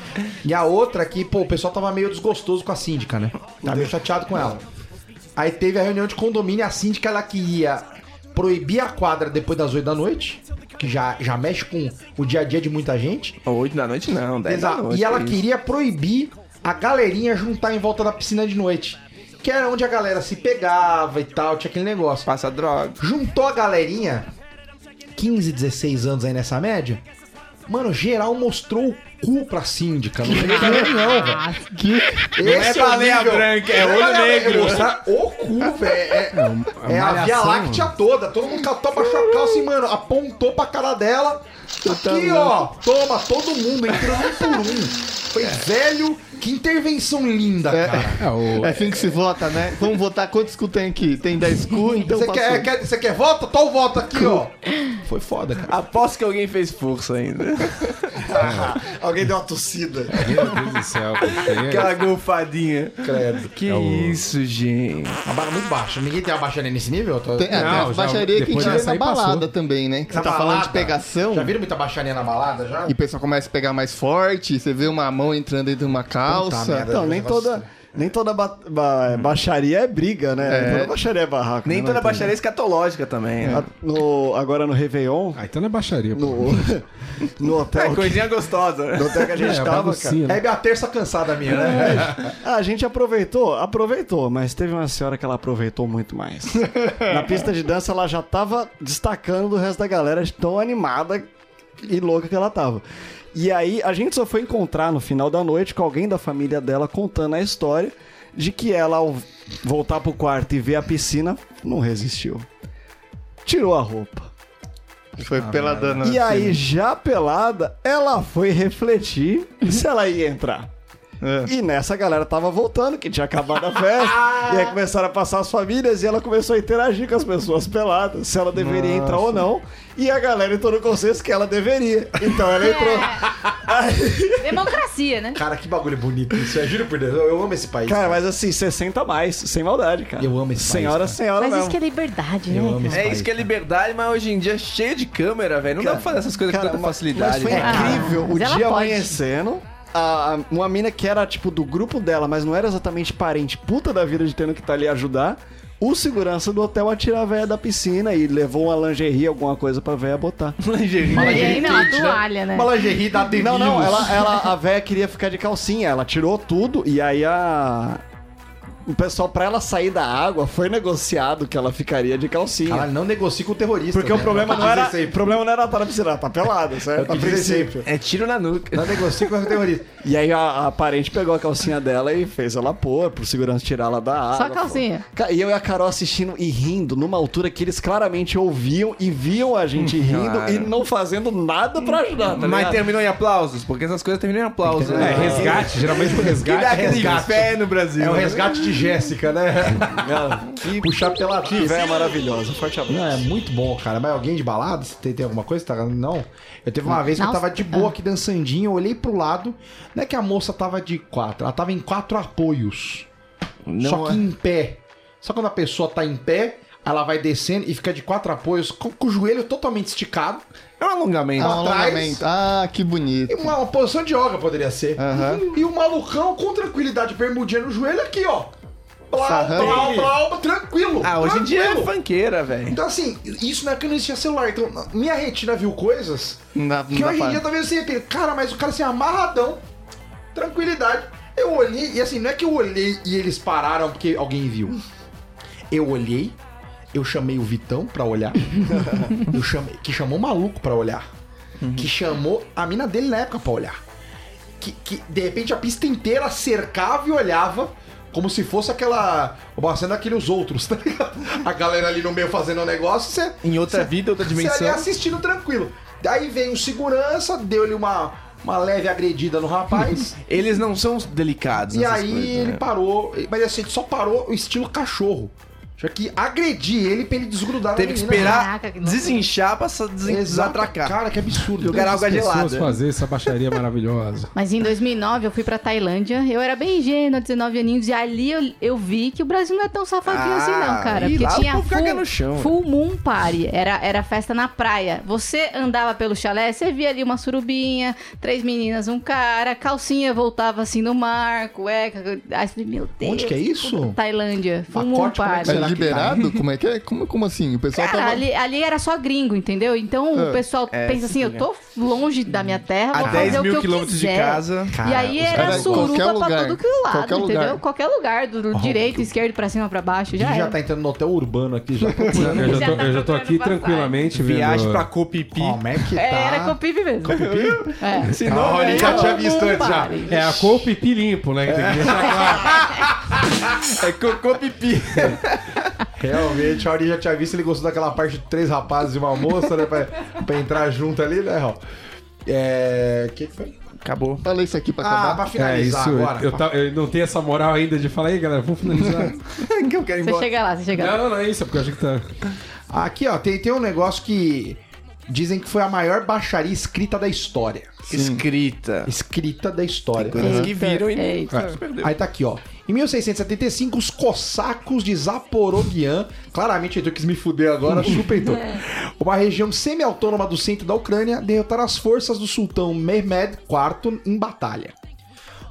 Speaker 1: E a outra aqui, pô, o pessoal tava meio desgostoso com a síndica, né? Tava meio chateado com ela. Aí teve a reunião de condomínio, a síndica ela queria proibir a quadra depois das 8 da noite, que já, já mexe com o dia a dia de muita gente.
Speaker 3: Oito da noite não, dez da
Speaker 1: Exato.
Speaker 3: noite.
Speaker 1: E ela
Speaker 3: que isso.
Speaker 1: queria proibir a galerinha juntar em volta da piscina de noite. Que era onde a galera se pegava e tal, tinha aquele negócio.
Speaker 3: Passa droga.
Speaker 1: Juntou a galerinha, 15, 16 anos aí nessa média. Mano, geral mostrou o cu pra síndica. Não tem reunião, velho. Esse o
Speaker 3: é baleia
Speaker 1: nível.
Speaker 3: branca, é
Speaker 1: Não
Speaker 3: olho
Speaker 1: baleia branca,
Speaker 3: negro.
Speaker 1: é Mostrar o cu, velho. É, é a
Speaker 4: malhação.
Speaker 1: Via Láctea toda. Todo mundo catou, baixou a calça e, mano, apontou pra cara dela. Aqui, ó. Toma, todo mundo entrando um por um. Foi velho. Que intervenção linda, cara.
Speaker 4: É, o-
Speaker 6: É assim que se vota, né? Vamos votar quantos cu tem aqui? Tem 10 cu, então
Speaker 1: Você
Speaker 6: passou.
Speaker 1: quer, é, quer, você quer voto? Tô o voto aqui, ó. Foi foda, cara.
Speaker 3: Aposto que alguém fez força ainda.
Speaker 5: Alguém deu uma tossida.
Speaker 4: Meu Deus do céu. cara,
Speaker 3: Aquela golfadinha.
Speaker 1: Credo.
Speaker 3: Que
Speaker 4: o-
Speaker 3: isso, gente.
Speaker 1: Uma barra muito baixa. Ninguém tem uma baixaria nesse nível? Eu tô-
Speaker 6: Tem, é,
Speaker 4: Não,
Speaker 6: tem
Speaker 4: já-
Speaker 6: as baixarias que a gente
Speaker 4: depois
Speaker 6: vê
Speaker 4: dessa
Speaker 6: na
Speaker 4: aí passou.
Speaker 6: balada também, né? Que você
Speaker 1: Na
Speaker 6: tá falando de
Speaker 1: balada.
Speaker 6: pegação.
Speaker 1: Já viram muita baixaria na balada já?
Speaker 6: E o pessoal começa a pegar mais forte, você vê uma mão entrando dentro de uma calça.
Speaker 1: merda.
Speaker 5: Então, nem toda, nem toda ba- ba- baixaria é briga, né? Nem toda baixaria é barraco.
Speaker 3: Nem
Speaker 5: né?
Speaker 3: toda
Speaker 5: Não
Speaker 3: baixaria é escatológica também, né?
Speaker 5: entendo. A- no- agora no Réveillon,
Speaker 4: Aí tá na baixaria, pô.
Speaker 5: no, no hotel,
Speaker 3: É, coisinha gostosa. né?
Speaker 5: no hotel que a gente
Speaker 4: É,
Speaker 5: tava, cara.
Speaker 4: baguncinha,
Speaker 1: É
Speaker 4: né?
Speaker 1: minha terça cansada minha,
Speaker 3: É,
Speaker 1: né?
Speaker 5: Ah, A gente aproveitou, aproveitou, mas teve uma senhora que ela aproveitou muito mais. Na pista de dança ela já tava destacando do resto da galera de tão animada e louca que ela tava. E aí a gente só foi encontrar no final da noite com alguém da família dela contando a história de que ela ao voltar pro quarto e ver a piscina não resistiu. Tirou a roupa.
Speaker 6: Foi pela dana.
Speaker 5: E aí, já pelada, ela foi refletir se ela ia entrar. E nessa a galera tava voltando, que tinha acabado a festa. e aí começaram a passar as famílias e ela começou a interagir com as pessoas peladas, se ela deveria entrar ou não. E a galera entrou no consenso que ela deveria. Então ela entrou.
Speaker 2: Democracia, né?
Speaker 1: Cara, que bagulho bonito isso. Eu juro por Deus, eu eu amo esse país.
Speaker 5: Cara, mas assim, 60 a mais, sem maldade, cara.
Speaker 1: Eu amo esse
Speaker 5: Senhora,
Speaker 1: país,
Speaker 5: senhora,
Speaker 2: Mas
Speaker 5: mesmo.
Speaker 2: isso que é liberdade,
Speaker 1: Eu
Speaker 2: né?
Speaker 1: amo
Speaker 2: cara?
Speaker 1: esse
Speaker 3: É isso que é liberdade, mas hoje em dia é cheio de câmera, velho. Não dá pra fazer essas coisas
Speaker 5: Cara,
Speaker 3: com tanta
Speaker 5: mas-
Speaker 3: facilidade. né?
Speaker 5: Mas foi
Speaker 3: velho.
Speaker 2: cara.
Speaker 5: É incrível.
Speaker 2: é Ah,
Speaker 5: o
Speaker 2: mas ela
Speaker 5: dia
Speaker 2: pode.
Speaker 5: amanhecendo, a, a- uma mina que era, tipo, do grupo dela, mas não era exatamente parente puta da vida de tendo que tá ali ajudar. O segurança do hotel atira a véia da piscina e levou uma lingerie, alguma coisa pra véia botar.
Speaker 3: Lingerie.
Speaker 2: E aí, não, a toalha, né?
Speaker 1: Uma lingerie da Devilus.
Speaker 5: Não, não, ela, ela- a véia queria ficar de calcinha, ela tirou tudo e aí a. O pessoal, pra ela sair da água, foi negociado que ela ficaria de calcinha.
Speaker 1: Caralho, não negocie com o terrorista. né?
Speaker 5: Porque o
Speaker 1: velho.
Speaker 5: problema
Speaker 1: Eu
Speaker 5: não era.
Speaker 1: disse
Speaker 5: O
Speaker 1: sempre.
Speaker 5: problema não era ela tá na piscina, ela tá pelada, certo? A
Speaker 1: Eu disse sempre.
Speaker 5: princípio.
Speaker 3: É tiro na nuca.
Speaker 1: Não negocie com o terrorista.
Speaker 5: assim, E aí a, a parente pegou a calcinha dela e fez ela pôr, pro segurança tirar ela da água.
Speaker 2: Só a calcinha.
Speaker 5: Ca- E eu e a Carol assistindo e rindo, numa altura que eles claramente ouviam e viam a gente rindo
Speaker 3: Claro.
Speaker 5: e não fazendo nada pra ajudar, tá
Speaker 3: Mas
Speaker 5: ligado?
Speaker 3: terminou em aplausos, porque essas coisas terminam em aplausos.
Speaker 4: É, resgate. Geralmente o
Speaker 3: Que dá
Speaker 4: resgate
Speaker 3: aquele
Speaker 1: resgate.
Speaker 3: pé no Brasil.
Speaker 1: É o
Speaker 3: né?
Speaker 1: resgate de Jéssica, né?
Speaker 5: Que
Speaker 1: Puxar pela
Speaker 5: que véia
Speaker 3: um
Speaker 5: maravilhosa. Forte abraço.
Speaker 1: Não, é muito bom, cara. Mas alguém de balada? Você tem, tem alguma coisa? Tá... Não. Eu teve uma vez que eu
Speaker 2: Nossa.
Speaker 1: tava de boa aqui dançandinho, eu olhei pro lado. Não é que a moça tava de quatro, ela tava em quatro apoios. só que em pé. Só quando a pessoa tá em pé, ela vai descendo e fica de quatro apoios, com, com o joelho totalmente esticado.
Speaker 3: É um alongamento.
Speaker 6: Ah, um
Speaker 1: atrás.
Speaker 6: alongamento. Ah, que bonito.
Speaker 1: E Uma, uma posição de yoga poderia ser. E o malucão com tranquilidade bermudinha no joelho aqui, ó. Blau,
Speaker 6: Sarrando.
Speaker 1: blau, blau, tranquilo.
Speaker 3: Ah, hoje em dia é
Speaker 1: tranquilo.
Speaker 3: fanqueira, velho.
Speaker 1: Então, assim, isso na época não existia celular. Então, na- minha retina viu coisas
Speaker 6: Não dá- não
Speaker 1: que
Speaker 6: dá
Speaker 1: hoje em
Speaker 6: pra-
Speaker 1: dia talvez assim, aquele, cara, mas o cara assim, amarradão, tranquilidade. Eu olhei, e assim, não é que eu olhei e eles pararam porque alguém viu. Eu olhei, eu chamei o Vitão pra olhar,
Speaker 3: Uhum.
Speaker 1: eu chamei, que chamou o maluco pra olhar, que chamou a mina dele na época pra olhar. que, que, de repente a pista inteira cercava e olhava. Como se fosse aquela. Uma cena daqueles outros, tá ligado? A galera ali no meio fazendo um negócio, você.
Speaker 3: Em outra vida, outra
Speaker 1: Você ali é assim,
Speaker 3: dimensão.
Speaker 1: assistindo tranquilo. Daí veio um segurança, deu-lhe uma, uma leve agredida no rapaz.
Speaker 3: Eles não são delicados.
Speaker 1: e
Speaker 3: nessas
Speaker 1: aí
Speaker 3: coisas,
Speaker 1: ele
Speaker 3: né?
Speaker 1: parou. Mas assim, ele só parou o estilo cachorro. Tinha que agredir ele pra ele desgrudar da
Speaker 3: Teve que
Speaker 1: menina. né?
Speaker 3: esperar
Speaker 2: Caraca, que loucura.
Speaker 3: desinchar pra sa- desen-
Speaker 1: Exato.
Speaker 3: desatracar.
Speaker 1: Cara, que absurdo.
Speaker 3: Jogar água
Speaker 4: pessoas
Speaker 3: gelada.
Speaker 4: fazer essa baixaria maravilhosa.
Speaker 2: Mas em 2009 eu fui pra Tailândia, eu era bem ingênua, 19 aninhos, e ali eu, eu vi que o Brasil não é tão safadinho
Speaker 3: Ah,
Speaker 2: assim não, cara.
Speaker 3: e
Speaker 2: Porque
Speaker 3: lá o
Speaker 2: tinha
Speaker 3: povo caga
Speaker 2: full,
Speaker 3: no chão,
Speaker 2: full moon party, era, era festa na praia. Você andava pelo chalé, você via ali uma surubinha, três meninas, um cara, calcinha voltava assim no mar, cueca... Aí eu falei, meu Deus.
Speaker 1: Onde que é isso?
Speaker 2: Tailândia, full
Speaker 1: Pacote,
Speaker 2: moon
Speaker 1: como é que
Speaker 2: party.
Speaker 1: será?
Speaker 6: É
Speaker 1: que
Speaker 6: liberado?
Speaker 4: tá?
Speaker 6: Como é que é? Como, como assim? O pessoal
Speaker 2: Cara,
Speaker 6: tava. é,
Speaker 2: ali, ali era só gringo, entendeu? Então o pessoal pensa assim, eu tô longe da minha terra,
Speaker 3: Ah, A
Speaker 2: vou fazer
Speaker 3: 10
Speaker 2: o que
Speaker 3: mil
Speaker 2: eu
Speaker 3: quilômetros de
Speaker 2: quiser.
Speaker 3: casa.
Speaker 2: e aí era
Speaker 6: caras-
Speaker 2: suruba
Speaker 6: qualquer
Speaker 2: pra
Speaker 6: lugar,
Speaker 2: tudo que lado,
Speaker 6: qualquer
Speaker 2: entendeu?
Speaker 6: lugar.
Speaker 2: Qualquer lugar, do, do direito, esquerdo, pra cima, pra baixo, já
Speaker 1: Já,
Speaker 3: é.
Speaker 1: já
Speaker 2: era.
Speaker 1: tá entrando no hotel urbano aqui, já procurando.
Speaker 4: Eu já tô, eu já tô
Speaker 2: procurando
Speaker 4: aqui
Speaker 2: passagem.
Speaker 4: tranquilamente vendo.
Speaker 3: Viagem pra Copipi.
Speaker 1: Como é que tá?
Speaker 2: É, era com o PIB mesmo. É.
Speaker 3: Se não,
Speaker 1: Olha,
Speaker 3: aí,
Speaker 1: já
Speaker 3: ó,
Speaker 1: tinha visto antes já.
Speaker 2: Pare.
Speaker 4: É a Copipi limpo, né? Tem que deixar claro.
Speaker 3: é cocô pipi.
Speaker 1: Realmente, a Auri já tinha visto, ele gostou daquela parte de três rapazes e uma moça, né? Pra, pra entrar junto ali, né, Raul? É. O que que foi?
Speaker 3: Acabou.
Speaker 6: Falei isso aqui pra
Speaker 1: Ah,
Speaker 6: acabar.
Speaker 1: pra
Speaker 4: É
Speaker 1: finalizar
Speaker 4: isso. eu-
Speaker 1: agora.
Speaker 4: Eu, tá- eu não tenho essa moral ainda de falar aí, galera. Vou finalizar.
Speaker 3: que eu quero ir
Speaker 2: Você
Speaker 3: embora.
Speaker 2: chega lá, você chega
Speaker 4: não,
Speaker 2: lá.
Speaker 4: não, não é isso, é porque eu acho que tá.
Speaker 1: Aqui, ó, tem, tem um negócio que dizem que foi a maior baixaria escrita da história.
Speaker 3: Escrita.
Speaker 1: Escrita da história.
Speaker 3: Coisas que
Speaker 2: Eita,
Speaker 3: viram e
Speaker 2: eita.
Speaker 3: se perdeu.
Speaker 1: Aí tá aqui, ó. Em 1675, os cossacos de Zaporogian, claramente Heitor quis me fuder agora, chupa Heitor. Uma região semi-autônoma do centro da Ucrânia, derrotaram as forças do sultão Mehmed IV em batalha.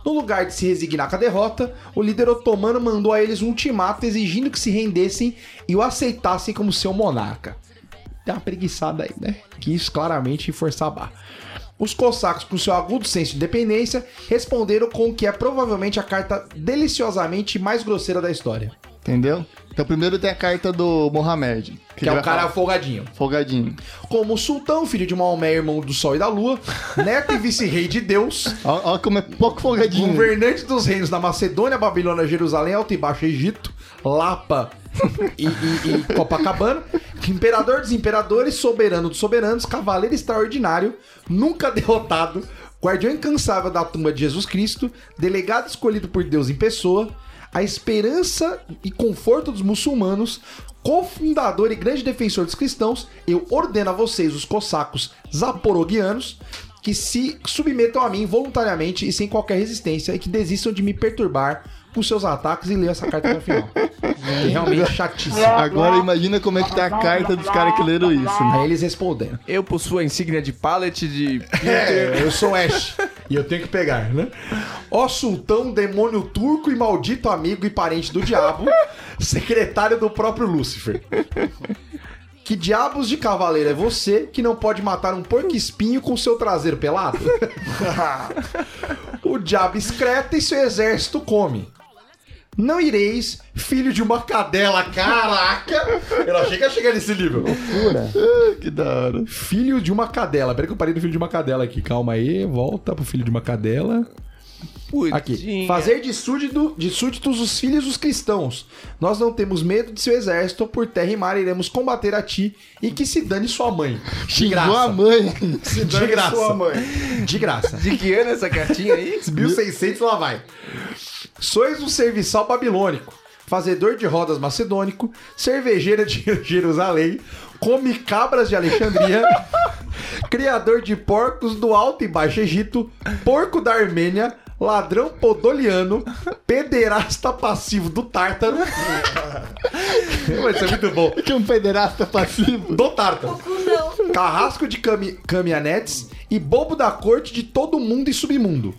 Speaker 1: No lugar de se resignar com a derrota, o líder otomano mandou a eles um ultimato exigindo que se rendessem e o aceitassem como seu monarca. Tem uma preguiçada aí, né? Quis claramente forçar a barra. Os cossacos, com seu agudo senso de independência, responderam com o que é provavelmente a carta deliciosamente mais grosseira da história.
Speaker 6: Entendeu? Então primeiro tem a carta do Mohamed.
Speaker 1: Que,
Speaker 6: ele
Speaker 1: é
Speaker 6: vai
Speaker 1: o cara
Speaker 6: falar,
Speaker 1: folgadinho.
Speaker 6: folgadinho.
Speaker 1: Como o sultão, filho de Maomé, irmão do sol e da lua, neto e vice-rei de Deus,
Speaker 6: Olha como é pouco folgadinho.
Speaker 1: governante dos reinos da Macedônia, Babilônia, Jerusalém, Alto e Baixo Egito, Lapa e, e- e Copacabana, imperador dos imperadores, soberano dos soberanos, cavaleiro extraordinário, nunca derrotado, guardião incansável da tumba de Jesus Cristo, delegado escolhido por Deus em pessoa, a esperança e conforto dos muçulmanos, cofundador e grande defensor dos cristãos, eu ordeno a vocês, os cossacos zaporoguianos, que se submetam a mim voluntariamente e sem qualquer resistência e que desistam de me perturbar com seus ataques e leiam essa carta até o final. É realmente chatíssimo.
Speaker 6: Agora imagina como é que tá a carta dos caras que leram isso. né?
Speaker 1: Aí eles respondendo.
Speaker 3: Eu possuo a insígnia de pallet de.
Speaker 1: É, eu sou Ash. E eu tenho que pegar, né? Ó sultão, demônio turco e maldito amigo e parente do diabo, secretário do próprio Lúcifer. Que diabos de cavaleiro é você que não pode matar um porco-espinho com seu traseiro pelado? o diabo excreta e seu exército come. Não ireis, filho de uma cadela, caraca! Eu achei que ia chegar nesse nível.
Speaker 6: Que da hora.
Speaker 1: Filho de uma cadela. Peraí que eu parei do filho de uma cadela aqui. Calma aí, volta pro filho de uma cadela. Aqui.
Speaker 3: Putinha.
Speaker 1: Fazer de, súdito, de súditos os filhos dos cristãos. Nós não temos medo de seu exército, por terra e mar iremos combater a ti e que se dane sua mãe. De
Speaker 6: Xingou a
Speaker 1: graça.
Speaker 6: mãe.
Speaker 1: De graça.
Speaker 3: sua
Speaker 1: De graça.
Speaker 3: De que ano é essa cartinha aí?
Speaker 1: 1600 lá vai. Sois um serviçal babilônico, fazedor de rodas macedônico, cervejeira de Jerusalém, come cabras de Alexandria, criador de porcos do Alto e Baixo Egito, porco da Armênia, ladrão podoliano, pederasta passivo do Tártaro. Mano, Isso é muito bom.
Speaker 6: Que é um pederasta passivo.
Speaker 1: Do Tártaro. Carrasco de cami caminhonetes e bobo da corte de todo mundo e submundo.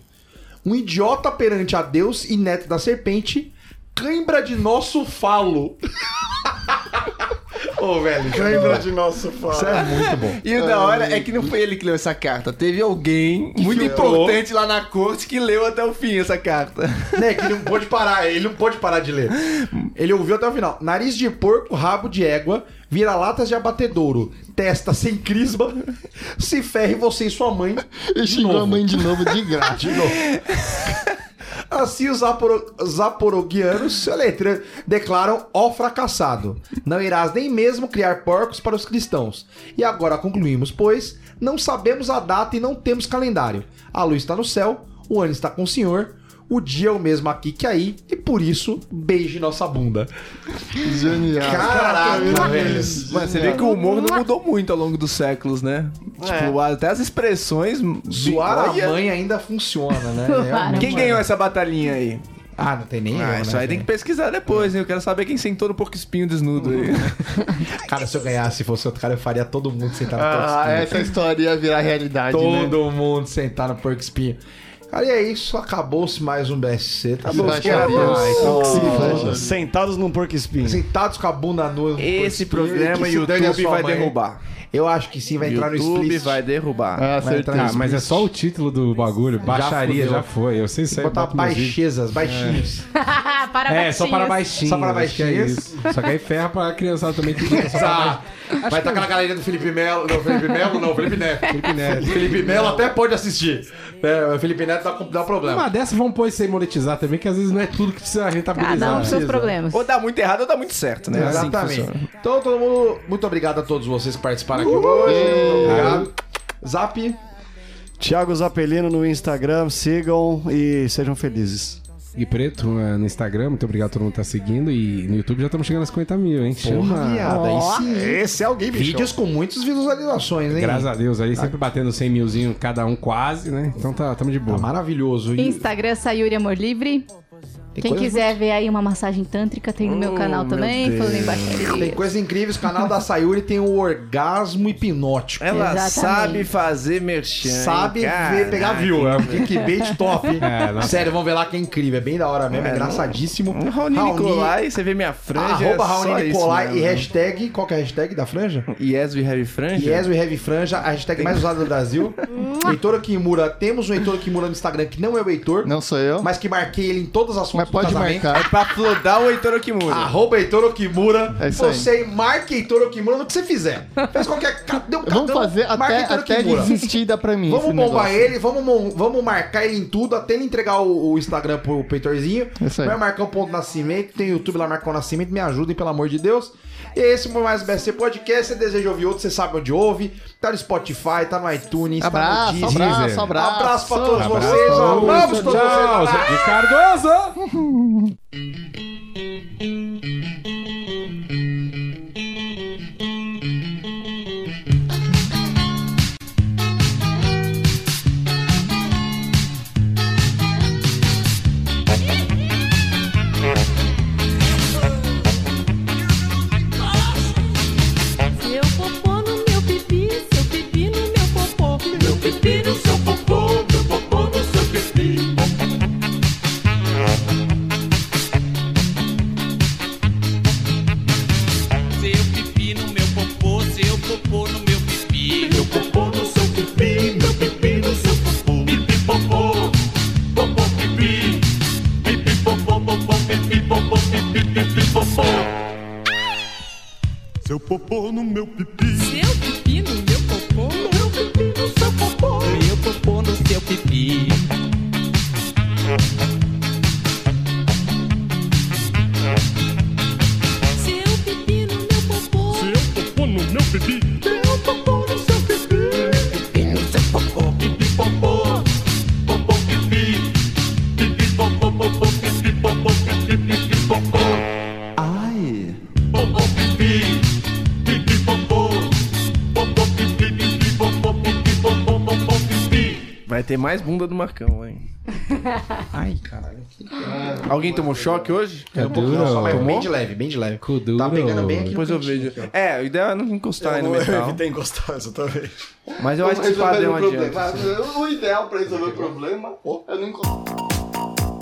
Speaker 1: Um idiota perante a Deus e neto da serpente, cãibra de nosso falo. Ô, Ô, velho.
Speaker 5: Lembra de nosso fato.
Speaker 1: Isso é muito bom.
Speaker 3: E o da hora é que não foi ele que leu essa carta. Teve alguém muito
Speaker 1: filtrou.
Speaker 3: importante lá na corte que leu até o fim essa carta.
Speaker 1: Né, que ele não pôde parar, ele não pôde parar de ler. Ele ouviu até o final. Nariz de porco, rabo de égua, vira-latas de abatedouro, testa sem crisma, se ferre você e sua mãe.
Speaker 6: E xingou a mãe de novo de graça.
Speaker 1: De novo. Assim os zaporo- zaporoguianos se letra, declaram ó fracassado. Não irás nem mesmo criar porcos para os cristãos. E agora concluímos, pois, não sabemos a data e não temos calendário. A luz está no céu, o ano está com o senhor, o dia é o mesmo aqui que aí, e por isso, beije nossa bunda.
Speaker 6: Genial.
Speaker 1: Caraca, velho.
Speaker 3: Mano, você vê
Speaker 1: É.
Speaker 3: que o humor não mudou muito ao longo dos séculos, né? Tipo, até as expressões.
Speaker 1: Zoar
Speaker 3: Olha,
Speaker 1: É. a mãe ainda funciona, né? Realmente.
Speaker 3: Quem ganhou essa batalhinha aí?
Speaker 1: Ah, não tem nem eu,
Speaker 3: Ah,
Speaker 1: né,
Speaker 3: isso aí tem que pesquisar depois, hein? Eu quero saber quem sentou no porco espinho desnudo aí.
Speaker 1: Cara, se eu ganhasse, se fosse outro cara, eu faria todo mundo sentar no
Speaker 6: Ah,
Speaker 1: Todd
Speaker 3: é.
Speaker 1: Spin.
Speaker 6: essa história ia virar realidade, né?
Speaker 1: Todo mundo sentar no porco espinho. Cara, e é isso. Acabou-se mais um BSC. Tá bom,
Speaker 6: vai
Speaker 1: que era
Speaker 6: acabar.
Speaker 1: mais. Então,
Speaker 6: Sim, vai.
Speaker 5: Sentados num porco espinho.
Speaker 1: Sentados com a bunda nua. no
Speaker 3: Esse
Speaker 1: porco espinho,
Speaker 3: programa
Speaker 1: que
Speaker 3: o
Speaker 1: se dane a
Speaker 3: YouTube
Speaker 1: sua
Speaker 3: vai
Speaker 1: mãe.
Speaker 3: derrubar.
Speaker 1: Eu acho que sim, vai entrar no
Speaker 3: YouTube
Speaker 1: split.
Speaker 3: vai derrubar.
Speaker 6: Ah,
Speaker 1: Vai
Speaker 6: acertei.
Speaker 1: entrar no
Speaker 4: Ah, mas é
Speaker 1: split.
Speaker 4: só o título do bagulho. Baixaria,
Speaker 1: fudeu.
Speaker 4: já, foi. Eu sei se
Speaker 1: Tem
Speaker 4: é
Speaker 1: que botar Tá baixezas, baixinhos.
Speaker 2: Ah, para
Speaker 4: É, só para
Speaker 2: baixinhos.
Speaker 4: baixinhos.
Speaker 1: Só para
Speaker 4: acho que é
Speaker 1: baixinhos.
Speaker 4: isso. Só que aí ferra pra criançada também. que fica só pra
Speaker 1: Tá. Vai estar aquela galeria do Felipe Melo. Não, Felipe Melo não, Felipe Neto. Felipe Neto. Felipe Melo até pode assistir. É, o Felipe Neto dá, dá problema.
Speaker 4: Uma Ah, dessa vamos pôr isso aí monetizar também, que às vezes não é tudo que precisa rentabilizar.
Speaker 2: Cada um com seus problemas.
Speaker 3: Ou dá muito errado ou dá muito certo, né? É assim que
Speaker 1: Exatamente.
Speaker 3: funciona.
Speaker 1: então, todo mundo, muito obrigado a todos vocês que participaram aqui hoje. Muito Obrigado. Zap,
Speaker 5: Thiago Zapelino no Instagram, sigam e sejam felizes.
Speaker 4: E preto eh, no Instagram, muito obrigado a todo mundo que tá seguindo. E no YouTube já estamos chegando às 50 mil, hein? Chama.
Speaker 1: piada.
Speaker 2: Ó.
Speaker 1: E sim,
Speaker 5: Esse é alguém, bicho.
Speaker 1: vídeos com muitas visualizações, hein?
Speaker 4: Graças a Deus, aí
Speaker 1: Ah.
Speaker 4: sempre batendo 100 milzinho cada um quase, né? Então tá, tamo de boa.
Speaker 1: Maravilhoso. E
Speaker 2: Instagram, Sayuri Amor Livre.
Speaker 1: tem
Speaker 2: Quem
Speaker 1: coisa-
Speaker 2: quiser ver aí uma massagem tântrica, tem no meu canal também, falando em
Speaker 1: Tem
Speaker 2: baixaria.
Speaker 1: coisas incríveis. O canal da Sayuri tem o orgasmo hipnótico.
Speaker 3: Ela
Speaker 2: Exatamente.
Speaker 3: sabe fazer merchan. É, hein,
Speaker 1: Sabe
Speaker 3: cara?
Speaker 1: ver, pegar view. É um clickbait top, hein?
Speaker 4: É, nossa.
Speaker 1: Sério, vamos ver lá que é incrível. É bem da hora mesmo. É, engraçadíssimo.
Speaker 3: Um Raoni
Speaker 1: Raoni-
Speaker 3: Nicolai, você vê minha franja.
Speaker 1: Arroba
Speaker 3: é só
Speaker 1: Raoni
Speaker 3: isso
Speaker 1: Nicolai e
Speaker 3: mesmo.
Speaker 1: hashtag. Qual que é a hashtag da franja?
Speaker 3: Yes, we have franja?
Speaker 1: Yes, we have franja, a hashtag mais usada do Brasil. Heitor Kimura, temos um Heitor Kimura no Instagram que não é o Heitor,
Speaker 6: Não sou eu, mas,
Speaker 1: mas que marquei ele em todas as fotos do
Speaker 6: pode
Speaker 1: casamento.
Speaker 6: marcar.
Speaker 3: É Pra flodar o Heitor Okimura.
Speaker 1: Arroba Heitor Okimura.
Speaker 6: É isso aí.
Speaker 1: você marca Heitor Okimura no que você fizer. Faz qualquer. Cadê um
Speaker 6: Vamos fazer até, até ele desistir dá pra mim
Speaker 1: Vamos
Speaker 6: esse
Speaker 1: bombar
Speaker 6: negócio.
Speaker 1: ele, vamos, mon- vamos marcar ele em tudo, até ele entregar o, o Instagram pro Peitorzinho.
Speaker 6: É Isso aí.
Speaker 1: Vai marcar o ponto nascimento, tem o YouTube lá, marcar o nascimento, me ajudem, pelo amor de Deus. E esse foi mais o BSC Podcast, você deseja ouvir outro, você sabe onde ouve. Tá no Spotify, tá no iTunes, tá no
Speaker 6: Abraço,
Speaker 1: Deezer.
Speaker 6: abraço, abraço.
Speaker 1: Abraço pra todos
Speaker 4: Abraço.
Speaker 1: vocês, amamos todos
Speaker 4: Tchau,
Speaker 1: vocês.
Speaker 4: Zé Ricardo Oza!
Speaker 9: Meu popô no meu pipi, seu pipi no meu popô. Meu pipi no seu popô, meu popô no seu pipi. Seu pipi no meu popô, seu popô no meu pipi. Meu popô no seu pipi, meu pipi no seu popô. Pipi popô, popô pipi. Pipi popô, popô pipi, popô pipi, pipi popô.
Speaker 8: Seu popô no meu pipi.
Speaker 9: Seu pipi no meu popô. Meu pipi no seu popô. Meu popô no seu pipi. Seu pipi no meu popô.
Speaker 8: Seu popô no meu pipi.
Speaker 9: Meu popô no seu pipi. Pipi no seu popô. Pipi popô. Popô pipi. Pipi popô, popô pipi, popô pipi, pipi popô.
Speaker 3: Ai.
Speaker 9: Popô pipi. Pipi popô. Popô pipi, pipi popô, pipi popô, popô pipi.
Speaker 3: Vai ter mais bunda do Marcão, hein?
Speaker 1: Ai, caralho.
Speaker 3: Alguém tomou choque hoje?
Speaker 1: Um pouquinho
Speaker 4: duro.
Speaker 1: só, mas
Speaker 4: Tomou?
Speaker 1: bem de leve, bem de leve.
Speaker 4: Cu
Speaker 1: Tá
Speaker 4: duro.
Speaker 1: pegando bem aqui. no
Speaker 3: Depois eu
Speaker 1: cantinho.
Speaker 3: vejo. É, a ideia é não encostar
Speaker 1: tá
Speaker 3: aí no metal.
Speaker 5: encostar, exatamente.
Speaker 3: Mas eu acho que o padrão adianta.
Speaker 6: O ideal pra resolver o problema é não encontrar.